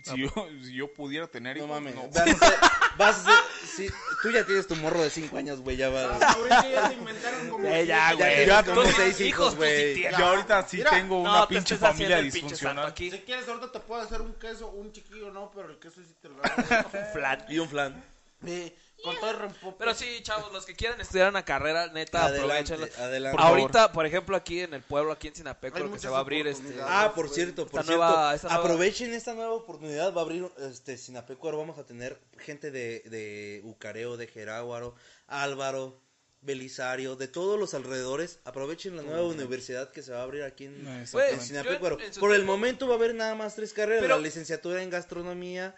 Speaker 5: Ah,
Speaker 2: Si yo,
Speaker 5: pues.
Speaker 2: si yo pudiera tener
Speaker 4: No
Speaker 2: hijos,
Speaker 4: mames.
Speaker 2: no.
Speaker 4: Vas a ser- vas a ser- sí, tú ya tienes tu morro de 5 años, güey. Ya va.
Speaker 3: Ahorita ya se inventaron como.
Speaker 5: Eh, ya,
Speaker 4: Ya
Speaker 5: güey.
Speaker 4: tienes
Speaker 5: Ya
Speaker 4: como
Speaker 5: tú
Speaker 4: seis
Speaker 5: tienes
Speaker 4: hijos,
Speaker 5: hijos, tú sí
Speaker 4: güey.
Speaker 5: tienes.
Speaker 2: Yo ahorita sí
Speaker 3: Mira,
Speaker 2: tengo
Speaker 5: No,
Speaker 2: una
Speaker 5: te
Speaker 2: pinche
Speaker 5: estés
Speaker 2: familia
Speaker 5: haciendo el pinche santo
Speaker 2: disfuncional.
Speaker 5: aquí.
Speaker 3: Si quieres, ahorita te puedo hacer un queso, un chiquillo, no, pero el queso sí te lo hago.
Speaker 5: Un flan.
Speaker 4: Y un flan.
Speaker 3: Eh, con todo el rempope.
Speaker 5: Pero sí, chavos, los que quieran estudiar una carrera, neta,
Speaker 4: Adelante,
Speaker 5: aprovechenla.
Speaker 4: adelante.
Speaker 2: Por favor.
Speaker 5: Ahorita, por ejemplo, aquí en el pueblo, aquí en Sinapeco,
Speaker 3: Hay
Speaker 5: lo que se
Speaker 3: muchas
Speaker 5: va a abrir este
Speaker 3: oportunidades.
Speaker 4: Ah, por cierto, por
Speaker 5: Esta nueva-
Speaker 4: cierto.
Speaker 5: esta nueva-
Speaker 4: Aprovechen esta nueva oportunidad. Va a abrir este Sinapecuaro. Vamos a tener gente de, de Ucareo, de Jeráguaro, Álvaro, Belisario, de todos los alrededores. Aprovechen la nueva universidad que se va a abrir aquí en,
Speaker 2: No,
Speaker 4: en
Speaker 2: exactamente.
Speaker 5: Pues,
Speaker 4: Sinapecuaro.
Speaker 5: yo en- en su
Speaker 4: por el
Speaker 5: tiempo-
Speaker 4: momento va a haber nada más tres carreras:
Speaker 5: Pero-
Speaker 4: la licenciatura en gastronomía,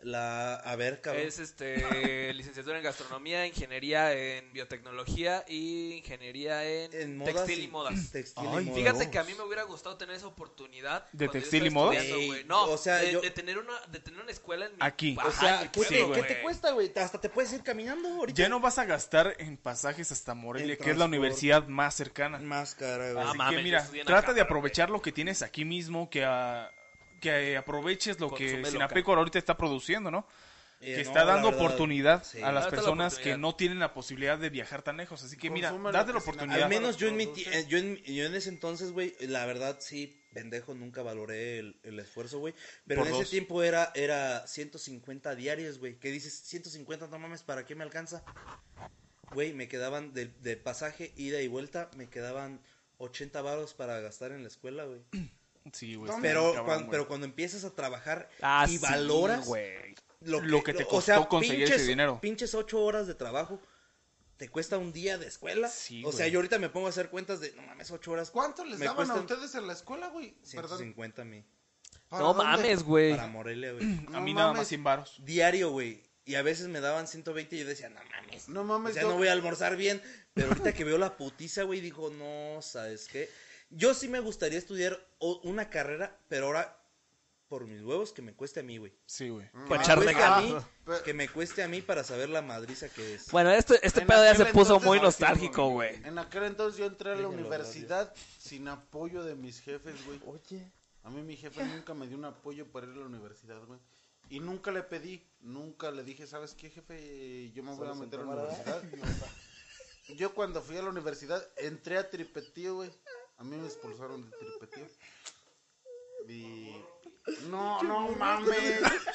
Speaker 4: La, a ver, cabrón.
Speaker 5: Es este, licenciatura en gastronomía, ingeniería en biotecnología y ingeniería en,
Speaker 4: En modas
Speaker 5: textil y modas.
Speaker 2: Ay,
Speaker 4: Textil y modas.
Speaker 2: Fíjate
Speaker 5: Fíjate que a mí me hubiera gustado tener esa oportunidad.
Speaker 2: ¿De
Speaker 5: cuando yo
Speaker 2: textil y
Speaker 5: estaba
Speaker 2: modas?
Speaker 5: estudiando,
Speaker 4: Ey,
Speaker 5: güey. No,
Speaker 4: o sea,
Speaker 5: de,
Speaker 4: yo-
Speaker 5: de tener una, de tener una escuela en mi
Speaker 2: Aquí.
Speaker 5: Ajá,
Speaker 4: O sea,
Speaker 5: yo
Speaker 4: ¿qué,
Speaker 2: sí,
Speaker 5: creo,
Speaker 4: ¿qué
Speaker 5: güey.
Speaker 4: te cuesta, güey? Hasta te puedes ir caminando ahorita.
Speaker 2: Ya no vas a gastar en pasajes hasta Morelia,
Speaker 4: En
Speaker 2: que es la
Speaker 4: transporte.
Speaker 2: universidad más cercana.
Speaker 4: Más cara, güey.
Speaker 5: Ah,
Speaker 2: Así
Speaker 5: mames,
Speaker 2: que
Speaker 5: yo
Speaker 2: mira,
Speaker 5: estudié en
Speaker 2: trata de
Speaker 5: Acámbaro,
Speaker 2: aprovechar lo que tienes aquí mismo, que, ah, que aproveches lo que
Speaker 5: Consúmelo,
Speaker 2: Sinapecor ahorita está produciendo, ¿no? que
Speaker 4: Eh, no,
Speaker 2: está
Speaker 4: la
Speaker 2: dando
Speaker 4: verdad,
Speaker 2: oportunidad
Speaker 4: sí.
Speaker 2: a las
Speaker 5: Date la
Speaker 2: personas que
Speaker 5: oportunidad.
Speaker 2: no tienen la posibilidad de viajar tan lejos. Así que mira,
Speaker 3: Consuma lo
Speaker 2: date
Speaker 3: que
Speaker 2: la
Speaker 3: Sinapecor-
Speaker 2: oportunidad.
Speaker 4: Al menos yo en, mi,
Speaker 3: Produce.
Speaker 4: ti- eh, yo, en, yo en ese entonces, güey, la verdad sí, pendejo, nunca valoré el, el esfuerzo, güey. Pero
Speaker 2: Por
Speaker 4: en ese
Speaker 2: dos.
Speaker 4: tiempo era, era 150 diarios, güey. ¿Qué dices? 150, no mames, ¿para qué me alcanza? Güey, me quedaban de, de pasaje, ida y vuelta, me quedaban 80 varos para gastar en la escuela, güey.
Speaker 2: Sí, güey, está
Speaker 4: Pero,
Speaker 2: muy cabrón,
Speaker 4: cuan-
Speaker 2: güey.
Speaker 4: pero cuando empiezas a trabajar
Speaker 5: Ah,
Speaker 4: y
Speaker 5: sí,
Speaker 4: valoras
Speaker 5: güey.
Speaker 4: lo,
Speaker 2: Lo que te
Speaker 4: o sea,
Speaker 2: costó conseguir ese
Speaker 4: pinches-
Speaker 2: dinero.
Speaker 4: Pinches ocho horas de trabajo. ¿Te cuesta un día de escuela?
Speaker 2: Sí,
Speaker 4: o
Speaker 2: güey.
Speaker 4: sea, yo ahorita me pongo a hacer cuentas de, no mames, ocho horas.
Speaker 3: ¿Cuánto les
Speaker 4: Me
Speaker 3: daban a
Speaker 4: cuestan
Speaker 3: ustedes en la escuela, güey? Perdón.
Speaker 4: 150 mil.
Speaker 3: ¿Para
Speaker 5: No
Speaker 3: dónde?
Speaker 5: mames, güey.
Speaker 4: Para Morelia, güey.
Speaker 2: A mí
Speaker 3: No
Speaker 2: nada más
Speaker 3: mames.
Speaker 2: 100 varos.
Speaker 4: Diario, güey. Y a veces me daban 120 y yo decía, no mames.
Speaker 3: No mames,
Speaker 4: o sea,
Speaker 3: yo-
Speaker 4: Pues no voy a almorzar bien. Pero ahorita que veo la putiza, güey, dijo, no, ¿sabes qué? Yo sí me gustaría estudiar o- una carrera, pero ahora, por mis huevos, que me cueste a mí, güey.
Speaker 2: Sí, güey.
Speaker 4: Que me
Speaker 5: echarte
Speaker 4: cueste a mí,
Speaker 5: ganas.
Speaker 3: Pero-
Speaker 4: Que me cueste a mí para saber la madriza que es.
Speaker 5: Bueno, este, este
Speaker 3: En
Speaker 5: pedo ya se
Speaker 3: aquel
Speaker 5: puso
Speaker 3: entonces- Ah,
Speaker 5: muy
Speaker 3: sí,
Speaker 5: nostálgico, güey.
Speaker 3: En aquel entonces yo entré a la
Speaker 4: Déjenlo,
Speaker 3: universidad sin apoyo de mis jefes, güey.
Speaker 4: Oye.
Speaker 3: A mí mi jefe nunca me dio un apoyo para ir a la universidad, güey. Y nunca le pedí, nunca le dije, ¿sabes qué, jefe? Yo me voy a
Speaker 4: ¿Sales en
Speaker 3: meter a la
Speaker 4: cámara?
Speaker 3: universidad. Yo cuando fui a la universidad entré a tripetío, güey. A mí me expulsaron de tripetío. Y... No, no mames.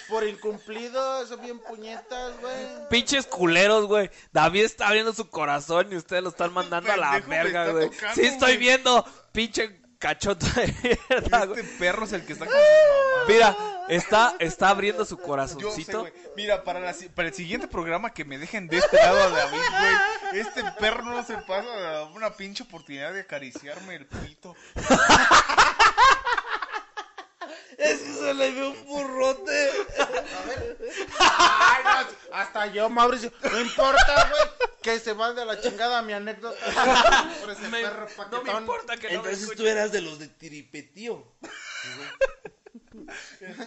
Speaker 3: Por incumplido, eso bien puñetas, güey.
Speaker 5: Pinches culeros, güey. David está abriendo su corazón y ustedes lo están mandando a la
Speaker 2: Este Pendejo, me
Speaker 5: verga,
Speaker 2: está
Speaker 5: güey.
Speaker 2: tocando,
Speaker 5: Sí, estoy
Speaker 2: güey.
Speaker 5: viendo, pinche cachota de
Speaker 4: Ah,
Speaker 5: mierda,
Speaker 2: Este
Speaker 5: güey.
Speaker 2: perro es el que está con sus mamás.
Speaker 5: Mira, está, está abriendo su
Speaker 2: Yo sé,
Speaker 5: corazoncito.
Speaker 2: güey. Mira, para, la si- para el siguiente programa que me dejen de este lado a David, güey. Este perro no se pasa una pinche oportunidad de acariciarme el pito.
Speaker 4: Es que se le ve un burrote.
Speaker 3: Ay, no, hasta yo, Mauricio. No importa, güey. Que se mande a la chingada mi anécdota. Por ese
Speaker 5: Me-
Speaker 3: perro
Speaker 5: no me
Speaker 3: paquetón.
Speaker 5: importa que no me
Speaker 4: Entonces tú
Speaker 5: escuche.
Speaker 4: eras de los de tiripetío.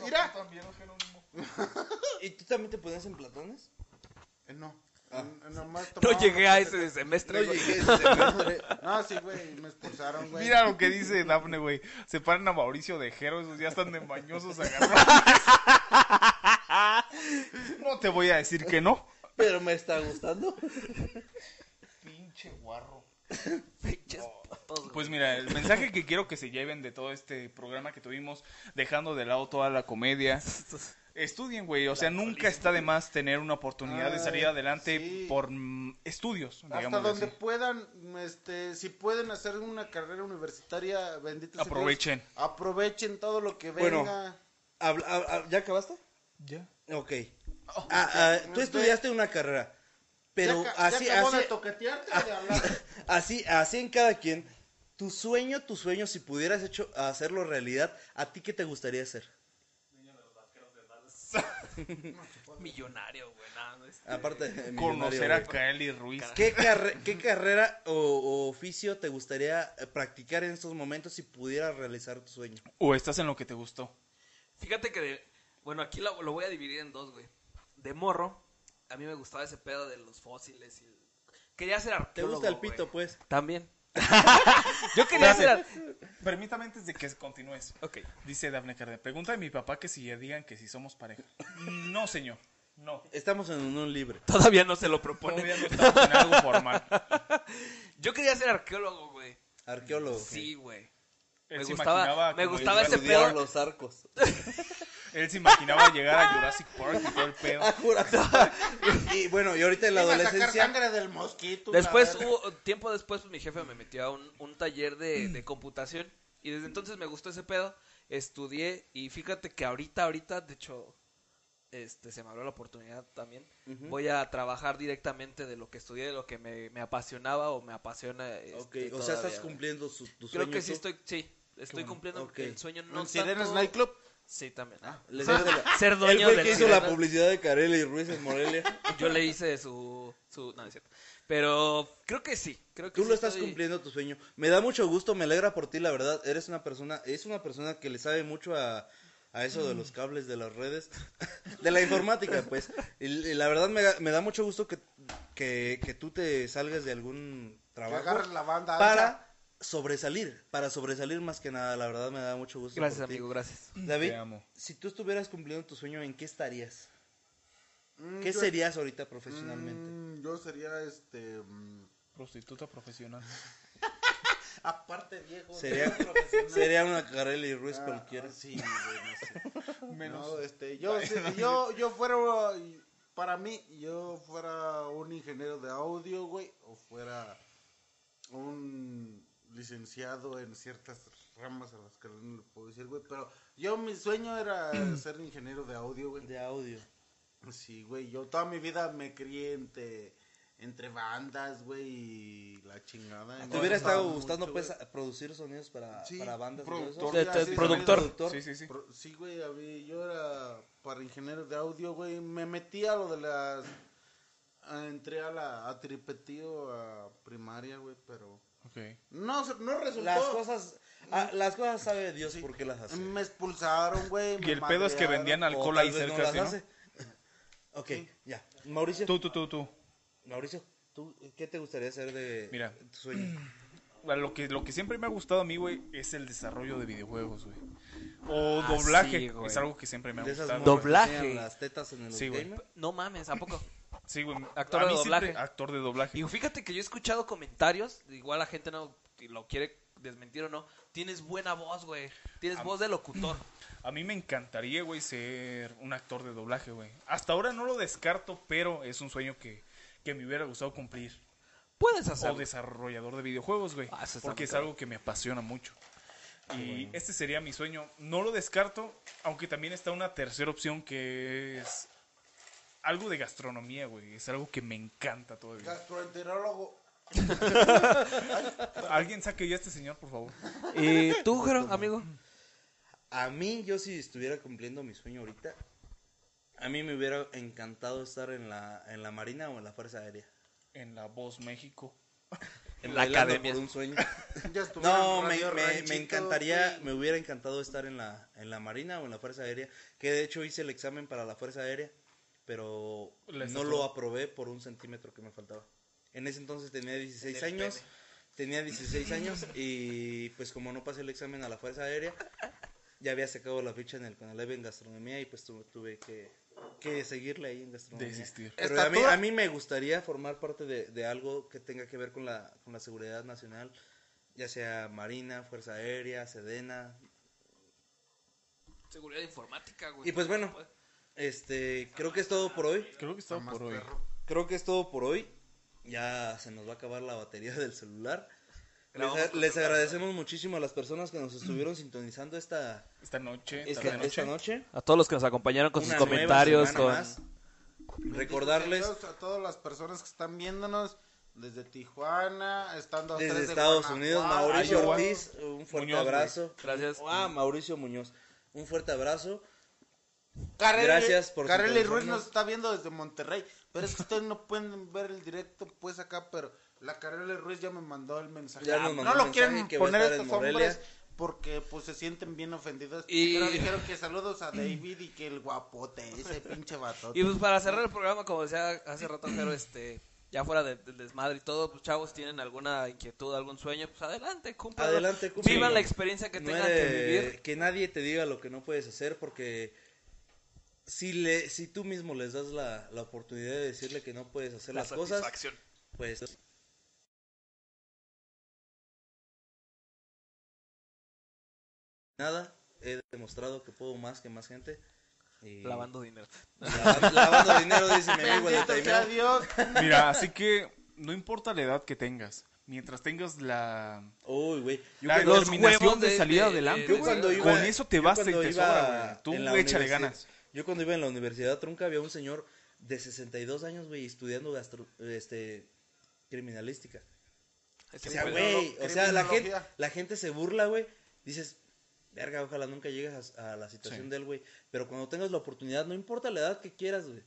Speaker 2: Mira. También, Jerónimo.
Speaker 4: ¿Y tú también te ponías en platones?
Speaker 3: Eh, No.
Speaker 4: Ah.
Speaker 3: N- nomás
Speaker 5: No
Speaker 3: tomaba
Speaker 5: llegué a
Speaker 3: café.
Speaker 5: ese semestre, güey.
Speaker 3: No, sí, güey. Me expulsaron, güey.
Speaker 2: Mira lo que dice Dafne, güey. Separan a Mauricio de Jero, esos ya están de mañosos agarrados. No te voy a decir que no.
Speaker 4: Pero me está gustando.
Speaker 2: Pinche guarro.
Speaker 5: Pinches patos, güey.
Speaker 2: Pues mira, el mensaje que quiero que se lleven de todo este programa que tuvimos, dejando de lado toda la comedia. Estudien, güey. O sea, nunca está de más tener una oportunidad de salir
Speaker 3: Ay,
Speaker 2: adelante
Speaker 3: sí.
Speaker 2: por mm, estudios,
Speaker 3: Hasta
Speaker 2: digamos.
Speaker 3: donde puedan, este, si pueden hacer una carrera universitaria, bendito sea Dios,
Speaker 2: Aprovechen.
Speaker 3: aprovechen todo lo que venga.
Speaker 4: Bueno. Habla- hab- hab- ¿Ya acabaste?
Speaker 2: Ya.
Speaker 4: Ok. Ah, ah, tú estudiaste una carrera. Pero
Speaker 3: ya, ca-
Speaker 4: así,
Speaker 3: ya acabó
Speaker 4: así,
Speaker 3: de toquetearte y de hablar.
Speaker 4: así, así en cada quien. Tu sueño, tu sueño, si pudieras hecho, hacerlo realidad, ¿a ti qué te gustaría hacer?
Speaker 5: Millonario, güey. nada más.
Speaker 4: Aparte de
Speaker 2: Conocer
Speaker 4: millonario,
Speaker 2: a
Speaker 4: güey.
Speaker 2: Kaeli Ruiz.
Speaker 4: ¿Qué, carre- qué carrera o, o oficio te gustaría eh, practicar en estos momentos si pudieras realizar tu sueño?
Speaker 2: O estás en lo que te gustó.
Speaker 5: Fíjate que de- Bueno, aquí lo, lo voy a dividir en dos, güey. De morro, a mí me gustaba ese pedo de los fósiles y... el- Quería ser
Speaker 4: ¿Te
Speaker 5: arqueólogo,
Speaker 4: gusta el
Speaker 5: güey.
Speaker 4: pito, pues?
Speaker 5: También. Yo quería ser... ar-
Speaker 2: Permítame antes de que continúes.
Speaker 5: Ok.
Speaker 2: Dice Dafne Carden, pregunta a mi papá que si ya digan que si somos pareja. No, señor. No.
Speaker 4: Estamos en unión libre.
Speaker 5: Todavía no se lo propone.
Speaker 2: Todavía no estamos en algo formal.
Speaker 5: Yo quería ser arqueólogo, güey.
Speaker 4: Arqueólogo.
Speaker 5: Sí, güey.
Speaker 2: Él
Speaker 5: Me
Speaker 2: se
Speaker 5: gustaba-
Speaker 2: imaginaba
Speaker 5: me
Speaker 2: como
Speaker 5: gustaba
Speaker 2: llegar-
Speaker 5: ese pedo.
Speaker 4: Estudiar los arcos.
Speaker 2: Él se imaginaba llegar a Jurassic Park y todo el pedo.
Speaker 4: Ah, Jurassic Park. Y bueno, y ahorita en la
Speaker 3: Iba a sacar
Speaker 4: adolescencia. uh,
Speaker 3: sangre del mosquito.
Speaker 5: Después,
Speaker 3: la verga.
Speaker 5: hubo, tiempo después, pues, mi jefe me metió a un, un taller
Speaker 4: Mm.
Speaker 5: de, de computación. Y desde entonces me gustó ese pedo. Estudié y fíjate que ahorita, ahorita, de hecho, este, se me abrió la oportunidad también. Voy a trabajar directamente de lo que estudié, de lo que me, me apasionaba o me apasiona. este,
Speaker 4: Ok, o sea,
Speaker 5: todavía,
Speaker 4: estás
Speaker 5: güey.
Speaker 4: cumpliendo su, tu sueño.
Speaker 5: Creo que sí
Speaker 4: tú.
Speaker 5: estoy, sí, estoy cumpliendo
Speaker 4: ok.
Speaker 5: el sueño. No
Speaker 3: ¿En Sirenas
Speaker 5: tanto-
Speaker 3: Nightclub?
Speaker 5: Sí, también.
Speaker 4: Les digo de la-
Speaker 5: Ser
Speaker 4: El
Speaker 5: dueño
Speaker 4: güey
Speaker 5: del
Speaker 4: que hizo la
Speaker 5: cerebro.
Speaker 4: publicidad de Carela y Ruiz en Morelia.
Speaker 5: Yo le hice su... su... No, no es cierto. Pero creo que sí. Creo que
Speaker 4: Tú
Speaker 5: sí
Speaker 4: lo estás
Speaker 5: estoy-
Speaker 4: cumpliendo tu sueño. Me da mucho gusto, me alegra por ti, la verdad. Eres una persona, es una persona que le sabe mucho a, a eso
Speaker 5: Mm.
Speaker 4: de los cables, de las redes, de la informática, pues. Y, y la verdad me, da- me da mucho gusto que, que, que tú te salgas de algún
Speaker 3: Que
Speaker 4: trabajo
Speaker 3: agarres la banda ancha.
Speaker 4: para sobresalir, para sobresalir más que nada. La verdad me da mucho gusto.
Speaker 5: Gracias,
Speaker 4: por ti.
Speaker 5: amigo, gracias.
Speaker 4: David,
Speaker 2: Te amo.
Speaker 4: si tú estuvieras cumpliendo tu sueño, ¿en qué estarías?
Speaker 3: Mm,
Speaker 4: ¿Qué
Speaker 3: yo-
Speaker 4: serías ahorita profesionalmente?
Speaker 3: Mm, yo sería este. mm,
Speaker 2: Prostituta profesional.
Speaker 3: Aparte, viejo.
Speaker 4: Sería, sería una Carela y Ruiz
Speaker 3: Ah,
Speaker 4: cualquiera.
Speaker 3: Sí, güey, no sé.
Speaker 2: Menos.
Speaker 3: No, este, yo, si- yo, yo fuera, uh, para mí, yo fuera un ingeniero de audio, güey, o fuera un licenciado en ciertas ramas a las que no le puedo decir, güey, pero yo mi sueño era ser ingeniero de audio, güey.
Speaker 4: De audio.
Speaker 3: Pues Sí, güey, yo toda mi vida me crié entre, entre bandas, güey, y la chingada.
Speaker 4: Te hubiera estado
Speaker 3: Mucho,
Speaker 4: gustando
Speaker 3: güey.
Speaker 4: pues a- producir sonidos para,
Speaker 3: Sí,
Speaker 4: para bandas. y todo eso?
Speaker 3: productor,
Speaker 5: De-
Speaker 3: ya,
Speaker 5: de-
Speaker 3: sí,
Speaker 5: productor.
Speaker 4: productor.
Speaker 2: Sí, sí, sí.
Speaker 3: Pro- Sí, güey, a mí- yo era para ingeniero de audio, güey. Me metí a lo de las... a- entré a la a tripetío a primaria, güey, pero...
Speaker 2: Ok.
Speaker 3: No, se- no resultó.
Speaker 4: Las cosas, ah, las cosas sabe Dios por qué las hace.
Speaker 3: Me expulsaron, güey.
Speaker 2: Y
Speaker 3: me
Speaker 2: el pedo es que
Speaker 3: madrearon.
Speaker 2: vendían
Speaker 4: O
Speaker 2: alcohol
Speaker 4: tal
Speaker 2: ahí
Speaker 4: vez no
Speaker 2: cerca,
Speaker 4: las
Speaker 2: ¿sí, ¿no?
Speaker 4: hace. Ok, ya. Mauricio,
Speaker 2: Tú, tú, tú, tú.
Speaker 4: Mauricio, ¿tú qué te gustaría hacer de
Speaker 2: Mira.
Speaker 4: tu sueño?
Speaker 2: A Lo que, lo que siempre me ha gustado a mí, güey, es el desarrollo de videojuegos, güey. O doblaje.
Speaker 5: sí, güey.
Speaker 2: es algo que siempre me ha
Speaker 4: De esas
Speaker 2: gustado.
Speaker 4: morras que
Speaker 5: Doblaje.
Speaker 4: enseñan Las tetas en el
Speaker 2: Sí, güey.
Speaker 4: gamer.
Speaker 5: No mames, ¿a poco?
Speaker 2: Sí, güey.
Speaker 5: Actor
Speaker 2: A
Speaker 5: de
Speaker 2: mí siempre-
Speaker 5: doblaje.
Speaker 2: Actor de doblaje.
Speaker 5: Y fíjate que yo he escuchado comentarios, igual la gente no lo quiere desmentir o no. Tienes buena voz, güey. Tienes voz de locutor.
Speaker 2: A mí me encantaría, güey, ser un actor de doblaje, güey. Hasta ahora no lo descarto, pero es un sueño que, que me hubiera gustado cumplir.
Speaker 5: Puedes
Speaker 2: O
Speaker 5: hacerlo.
Speaker 2: desarrollador de videojuegos, güey.
Speaker 5: Ah, eso está
Speaker 2: porque
Speaker 5: muy
Speaker 2: es
Speaker 5: cabrón. Ah,
Speaker 2: algo que me apasiona mucho. Y este sería mi sueño. No lo descarto, aunque también está una tercera opción que es algo de gastronomía, güey. Es algo que me encanta todavía.
Speaker 3: Gastroenterólogo.
Speaker 2: Alguien saque ya a este señor, por favor.
Speaker 5: ¿Y tú, Jero, amigo?
Speaker 4: A mí, yo si estuviera cumpliendo mi sueño ahorita, a mí me hubiera encantado estar en la, en la Marina o en la Fuerza Aérea.
Speaker 2: En La Voz México.
Speaker 5: En la
Speaker 4: Bailando
Speaker 5: academia.
Speaker 4: por un sueño.
Speaker 3: Ya estuve
Speaker 4: No,
Speaker 3: en
Speaker 4: me,
Speaker 3: Radio
Speaker 4: me- me
Speaker 3: Ranchito,
Speaker 4: encantaría,
Speaker 3: güey.
Speaker 4: me hubiera encantado estar en la, en la Marina o en la Fuerza Aérea, que de hecho hice el examen para la Fuerza Aérea, pero
Speaker 2: La
Speaker 4: no
Speaker 2: estatura.
Speaker 4: lo aprobé por un centímetro que me faltaba. En ese entonces tenía 16 años, tenía 16 años y pues como no pasé el examen a la Fuerza Aérea, ya había sacado la ficha en el Conalep en gastronomía y pues tu- tuve que, que seguirle ahí en gastronomía.
Speaker 2: Desistir.
Speaker 4: Pero a mí,
Speaker 3: ¿Estatura?
Speaker 4: a mí me gustaría formar parte de, de algo que tenga que ver con la, con la seguridad nacional, ya sea Marina, Fuerza Aérea, Sedena.
Speaker 5: Seguridad informática, güey.
Speaker 4: Y pues bueno, este, creo que es todo por hoy.
Speaker 2: Creo que está por hoy.
Speaker 4: Creo que es todo por hoy. Ya se nos va a acabar la batería del celular.
Speaker 5: Grabamos
Speaker 4: Les,
Speaker 5: con Mm.
Speaker 4: les agradecemos muchísimo a las personas que nos estuvieron sintonizando esta,
Speaker 2: Esta noche.
Speaker 4: esta,
Speaker 2: tarde noche.
Speaker 4: esta noche.
Speaker 5: A todos los que nos acompañaron con
Speaker 4: Una
Speaker 5: sus
Speaker 4: nueva
Speaker 5: comentarios,
Speaker 4: semana
Speaker 5: con...
Speaker 4: más. Recordarles
Speaker 3: Benditos a todas las personas que están viéndonos desde Tijuana, estando a
Speaker 4: desde
Speaker 3: tres de
Speaker 4: Estados Unidos,
Speaker 3: Guanajuato.
Speaker 4: Mauricio
Speaker 2: Iowa.
Speaker 4: Ortiz, un fuerte
Speaker 2: Muñoz, güey.
Speaker 4: abrazo.
Speaker 5: Gracias.
Speaker 4: Ah, Mauricio Muñoz, un fuerte abrazo.
Speaker 3: Carrera-
Speaker 4: Gracias por
Speaker 3: Carrera y Ruiz
Speaker 4: sintonizarnos.
Speaker 3: nos está viendo desde Monterrey, pero es que ustedes no pueden ver el directo pues acá, pero la Carrera y Ruiz ya me mandó el mensaje. Ah,
Speaker 4: Ya nos
Speaker 3: no
Speaker 4: mandó un
Speaker 3: lo quieren
Speaker 4: mensaje que va a
Speaker 3: poner
Speaker 4: estar en
Speaker 3: estos
Speaker 4: Morelia.
Speaker 3: hombres porque pues se sienten bien ofendidos.
Speaker 5: Y-
Speaker 3: Pero dijeron que saludos a David y que el guapote, ese pinche vato.
Speaker 5: Y pues para cerrar el programa, como decía hace rato, Jero, este, ya fuera de- del desmadre y todo, pues chavos, tienen alguna inquietud, algún sueño, pues adelante, cúmplanlo.
Speaker 4: Adelante, cúmplanlo.
Speaker 5: Vivan la experiencia que
Speaker 4: No
Speaker 5: tengan
Speaker 4: eres-
Speaker 5: que vivir.
Speaker 4: que nadie te diga lo que no puedes hacer porque si le si tú mismo les das la, la oportunidad de decirle que no puedes hacer las cosas, pues nada, he demostrado que puedo más que más gente. y-
Speaker 5: Lavando dinero.
Speaker 4: Lava- lavando dinero, dice mi amigo el de
Speaker 3: Bendito sea
Speaker 4: Taimeo.
Speaker 3: Dios.
Speaker 2: Mira, así que no importa la edad que tengas, mientras tengas la,
Speaker 4: Uy, güey. Yo
Speaker 2: la
Speaker 4: cuando-
Speaker 5: los
Speaker 2: determinación
Speaker 5: huevos
Speaker 2: de,
Speaker 5: de-
Speaker 2: salir
Speaker 5: de-
Speaker 2: adelante,
Speaker 5: de-
Speaker 2: güey,
Speaker 5: Yo cuando iba-
Speaker 2: con eso te
Speaker 4: yo
Speaker 2: basta y
Speaker 4: cuando
Speaker 2: te
Speaker 4: iba
Speaker 2: sobra, güey.
Speaker 4: en
Speaker 2: Tú
Speaker 4: la
Speaker 2: güey, échale
Speaker 4: universi-
Speaker 2: ganas.
Speaker 4: Yo cuando iba en la universidad trunca había un señor de 62 años, güey, estudiando gastro, este, criminalística.
Speaker 5: Ese
Speaker 4: O sea,
Speaker 5: güey.
Speaker 4: güey, o sea, la gente,
Speaker 3: criminología.
Speaker 4: la gente se burla, güey. Dices, verga, ojalá nunca llegues a, a la situación del güey. Pero cuando tengas la oportunidad, no importa la edad que quieras, güey.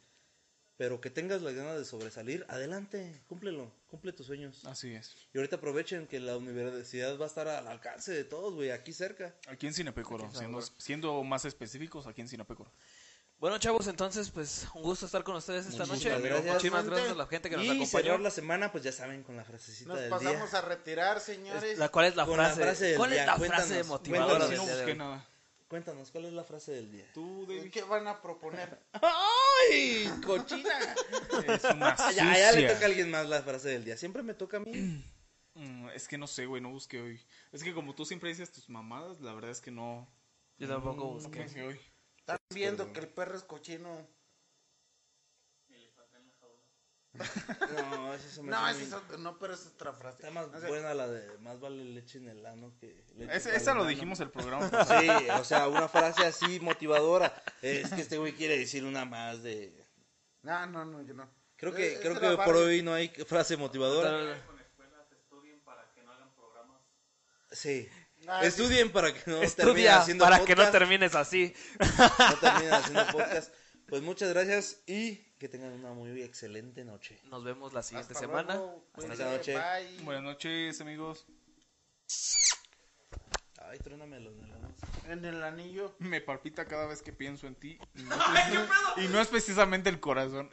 Speaker 4: Pero que tengas las ganas de sobresalir, adelante, cúmplelo, cumple tus sueños.
Speaker 2: Así es.
Speaker 4: Y ahorita aprovechen que la universidad va a estar al alcance de todos, güey, aquí cerca.
Speaker 2: Aquí en Cinepecoro, siendo, siendo más específicos, aquí en Cinepecoro.
Speaker 5: Bueno, chavos, entonces, pues un gusto estar con ustedes esta noche. Muchísimas gracias a la gente que nos
Speaker 4: y cerrar
Speaker 5: acompañó.
Speaker 4: la semana, pues ya saben, con la frasecita
Speaker 3: Nos
Speaker 4: del
Speaker 3: pasamos
Speaker 4: día.
Speaker 3: a retirar, señores.
Speaker 5: La, ¿Cuál es la
Speaker 4: con la
Speaker 5: frase?
Speaker 4: frase del
Speaker 5: ¿Cuál es
Speaker 4: día.
Speaker 5: la
Speaker 4: Cuéntanos,
Speaker 5: frase
Speaker 2: Bueno,
Speaker 5: motivadora
Speaker 4: cuéntanos,
Speaker 2: sí,
Speaker 5: del
Speaker 2: no
Speaker 5: día de
Speaker 2: busqué
Speaker 5: hoy?
Speaker 2: nada.
Speaker 4: Cuéntanos, ¿cuál es la frase del día?
Speaker 2: Tú, David,
Speaker 3: ¿Qué van a proponer?
Speaker 4: ¡Ay, cochina!
Speaker 2: eres una
Speaker 4: Ah, ya, ya le
Speaker 2: sucia.
Speaker 4: toca a alguien más la frase del día. Siempre me toca a mí.
Speaker 2: Mm, Es que no sé, güey, no busqué hoy. Es que como tú siempre dices tus mamadas, la verdad es que no.
Speaker 5: Yo tampoco
Speaker 2: No
Speaker 5: busqué.
Speaker 2: pensé hoy.
Speaker 3: Están viendo que el perro es cochino.
Speaker 4: No, eso se me
Speaker 3: No, esa
Speaker 4: hace muy-
Speaker 3: es otra- no, pero es otra frase.
Speaker 4: Está más
Speaker 3: O sea,
Speaker 4: buena la de más vale leche en el ano que leche
Speaker 2: Ese-
Speaker 4: para
Speaker 2: esa
Speaker 4: el
Speaker 2: lo
Speaker 4: ano.
Speaker 2: dijimos el programa.
Speaker 4: Sí, o sea, una frase así motivadora. Es que este güey quiere decir una más de...
Speaker 3: No, no, no, yo no.
Speaker 4: Creo que,
Speaker 3: Eh,
Speaker 4: creo
Speaker 3: esa era
Speaker 4: que por
Speaker 3: Barbie.
Speaker 4: hoy no hay frase motivadora. Sí.
Speaker 3: Ah, sí.
Speaker 4: Estudien para que no terminen
Speaker 5: Estudia
Speaker 4: haciendo
Speaker 5: para que
Speaker 4: podcast.
Speaker 5: no termines así.
Speaker 4: no terminen haciendo podcast. Pues muchas gracias y que tengan una muy excelente noche.
Speaker 5: Nos vemos la siguiente
Speaker 3: Hasta
Speaker 5: semana.
Speaker 3: luego,
Speaker 4: Hasta
Speaker 3: cuídense,
Speaker 4: noche.
Speaker 3: bye.
Speaker 2: Buenas noches, amigos.
Speaker 4: Ay, trónamelo en el ano.
Speaker 3: En el anillo.
Speaker 2: Me palpita cada vez que pienso en ti. Y no, es, y no es precisamente el corazón.